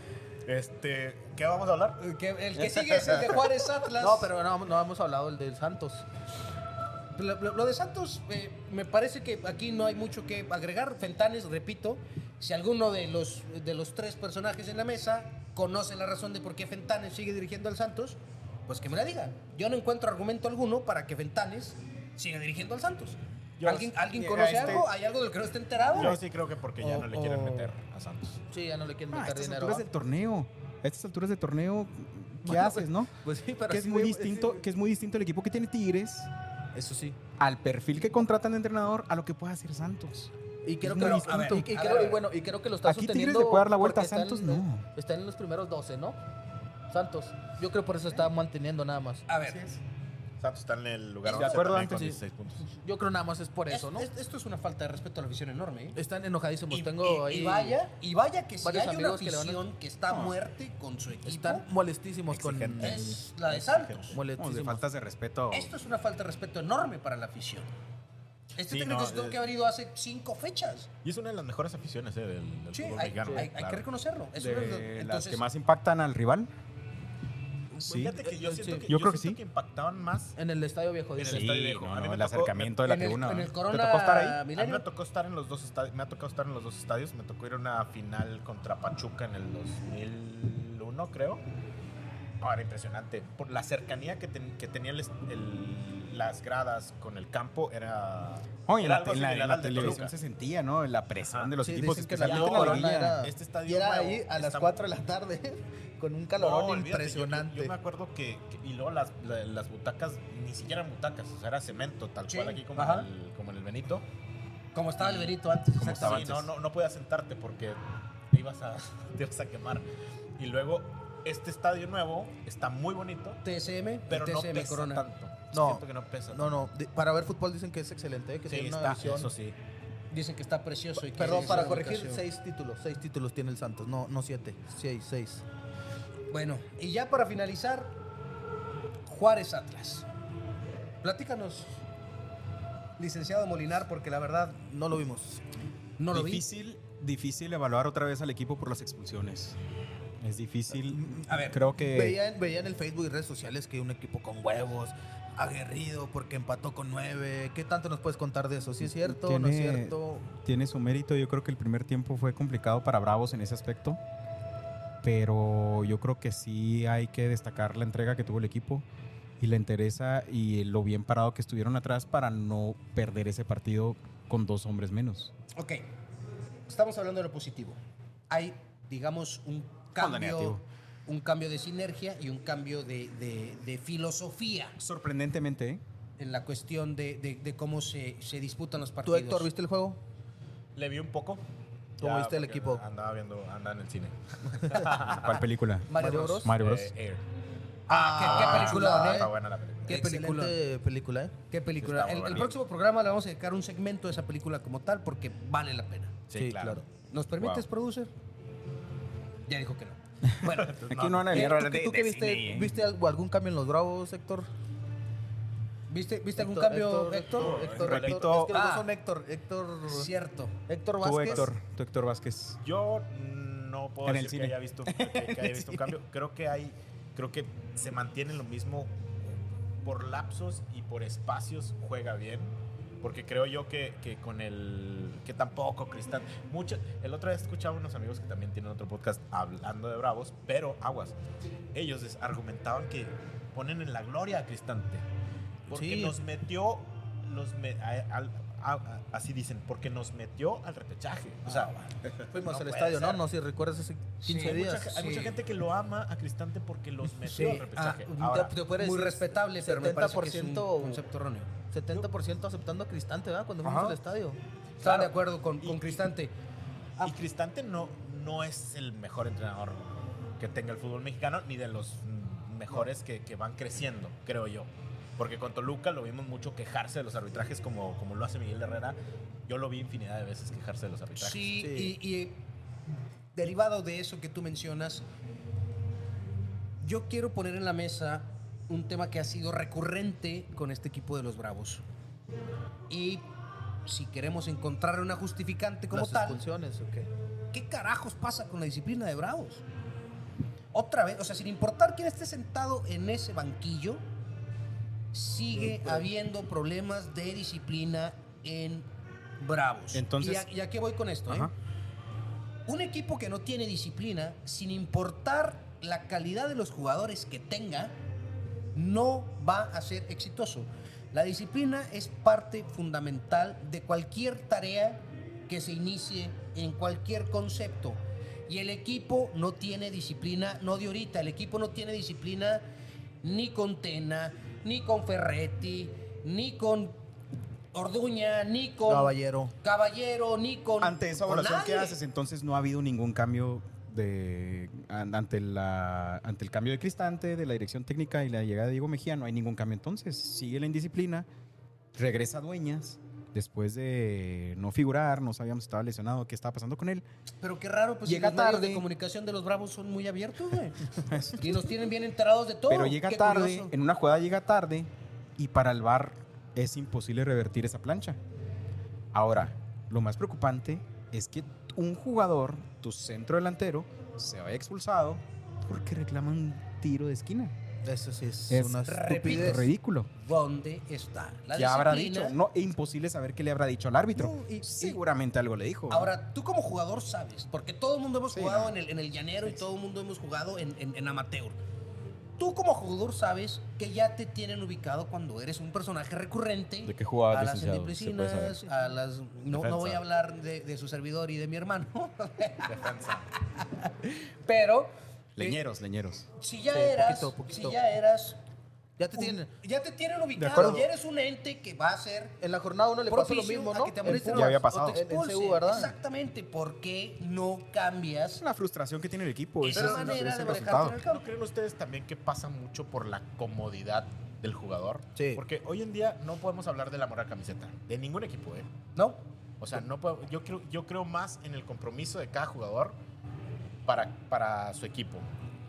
Este, ¿Qué vamos a hablar? El que, el que sigue es el de Juárez Atlas. No, pero no, no hemos hablado del del Santos. Lo, lo- lo de Santos, eh, me parece que aquí no hay mucho que agregar. Fentanes, repito, si alguno de los, de los tres personajes en la mesa conoce la razón de por qué Fentanes sigue dirigiendo al Santos, pues que me la diga. Yo no encuentro argumento alguno para que Fentanes siga dirigiendo al Santos. Yo- ¿Alguien, ¿alguien eh, conoce este- algo? ¿Hay algo del que no esté enterado? Yo sí creo que porque ya no le quieren O- o- meter a Santos. Sí, ya no le quieren Ah, a meter estas dinero. alturas ¿va? del torneo. A estas alturas del torneo, ¿qué Bueno, haces, no? Pues sí, pero que es sí muy veo- distinto, sí- que es muy distinto el equipo que tiene Tigres Eso sí. al perfil que contratan de entrenador a lo que puede hacer Santos. Y creo Es que muy lo- distinto. a ver, y- y A creo- ver. y bueno, y creo que lo está Aquí Tigres sosteniendo. le puede dar la vuelta a porque está en- Santos, no. Está en los primeros 12, ¿no? Santos. Yo creo por eso está manteniendo nada más. A ver, Santos está en el lugar De 11 acuerdo, también con antes 16 puntos. Yo creo nada más es por eso, es- ¿no? es- esto es una falta de respeto a la afición enorme. ¿eh? Están enojadísimos. Y, Tengo y- ahí. y vaya, y vaya que si varios hay una amigos que le van a- afición que, está a muerte con su equipo, Están molestísimos con. Exigentes. es la de Santos. Vamos, de Molestísimos. faltas de respeto. Esto es una falta de respeto enorme para la afición. Este Sí, técnico no, se tuvo eh, que haber ido hace cinco fechas. Y es una de las mejores aficiones eh, del, del Sí, fútbol hay, mexicano. hay- hay claro. que reconocerlo. Es de una de- las entonces, que más impactan al rival. Sí. Fíjate que yo Eh, siento sí. que, Yo creo que siento sí. que impactaban más En el Estadio Viejo, en el dice. estadio viejo. no, A mí no, me el tocó- acercamiento de la en el- tribuna. en el ¿Te Corona- tocó estar ahí? Ah, A mí Milenio. me tocó estar en los dos estadios. Me ha tocado estar en los dos estadios. Me tocó ir a una final contra Pachuca en el 2001, creo. Ahora, impresionante. Por la cercanía que, ten- que tenía el est- el- las gradas con el campo, era. Oh, y en era la, algo en la- en similar la al de televisión Toluca. se sentía, ¿no? La presión Ajá. de los Sí, equipos, dicen que la especialmente Liga en la Corona liguilla. era- Este estadio Y era nuevo ahí a las está- 4 de la tarde, con un calorón No, olvídate, yo- yo- impresionante. Yo, me acuerdo que, que- y luego las, la- las butacas, ni siquiera eran butacas, o sea, era cemento, tal Sí, cual aquí como, ajá. en el, como en el Benito. Como estaba el Benito antes. Como exacto. estaba Sí, no, no, no podías sentarte porque te ibas, a, te ibas a quemar. Y luego, este estadio nuevo este está muy bonito, TSM, pero no TSM pesa Corona. tanto. No. Siento que no pesa. No, no, de- para ver fútbol dicen que es excelente, ¿eh? que Sí, tiene una está, visión- eso sí. Dicen que está precioso. Y que Perdón, es para una corregir, vocación. seis títulos, seis títulos tiene el Santos, no, no siete, seis, seis. Bueno, y ya para finalizar, Juárez Atlas. Platícanos, licenciado Molinar, porque la verdad No lo vimos. no lo difícil, difícil evaluar otra vez al equipo por las expulsiones. Es difícil. A ver, creo que Mm, Veía, en- veía en el Facebook y redes sociales que un equipo con huevos, aguerrido, porque empató con nueve. ¿Qué tanto nos puedes contar de eso? ¿Sí es cierto? ¿No es Tiene- cierto? tiene su mérito. Yo creo que el primer tiempo fue complicado para Bravos en ese aspecto. Pero yo creo que sí hay que destacar la entrega que tuvo el equipo y la interesa y lo bien parado que estuvieron atrás para no perder ese partido con dos hombres menos. vi. Ok, estamos hablando de lo positivo. Hay, digamos, un cambio, negativo. un cambio de sinergia y un cambio de, de- de filosofía Sorprendentemente, ¿eh? en la cuestión de, de- de cómo se, se disputan los ¿Tú, partidos. Héctor, viste el juego? Le vi un poco. ¿Cómo Ya, viste el porque equipo? Andaba viendo, andaba en el cine. ¿Cuál película? Mario Mario Bros. Bros. Mario Bros. Eh, Air. Ah, qué, qué peliculón, Está ¿eh? buena la película. Qué Excelente película, ¿eh? Qué Sí, película. está muy el, el buena. próximo programa le vamos a dedicar un segmento de esa película como tal porque vale la pena. Sí, claro. ¿Nos permites, Wow. producer? Ya dijo que no. Bueno, Aquí no van a Eh, venir a ¿Tú, hablar qué- de- tú qué de viste? cine, ¿eh? ¿Viste algo- algún cambio en los Bravos, Héctor? ¿viste, viste algún Héctor, cambio, Héctor? Héctor, Héctor, Repito- Héctor. Es que los dos Ah. son Héctor. Héctor, Cierto. Héctor Tú, Vázquez. Héctor, tú, Héctor Vázquez. Yo no puedo En el decir cine. que haya visto, que- que haya visto un cambio. Creo que hay, creo que se mantiene lo mismo por lapsos y por espacios juega bien. Porque creo yo que, que con el. que tampoco, Cristán. Muchas, el otro día escuchaba unos amigos que también tienen otro podcast hablando de Bravos, pero aguas. Ellos les argumentaban que ponen en la gloria a Cristante. Porque Sí. nos metió. Los me- a- al- a- a- así dicen, porque nos metió al repechaje. O sea, Fuimos no al puede estadio, ¿no? ser. No, si recuerdas hace 15 Hay días. mucha, hay mucha sí. gente que lo ama a Cristante porque los metió Sí. al repechaje. Ah, Ahora, te- te puedo Muy decir, respetable, pero me parece que es un 70% concepto erróneo. 70% aceptando a Cristante, ¿verdad? Cuando fuimos Ajá. al estadio. Estaba de acuerdo con, con Cristante. Ah. y Cristante no, no es el mejor entrenador que tenga el fútbol mexicano, ni de los mm, mejores que, que van creciendo, creo yo. Porque con Toluca lo vimos mucho quejarse de los arbitrajes como, como lo hace Miguel Herrera. Yo lo vi infinidad de veces quejarse de los arbitrajes. Sí, Sí. Y, y derivado de eso que tú mencionas, yo quiero poner en la mesa un tema que ha sido recurrente con este equipo de los Bravos. Y si queremos encontrar una justificante como Las tal, expulsiones, ¿o qué? ¿qué carajos pasa con la disciplina de Bravos? Otra vez, o sea, sin importar quién esté sentado en ese banquillo, sigue habiendo problemas de disciplina en Bravos. Entonces- ¿Y a, y a qué voy con esto? eh? Ajá. Un equipo que no tiene disciplina, sin importar la calidad de los jugadores que tenga, no va a ser exitoso. La disciplina es parte fundamental de cualquier tarea que se inicie en cualquier concepto. Y el equipo no tiene disciplina, no de ahorita, el equipo no tiene disciplina ni con Tena, ni con Ferretti, ni con Orduña, ni con Caballero. Caballero, ni con... Ante esa con evaluación que nadie. haces, entonces no ha habido ningún cambio de an- ante la ante el cambio de Cristante, de la dirección técnica y la llegada de Diego Mejía, no hay ningún cambio entonces. Sigue la indisciplina, regresa Dueñas después de no figurar, no sabíamos si estaba lesionado, qué estaba pasando con él. Pero qué raro, pues Llega si los medios tarde. de comunicación de los Bravos son muy abiertos, güey. y nos tienen bien enterados de todo. Pero llega Qué tarde, curioso. en una jugada llega tarde y para el VAR es imposible revertir esa plancha. Ahora, lo más preocupante es que un jugador, tu centro delantero, se vaya expulsado porque reclama un tiro de esquina. Eso sí es, Es una repito, estupidez. ridículo. ¿Dónde está la ¿Qué habrá disciplina? dicho? No, e es imposible saber qué le habrá dicho al árbitro. No, y- Seguramente algo le dijo. Ahora, tú como jugador sabes, porque todo el mundo hemos Sí, jugado no. en, el, en el llanero y todo el mundo hemos jugado en, en- en amateur. Tú como jugador sabes que ya te tienen ubicado cuando eres un personaje recurrente ¿De qué jugaba, a las licenciado? Se puede semiprisinas, a las... No, no voy a hablar de, de su servidor y de mi hermano. Pero eh, Leñeros, leñeros. si ya Sí, eras... poquito, poquito. Si ya eras... Ya te un- tienen. ya te tienen ubicado, acuerdo. ya eres un ente que va a ser En la jornada uno le pasó lo propicio mismo, a ¿no? que te En amonesten Pumas. Ya había o te pasado. En- en expulsen. CU, ¿verdad? Exactamente. ¿Por qué no cambias Es la frustración que tiene el equipo. Esa ese es, manera es de el manejarte resultado. en el ¿No creen ustedes también que pasa mucho por la comodidad del jugador? Sí. Porque hoy en día no podemos hablar del amor a la camiseta. De ningún equipo, ¿eh? No. O sea, no puedo- yo, creo, yo creo más en el compromiso de cada jugador para, para su equipo.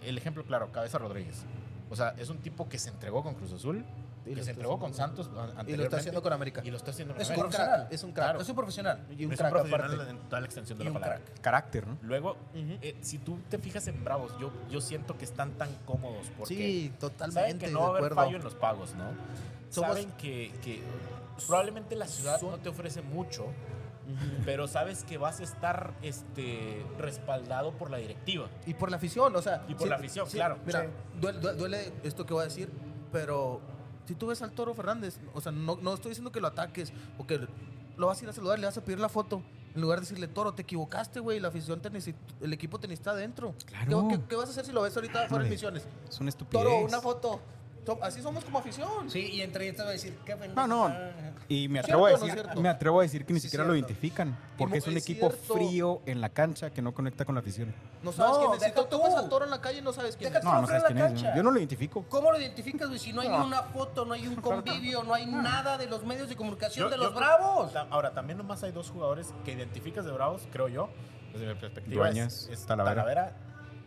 El ejemplo claro, Cabeza Rodríguez. O sea, es un tipo que se entregó con Cruz Azul, Y lo que se está entregó con haciendo. Santos a- Y lo está haciendo anteriormente, con América. y lo está haciendo con Es un América. profesional. Es un crack. Claro. Es un profesional. Y un Es crack profesional aparte. en toda la extensión de Y la un palabra. crack. Carácter, ¿no? Luego, eh, si tú te fijas en Bravos, yo, yo siento que están tan cómodos porque Sí, saben totalmente. que De no va a haber acuerdo. fallo en los pagos, ¿no? Somos- Saben que, que probablemente la ciudad no te ofrece mucho, pero sabes que vas a estar este, respaldado por la directiva. Y por la afición, o sea. Y por la afición, claro. Mira, Sí. duele, duele- duele esto que voy a decir, pero si tú ves al Toro Fernández, o sea, no, no estoy diciendo que lo ataques o que lo vas a ir a saludar, le vas a pedir la foto. En lugar de decirle, Toro, te equivocaste, güey, la afición te necesit- el equipo te necesita adentro. Claro. ¿Qué, qué- qué vas a hacer si lo ves ahorita fuera Híjole. de misiones? Es una estupidez. Toro, una foto. So- Así somos como afición. Sí, y entre ellos te va a decir, qué pendejo. No, no. Y me ¿Cierto atrevo, o a no decir, cierto? me atrevo a decir que ni Sí, siquiera lo cierto. identifican. Porque Y es un es equipo cierto. frío en la cancha que no conecta con la afición. No sabes No, quién es. Si deja tú ves tú. a Toro en la calle, no sabes quién Deja es. No, no fuera de sabes la quién es. cancha. Yo no lo identifico. ¿Cómo lo identificas, güey? Si no hay ni una foto, no hay un convivio, no hay Ah. nada de los medios de comunicación de los Bravos. Ta- Ahora, también nomás hay dos jugadores que identificas de Bravos, creo yo, desde mi perspectiva. Dueñas, es, es Talavera.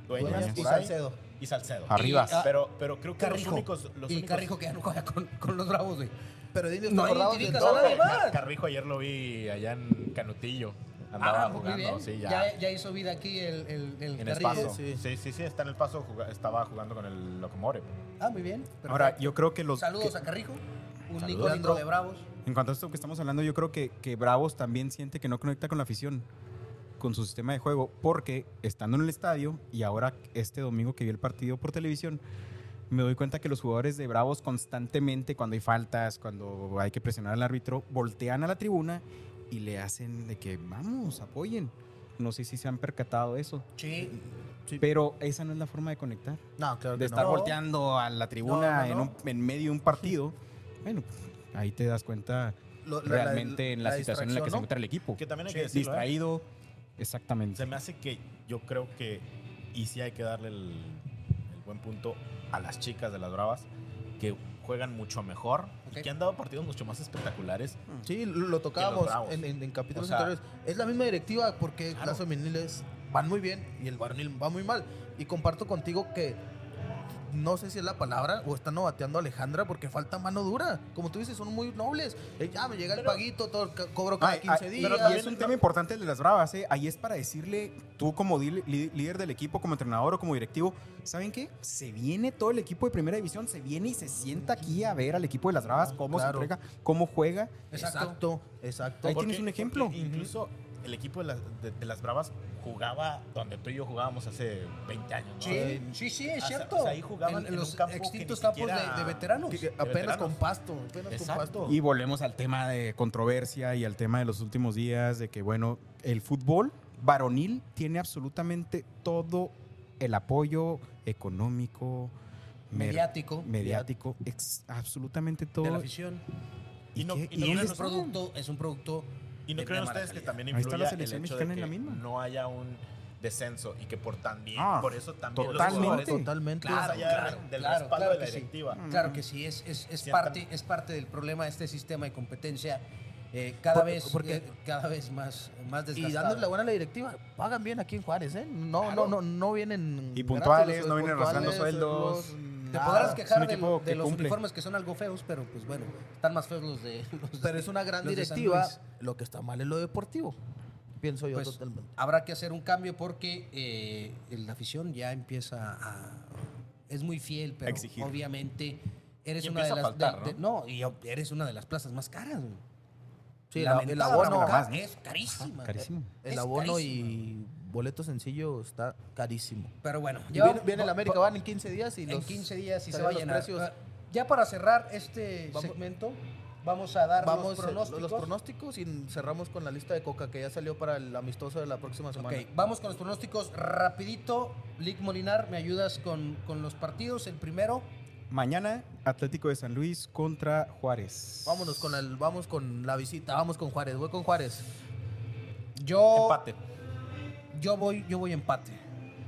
Dueñas, Dueñas y por ahí, Salcedo. Y Salcedo. Arriba. Y- ah, Pero, pero creo que Carrijo. los únicos... Los y únicos- Carrijo que ya no juega con, con los Bravos, güey. Pero dile, No ¿te acordabas de identificas Toro? a nadie más. Car- Carrijo ayer lo vi allá en Canutillo. Ah, Andaba pues, muy jugando, bien. sí, ya. ya. Ya, hizo vida aquí el, el, el En el Carrillo. paso. Sí. Sí, sí, sí, está en el paso. juga- estaba jugando con el Locomore. Ah, muy bien. perfecto. Ahora, yo creo que los. Saludos que- a Carrijo, un Saludos. Nicolito de Bravos. en cuanto a esto que estamos hablando, yo creo que, que Bravos también siente que no conecta con la afición, con su sistema de juego, porque estando en el estadio y ahora este domingo que vi el partido por televisión, me doy cuenta que los jugadores de Bravos constantemente, cuando hay faltas, cuando hay que presionar al árbitro, voltean a la tribuna y le hacen de que vamos, apoyen. No sé si se han percatado de eso, Sí. pero esa no es la forma de conectar No, claro que de estar no. volteando a la tribuna No, no, no. En, un- en medio de un partido, bueno, pues, ahí te das cuenta Lo- la- la- realmente en la, la situación en la distracción, que se ¿no? encuentra el equipo. Que también hay Sí, que decirlo, ¿eh? distraído, exactamente. Se me hace que yo creo que, y sí hay que darle el, el buen punto a las chicas de las Bravas, que juegan mucho mejor Ok. y que han dado partidos mucho más espectaculares. Sí, lo lo tocábamos Bravos. en, en- en capítulos O sea, anteriores. Es la misma directiva porque Claro. las femeniles van muy bien y el varonil va muy mal. Y comparto contigo que no sé si es la palabra o están novateando a Alejandra porque falta mano dura. Como tú dices, son muy nobles. Eh, ya me llega el paguito, todo, ca- cobro cada Ay, 15 ay, días. pero y es un tema importante el de las bravas, ¿eh? Ahí es para decirle, tú como di- li- líder del equipo, como entrenador o como directivo, ¿saben qué? Se viene todo el equipo de primera división, se viene y se sienta aquí a ver al equipo de las bravas, cómo Claro. se entrega, cómo juega. Exacto, exacto. Ahí tienes un ejemplo. porque Incluso el equipo de las, de- de las Bravas jugaba donde tú y yo jugábamos hace 20 años. ¿no? Sí, sí, sí, es O sea, cierto. o sea, ahí jugaban en un los campo que extintos ni campos de, siquiera- de veteranos. Que- que de apenas veteranos. con pasto, apenas con Exacto. pasto. Y volvemos al tema de controversia y al tema de los últimos días, de que, bueno, el fútbol varonil tiene absolutamente todo el apoyo económico, mer- Mediático. mediático, ex- absolutamente De la todo. afición. ¿Y Y no- qué? y ¿Y dónde no Es crean un está? producto, es un producto. ¿Y no de creen mala ustedes que calidad. también Ahí influye está la selección el hecho mexicana de en que la misma. no haya un descenso y que por también Ah, por eso también totalmente. Ah, los jugadores Totalmente. Claro, más allá de- claro, del claro, respaldo claro de la que sí. directiva Claro que sí, es, es, es, Sientan- parte, es parte del problema de este sistema de competencia eh, cada, Por- vez, porque- eh, cada vez más, más Y desgastado. dándole la buena a la directiva, pagan bien aquí en Juárez, ¿eh? No, Claro. no, no, no vienen. Y puntuales, gratis, no vienen arrastrando puntuales, sueldos. sueldos, Te nada. podrás Es quejar un del- equipo de, que los cumple. uniformes que son algo feos, pero pues bueno, están más feos los de. Los Pero de- es una gran los de San directiva. Luis. Lo que está mal es lo deportivo. Pienso yo Pues, totalmente. habrá que hacer un cambio porque eh, la afición ya empieza a es muy fiel, pero Exigir. obviamente eres Y una de las. empieza a faltar, de- de- ¿no? y ob- eres una de las plazas más caras, güey. Sí, la- el Lamentablemente, abono. acá es carísima. Carísimo. El Es abono carísimo. y boleto sencillo está carísimo. Pero bueno, Y ya- viene, viene el va- América, va- van en 15 días y en los- 15 días y se salen va a los llenar. Ah, precios. Ya para cerrar este Vamos- segmento, vamos a dar Vamos los eh, los pronósticos. los pronósticos y cerramos con la lista de Coca que ya salió para el amistoso de la próxima semana. Ok, vamos con los pronósticos rapidito. Lick Molinar, me ayudas con, con los partidos. El primero, Mañana, Atlético de San Luis contra Juárez. Vámonos con el, vamos con la visita, vamos con Juárez, voy con Juárez. yo, Empate. yo voy, yo voy empate.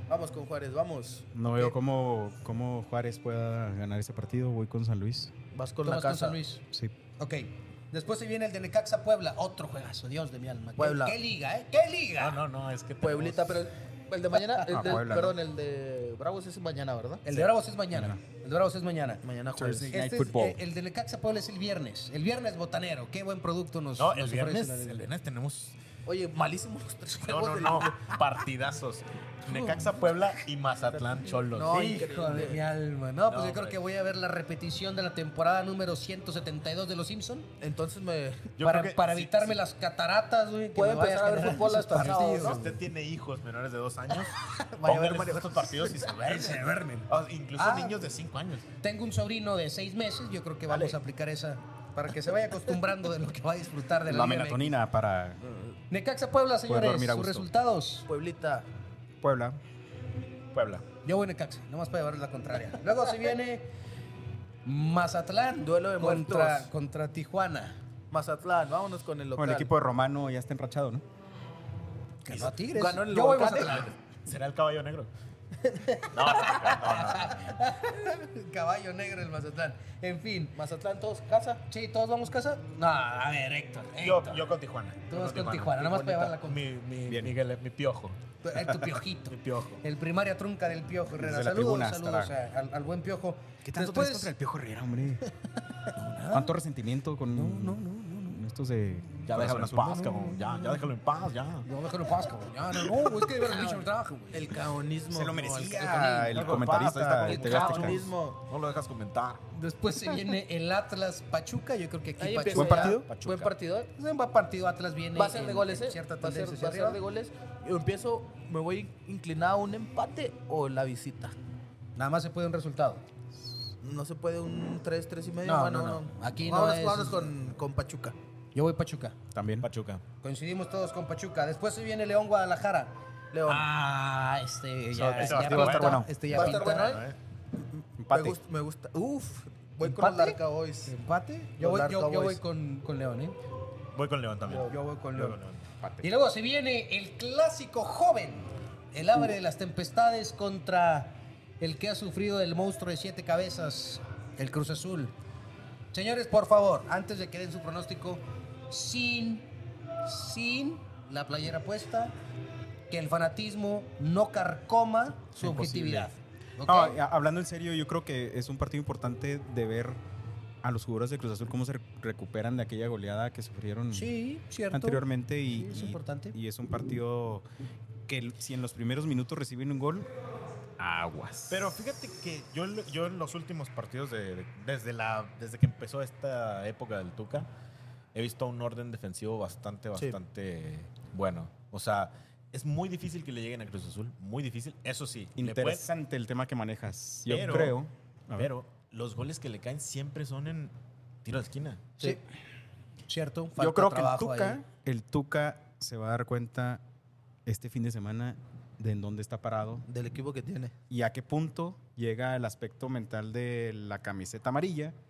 Vamos con Juárez, vamos. Eh. No veo cómo, cómo Juárez pueda ganar ese partido. Voy con San Luis. Vas con Tú la vas con casa. San Luis. Sí. Ok. Después se viene el de Necaxa Puebla. Otro juegazo, Dios de mi alma. ¿Qué- Puebla. ¿Qué, liga, eh? ¿Qué liga? No, no, no, es que tenemos- Pueblita, pero el, el de mañana, el Ah, de- Puebla, perdón, el de Bravos es mañana, ¿verdad? El de Bravos es mañana. El de Bravos es mañana. Mañana jueves. Thursday. Este Night es- Football. eh, el de Necaxa Puebla es el viernes. El viernes botanero. Qué buen producto nos No, el nos ofrece viernes, la liga. el viernes tenemos Oye, malísimos los tres No, juegos. no, del- no. Partidazos. Necaxa Puebla y Mazatlán Cholos. No, Sí. Hijo de mi alma. No, pues No, yo creo hombre. que voy a ver la repetición de la temporada número 172 de Los Simpson Entonces me Yo para, creo que para si- evitarme las cataratas, güey. que Pueden me vaya empezar a ver generando fútbol esos hasta el sábado, partidos, Si ¿no? güey. usted tiene hijos menores de dos años, Vaya a ver póngales varios. estos partidos y se duermen. Se duermen. O incluso Ah. niños de eh, cinco años. Tengo un sobrino de seis meses, yo creo que vamos Dale. a aplicar esa para que se vaya acostumbrando de lo que va a disfrutar de la, La Liga melatonina para MX. Necaxa Puebla, señores, dormir a sus gusto. resultados. Pueblita. Puebla. Puebla. Yo voy Necaxa, nomás para llevar la contraria. Luego se viene Mazatlán Duelo de contra, muertos. contra Tijuana. Mazatlán, vámonos con el Bueno, local. el equipo de Romano ya está enrachado, ¿no? Ganó a Tigres. Ganó el yo voy local. Mazatlán. ¿Será el caballo negro? No, no, no, no. Caballo negro el Mazatlán. En fin. Mazatlán, todos casa. Sí, ¿todos vamos casa? No, a ver, Héctor. Yo, Héctor. yo con Tijuana. Tú vas con Tijuana, nada más para llevar la contra. Mi, mi, Miguel, mi piojo. Eh, tu piojito. Mi piojo. El primaria trunca del piojo Herrera. Desde la saludos, tribuna saludos estará. a- al, al buen piojo. ¿Qué tanto Después- traes contra el Piojo Herrera, hombre? Tanto resentimiento con estos de... Ya déjalo en Corazón paz, Azul. cabrón. Ya, ya déjalo en paz, ya. No, déjalo en paz, cabrón. Ya, no, no, es que de veras me hizo el trabajo, güey. El caonismo. Se lo no, merecía el, Déjalo en paz, ahí comentarista está de como TV El Azteca. caonismo. No lo dejas comentar. Después se viene el Atlas Pachuca. Yo creo que aquí Ahí Pachuca. empieza ¿Buen ya. partido? Pachuca. Buen partido. Es un buen partido. Atlas viene. Va a ser en- de goles, en ¿eh? Cierta Va a ser, tendencia va hacia a ser arriba. de goles. Yo empiezo, me voy inclinado a un empate o la visita. Nada más se puede un resultado. No se puede un 3, 3 y medio. No, bueno, no, no. Aquí no vámonos, es- vámonos con, con Pachuca. Yo voy Pachuca. También. Pachuca. Coincidimos todos con Pachuca. Después se viene León Guadalajara. León. Ah, este ya- ya, Ese partido va a estar pinta, bueno. Este ya Va a estar pinta. bueno, ¿eh? Empate. Me gusta. Me gusta. Uf. Voy con el ¿Empate? Arca Boys. ¿Empate? Yo voy, yo, Los Dark yo voy Cowboys. con, con León, ¿eh? Voy con León también. Yo voy con Voy León. con León. Y luego se viene el clásico joven, el abre de las tempestades contra el que ha sufrido el monstruo de siete cabezas, el Cruz Azul. Señores, por favor, antes de que den su pronóstico, sin, sin la playera puesta, que el fanatismo no carcoma su Imposible. objetividad. ¿ok? Ah, No, a- hablando en serio, yo creo que es un partido importante de ver a los jugadores de Cruz Azul cómo se re- recuperan de aquella goleada que sufrieron sí, cierto. anteriormente y, Sí, es y- importante. y es un partido que el- si en los primeros minutos reciben un gol, aguas. Pero fíjate que yo, en lo- yo en los últimos partidos, de, de- desde, la, desde que empezó esta época del Tuca, he visto un orden defensivo bastante, bastante bueno. O sea, es muy difícil que le lleguen a Cruz Azul, muy difícil. Eso sí, le pueden- interesante el tema que manejas. Yo Pero- creo. a ver, pero los goles que le caen siempre son en tiro de esquina. Sí. Cierto. yo creo falta que el trabajo Tuca, ahí. el Tuca se va a dar cuenta este fin de semana de en dónde está parado Del equipo que tiene. y a qué punto llega el aspecto mental de la camiseta amarilla.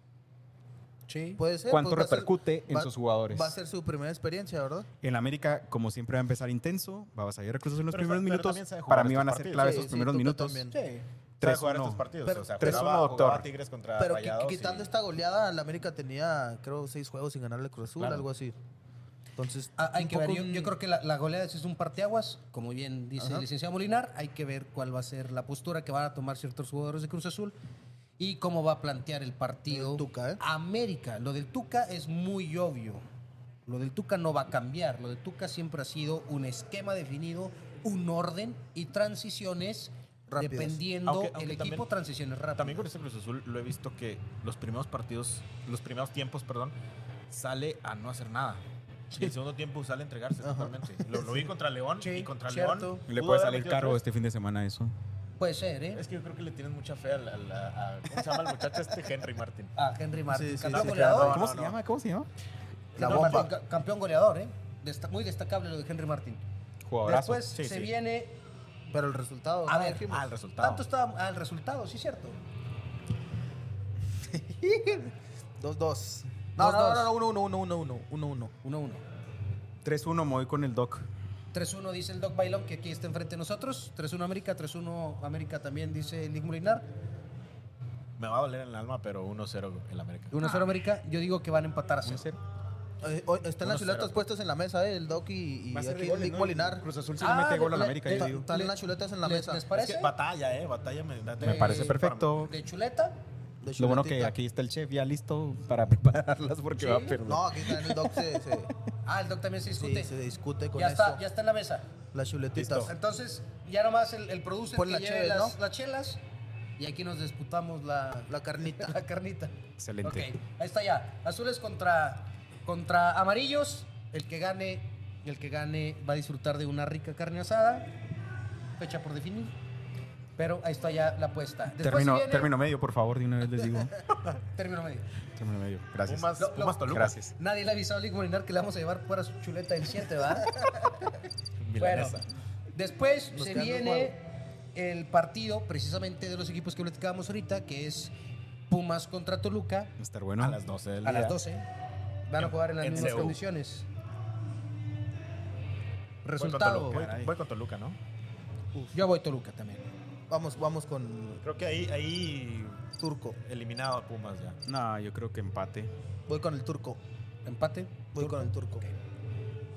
Sí. Puede ser. cuánto pues, va a ser- repercute en va- sus jugadores. Va a ser su primera experiencia, ¿verdad? En América, como siempre, va a empezar intenso, va a salir recursos en los Pero- primeros pero minutos. también sabe jugar Para mí estos van a ser partidos. clave Sí, esos sí, primeros Tuca minutos. también. Sí. Sabe 3-1. jugar estos partidos. Pero- o sea, 3-1, jugaba- doctor. jugaba Tigres contra Pero qui- Rayados quitando y- esta goleada, la América tenía, creo, seis juegos sin ganarle Cruz Azul, Claro. algo así. Entonces, Ah, hay un que ver, poco yo, un- yo creo que la, la goleada sí es un parteaguas, como bien dice Ajá. el licenciado Molinar, hay que ver cuál va a ser la postura que van a tomar ciertos jugadores de Cruz Azul y cómo va a plantear el partido El Tuca, ¿eh? América. Lo del Tuca es muy obvio, lo del Tuca no va a cambiar, lo del Tuca siempre ha sido un esquema definido, un orden y transiciones rápidas. Dependiendo Aunque- el aunque equipo, también- transiciones rápidas. También con este Cruz Azul lo he visto que los primeros partidos, los primeros tiempos, perdón, sale a no hacer nada. Y el segundo tiempo sale a entregarse Ajá. totalmente. Lo, lo vi contra León Sí, y contra cierto. León. Le pudo puede haber salir metido caro tres. este fin de semana eso. Puede ser, ¿eh? Es que yo creo que le tienen mucha fe a, la- a la- a- ¿Cómo se llama el muchacho este? Henry Martin. Ah, Henry Martin. Sí, sí, campeón sí, goleador. No, ¿Cómo no, se no. llama? ¿Cómo se llama? La No, bomba. Martín. Ca- campeón goleador, ¿eh? Desta- muy destacable lo de Henry Martin. Jugadorazo. Después Sí, se sí. viene. Pero el resultado. A ¿no? ver, Dijimos. al resultado. Tanto está al resultado, sí, cierto. 2-2. No, Dos, no, dos. no, no, 1-1, 1-1, 1-1. 1-1. 3-1 me voy con el Doc. 3-1 dice el Doc Bailón, que aquí está enfrente de nosotros. 3-1 América, 3-1 América también dice Lick Molinar. Me va a doler en el alma, pero 1-0 en América. 1-0 América, yo digo que van a empatar a 0. Eh, hoy Están las 1-0. chuletas puestas en la mesa, ¿eh? El Doc y, y Va a ser de aquí goles, Nick ¿no? Molinar. Cruz Azul se Ah, le mete gol a la América, yo digo. Están las chuletas en la ¿Les, mesa. les Es parece? que batalla, ¿eh? Batalla me da- Me parece eh, perfecto. ¿De chuleta? De Lo bueno que chuletita. aquí está el chef ya listo para prepararlas porque va a perder. No, aquí también el Doc se, se, Ah, el Doc también se discute. sí, se discute con ya, está, esto. ya está en la mesa. Las chuletitas. Entonces, ya nomás el, el producer Pon que las lleve chelas, las, ¿no? las chelas y aquí nos disputamos la, La carnita. la carnita. Excelente. Ok, ahí está ya. Azules contra, contra amarillos. El que gane, el que gane va a disfrutar de una rica carne asada. Fecha por definir. Pero ahí está ya la apuesta. Después Término, viene- término medio, por favor, de una vez les digo. Término medio. Término medio. Gracias. Pumas, Lo- lo- Pumas Toluca. Gracias. Nadie le ha avisado a Lick Molinar que le vamos a llevar fuera su chuleta del 7, ¿verdad? bueno, Milanesa. después Nos se quedan dos viene el partido precisamente de los equipos que platicábamos ahorita, que es Pumas contra Toluca Va a estar bueno. A las 12 del a las día. 12. Van a jugar en las en mismas Seúl. condiciones. Voy con Resultado. Toluca, voy- voy con Toluca, ¿no? Yo voy Toluca también. Vamos, vamos con Creo que ahí, ahí Turco. eliminado a Pumas ya. No, yo creo que empate. Voy con el Turco. Empate. Voy con el Turco.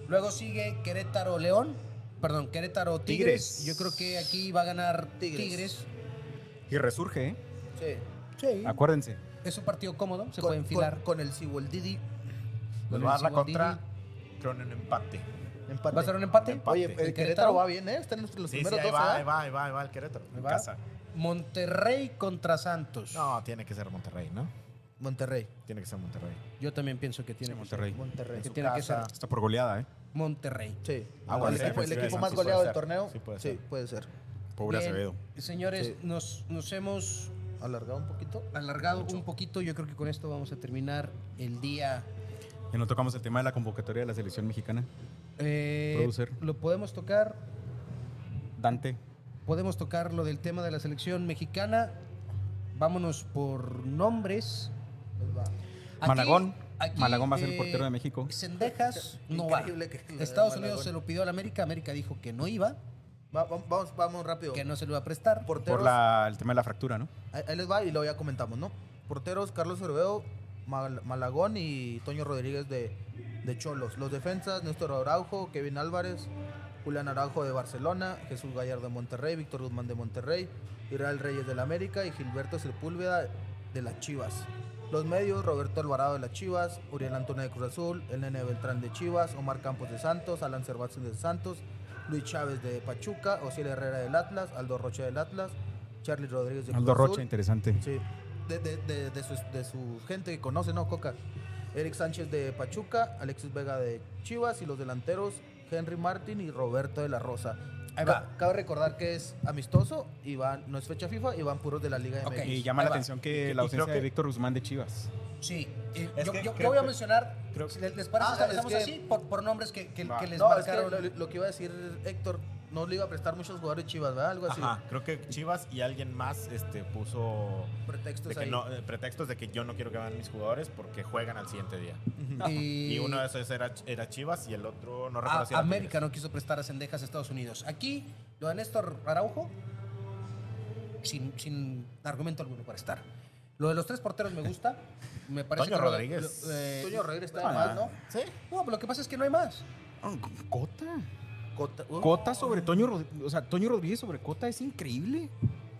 Luego sigue Querétaro León. Perdón, Querétaro Tigres. Tigres. Yo creo que aquí va a ganar Tigres. Tigres. Y resurge, ¿eh? Sí. Sí. Acuérdense. Es un partido cómodo, se Con- puede enfilar. Con, con el Cibol Didi. Les Con va a dar el la Cibaldini. contra, creo en un empate. Empate. ¿Va a ser un empate? Empate. Oye, ¿El el, Querétaro? Querétaro, va bien, ¿eh? Están los, los Sí, sí, primeros ahí dos. va, ¿eh? ahí va, ahí va, ahí va el Querétaro. ¿Va? Monterrey contra Santos. No, tiene que ser Monterrey, ¿no? Monterrey. Tiene que ser Monterrey. Yo también pienso que tiene, Monterrey. Monterrey. que, tiene que ser casa. Está por goleada, ¿eh? Monterrey. Sí. Ah, bueno, el sí, equipo, pues, sí, el equipo sí, más sí, goleado puede del ser. torneo. Sí, puede sí, ser. puede ser. Pobre Bien. Acevedo. Señores, Sí. nos, nos hemos Alargado un poquito. alargado un poquito. Yo creo que con esto vamos a terminar el día. Y no tocamos el tema de la convocatoria de la selección mexicana. Eh, Producer. Lo podemos tocar. Dante. Podemos tocar lo del tema de la selección mexicana. Vámonos por nombres. Aquí- Malagón. aquí, Malagón va a ser el eh, portero de México. Sendejas no va. Increíble que- Estados Malagón. Unidos se lo pidió a la América. América dijo que no iba, Va- va- vamos, vamos rápido. que no se lo iba a prestar. Porteros. Por la, el tema de la fractura, ¿no? Ahí, ahí les va y luego ya comentamos, ¿no? Porteros, Carlos Cerveo, Mal- Malagón y Toño Rodríguez de, de Cholos. Los defensas, Néstor Araujo, Kevin Álvarez, Julián Araujo de Barcelona, Jesús Gallardo de Monterrey, Víctor Guzmán de Monterrey, Israel Reyes del América y Gilberto Sepúlveda de las Chivas. Los medios, Roberto Alvarado de las Chivas, Uriel Antuna de Cruz Azul, el Nene Beltrán de Chivas, Omar Campos de Santos, Alan Cervantes de Santos, Luis Chávez de Pachuca, Osiel Herrera del Atlas, Aldo Rocha del Atlas, Charlie Rodríguez de Aldo Cruz Rocha, Azul, interesante. Sí. De, de- de- de su, de su gente que conoce, ¿no? Coca. Eric Sánchez de Pachuca, Alexis Vega de Chivas y los delanteros Henry Martin y Roberto de la Rosa. Ahí Ca- va. Cabe recordar que es amistoso y van, no es fecha FIFA y van puros de la Liga MX. Ok. Y llama Ahí la va. atención Y- que y la ausencia creo de que- Víctor Guzmán de Chivas. Sí, eh, Es yo, que yo- yo creo voy a que- mencionar, si ¿les, les parece Ah, que empezamos es que- así? Por, por nombres que, que- Va. que les No, es que marcaron. lo, lo que iba a decir Héctor, no le iba a prestar muchos jugadores de Chivas, ¿verdad? Algo así. Ajá, creo que Chivas y alguien más este, puso de Pretextos que ahí. no- eh, pretextos de que yo no quiero que van mis jugadores porque juegan al siguiente día. y Y uno de esos era, era Chivas y el otro no a- recuerdo si era América Tigres. no quiso prestar a Sendejas a Estados Unidos. Aquí, lo de Néstor Araujo, sin, sin argumento alguno para estar. Lo de los tres porteros me gusta. Me parece Toño que lo de- Rodríguez. lo- eh, Toño Rodríguez está Ah. de más, ¿no? No, pero lo que pasa es que no hay más. Ah, Cota. Cota- uh, Cota sobre Toño Rodríguez. O sea, Toño Rodríguez sobre Cota es increíble.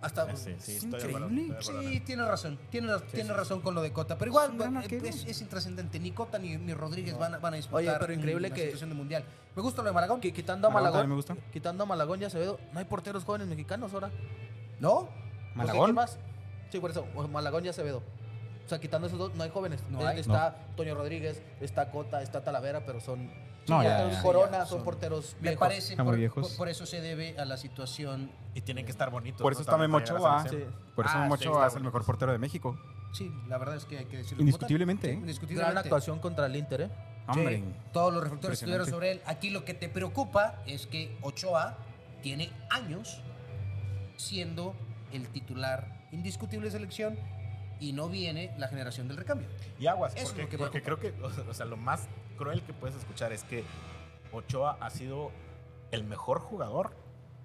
hasta Eh, Sí, sí, Es estoy de acuerdo, increíble. estoy de acuerdo. Sí, tiene razón. Tiene, ra- tiene razón con lo de Cota. Pero Es igual un gran bueno, arquero. es, es intrascendente. Ni Cota ni, ni Rodríguez van, a- van a disputar Oye, pero increíble una que- situación de mundial. Me gusta lo de Malagón. qui- quitando a Malagón Malagón, también me gusta. quitando a Malagón y Acevedo, no hay porteros jóvenes mexicanos ahora. ¿No? ¿Malagón? ¿Quién más? Sí, por eso. o Malagón y Acevedo. O sea, quitando esos dos, no hay jóvenes. No Eh, hay. Está Toño Rodríguez, está Cota, está Talavera, pero son No, son ya, porteros ya, ya. Corona, Ya, son, son- porteros Me viejos. parece, Están muy por, viejos. por- por eso se debe a la situación. Y tienen que estar bonitos. Por eso ¿no? está También Memo para llegar a la Ochoa. selección. Por eso Ah, Memo sí, Ochoa está es el bueno. mejor portero de México. Sí, la verdad es que hay que decirlo. como tal. Indiscutiblemente, ¿eh? Gran Indiscutiblemente. actuación contra el Inter, ¿eh? Hombre. Sí, todos los reflectores Impresionante. estuvieron sobre él. Aquí lo que te preocupa es que Ochoa tiene años siendo el titular indiscutible de selección y no viene la generación del recambio. Y aguas, Eso es porque, lo que porque creo que, o sea, lo más cruel que puedes escuchar es que Ochoa ha sido el mejor jugador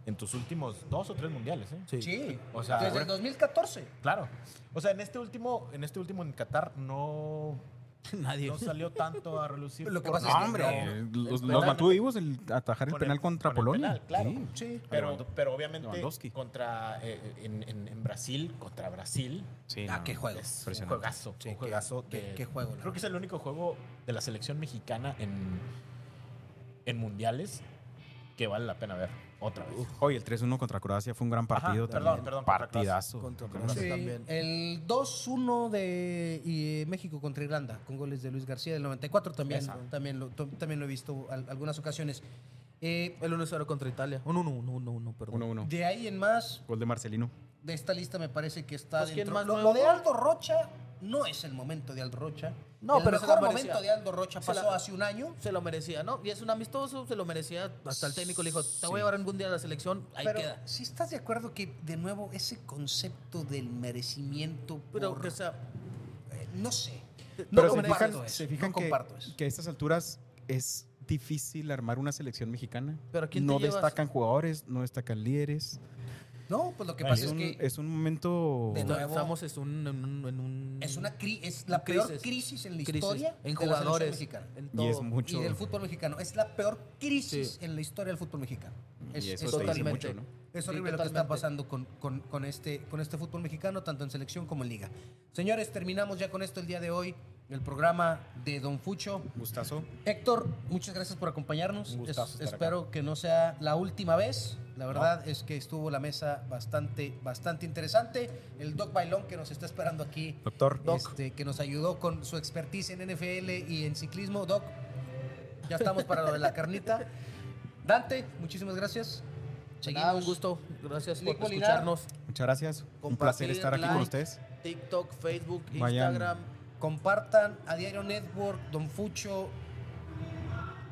en tus últimos dos o tres mundiales, ¿eh? Sí, O sea, desde ahora- el 2014. Claro. O sea, en este último, en este último en Qatar no, Nadie. no salió tanto a relucir. Lo que por- eh, pasa No, es que- hombre. no, Los, el los penal. mató vivos el atajar el Con penal el- contra con el Polonia. penal, claro. Sí. Sí. Pero, Lewandowski. pero obviamente Lewandowski. contra eh, en, en- en Brasil, contra Brasil, Sí, Ah, no. qué juego. es un Impresionante. juegazo. Sí, un qué- juegazo qué- de- qué juego, la Creo que es el único juego de la selección mexicana en, en mundiales que vale la pena ver otra vez. Oye, el 3-1 contra Croacia fue un gran Ajá, partido perdón, también. perdón, contra Partidazo. Contra Gran Croacia. Sí, también. El 2-1 de y, eh, México contra Irlanda, con goles de Luis García del 94, también, Esa. también, lo, to- también lo he visto al- algunas ocasiones. Eh, El 1-0 contra Italia. Un 1-1, 1-1, perdón. 1-1. de ahí en más, Gol de Marcelino. de esta lista me parece que está Pues, ¿quién dentro. más Lo, nuevo? lo de Aldo Rocha no es el momento de Aldo Rocha. No, el pero se mejor la merecía. momento de Aldo Rocha Se pasó la- hace un año. Se lo merecía, ¿no? Y es un amistoso, se lo merecía. Hasta el técnico le dijo, te voy Sí. a llevar algún día a la selección, ahí pero queda. si estás de acuerdo que, de nuevo, ese concepto del merecimiento, Pero, por- o sea, eh, no sé. Pero No se comparto fijan, eso, se no fijan que, comparto eso. que a estas alturas es difícil armar una selección mexicana. Pero ¿a quién te no llevas? destacan jugadores, no destacan líderes. No, pues lo que Es pasa es un, que. es un momento... De nuevo. estamos es un- en un... en un- Es una cri- es la crisis. peor crisis en la Crisis. historia de en la selección jugadores, mexicana. en Y es todo. mucho... y del fútbol mexicano. Es la peor crisis Sí. en la historia del fútbol mexicano. Es, y eso es te dice totalmente. mucho, ¿no? Es Sí, horrible lo que está totalmente. pasando con, con- con este, con este fútbol mexicano, tanto en selección como en liga. Señores, terminamos ya con esto el día de hoy. El programa de Don Fucho. Gustazo. Héctor, muchas gracias por acompañarnos. Un gustazo Es- estar acá. espero que no sea la última vez. La verdad es que estuvo la mesa bastante, bastante interesante. El Doc Bailón que nos está esperando aquí Doctor. este, que nos ayudó con su expertise en NFL y en ciclismo. Doc, ya estamos para lo de la carnita. Dante, muchísimas gracias. Nada, un gusto. Gracias por Lick Molinar. escucharnos. Muchas gracias. Un placer Compartir, estar aquí con like. ustedes. TikTok, Facebook, Vayan. Instagram. Compartan a Diario Network, Don Fucho.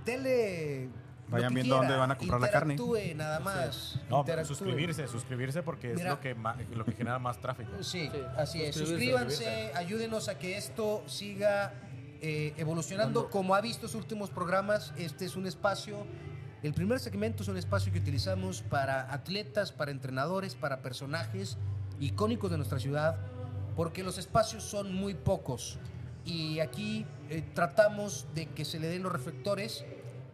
Dele. lo Vayan que viendo quiera. dónde van a comprar la carne. Interactúe, nada más. No, pero Interactúe. suscribirse, suscribirse porque Mira. es lo que, ma- lo que genera más tráfico. Sí, Sí, así es. suscribirse, Suscríbanse, ayúdenos a que esto siga eh, evolucionando. Dando- Como ha visto sus últimos programas, este es un espacio. El primer segmento es un espacio que utilizamos para atletas, para entrenadores, para personajes icónicos de nuestra ciudad, porque los espacios son muy pocos. Y aquí eh, tratamos de que se le den los reflectores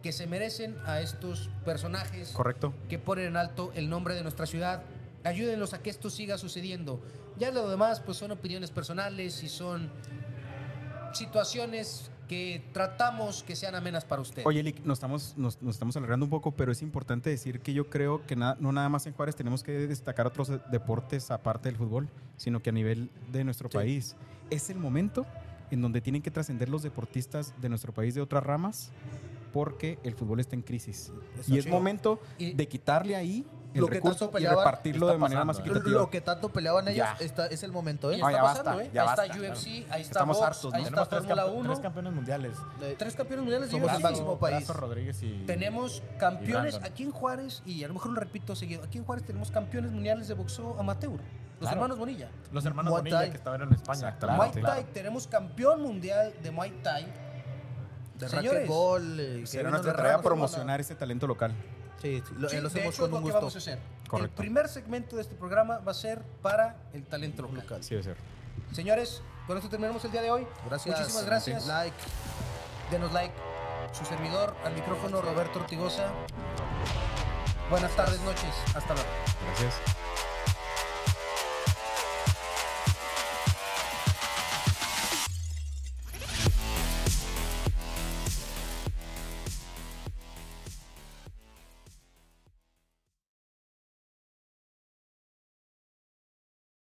que se merecen a estos personajes Correcto. que ponen en alto el nombre de nuestra ciudad. Ayúdenlos a que esto siga sucediendo. Ya lo demás, pues son opiniones personales y son situaciones que tratamos que sean amenas para ustedes. Oye, Lick, nos estamos, nos, nos estamos alargando un poco, pero es importante decir que yo creo que na- no nada más en Juárez tenemos que destacar otros eh, deportes aparte del fútbol, sino que a nivel de nuestro país. Es el momento en donde tienen que trascender los deportistas de nuestro país de otras ramas porque el fútbol está en crisis. y es sí. momento Y- de quitarle ahí el Lo que recurso tanto y peleaban repartirlo está de manera pasando, más ¿eh? equitativa. Lo que tanto peleaban ellos Ya. está, es el momento, Y ¿eh? No, ya basta, ¿eh? ya ahí basta, está UFC, ahí está Estamos box, hartos, ¿no? ahí está Tenemos tres, Fórmula campe- tres 1. Tres, campeones mundiales. Eh, campeones mundiales de Somos UFC. el máximo país. Brazo Rodríguez y... Tenemos campeones Y Brandon. aquí en Juárez, y a lo mejor lo repito seguido, aquí en Juárez tenemos campeones mundiales de boxeo amateur. Los Claro. hermanos Bonilla. Los hermanos Muay Bonilla Thai. que estaban en España. Exactamente. claro, Muay Thai, claro. tenemos campeón mundial de Muay Thai. de Señores, racquetball. eh, que Será vino nuestra de tarea Ramos, promocionar ese talento local. Sí, sí, lo, Sí, eh, de lo hacemos hecho, es con lo un que gusto. vamos a hacer. El Correcto. primer segmento de este programa va a ser para el talento local. Sí, debe ser. Señores, con esto terminamos el día de hoy. Gracias. Muchísimas gracias. Like. Denos like. Su servidor, al micrófono, Roberto Ortigosa. Buenas tardes, noches. Hasta luego. Gracias.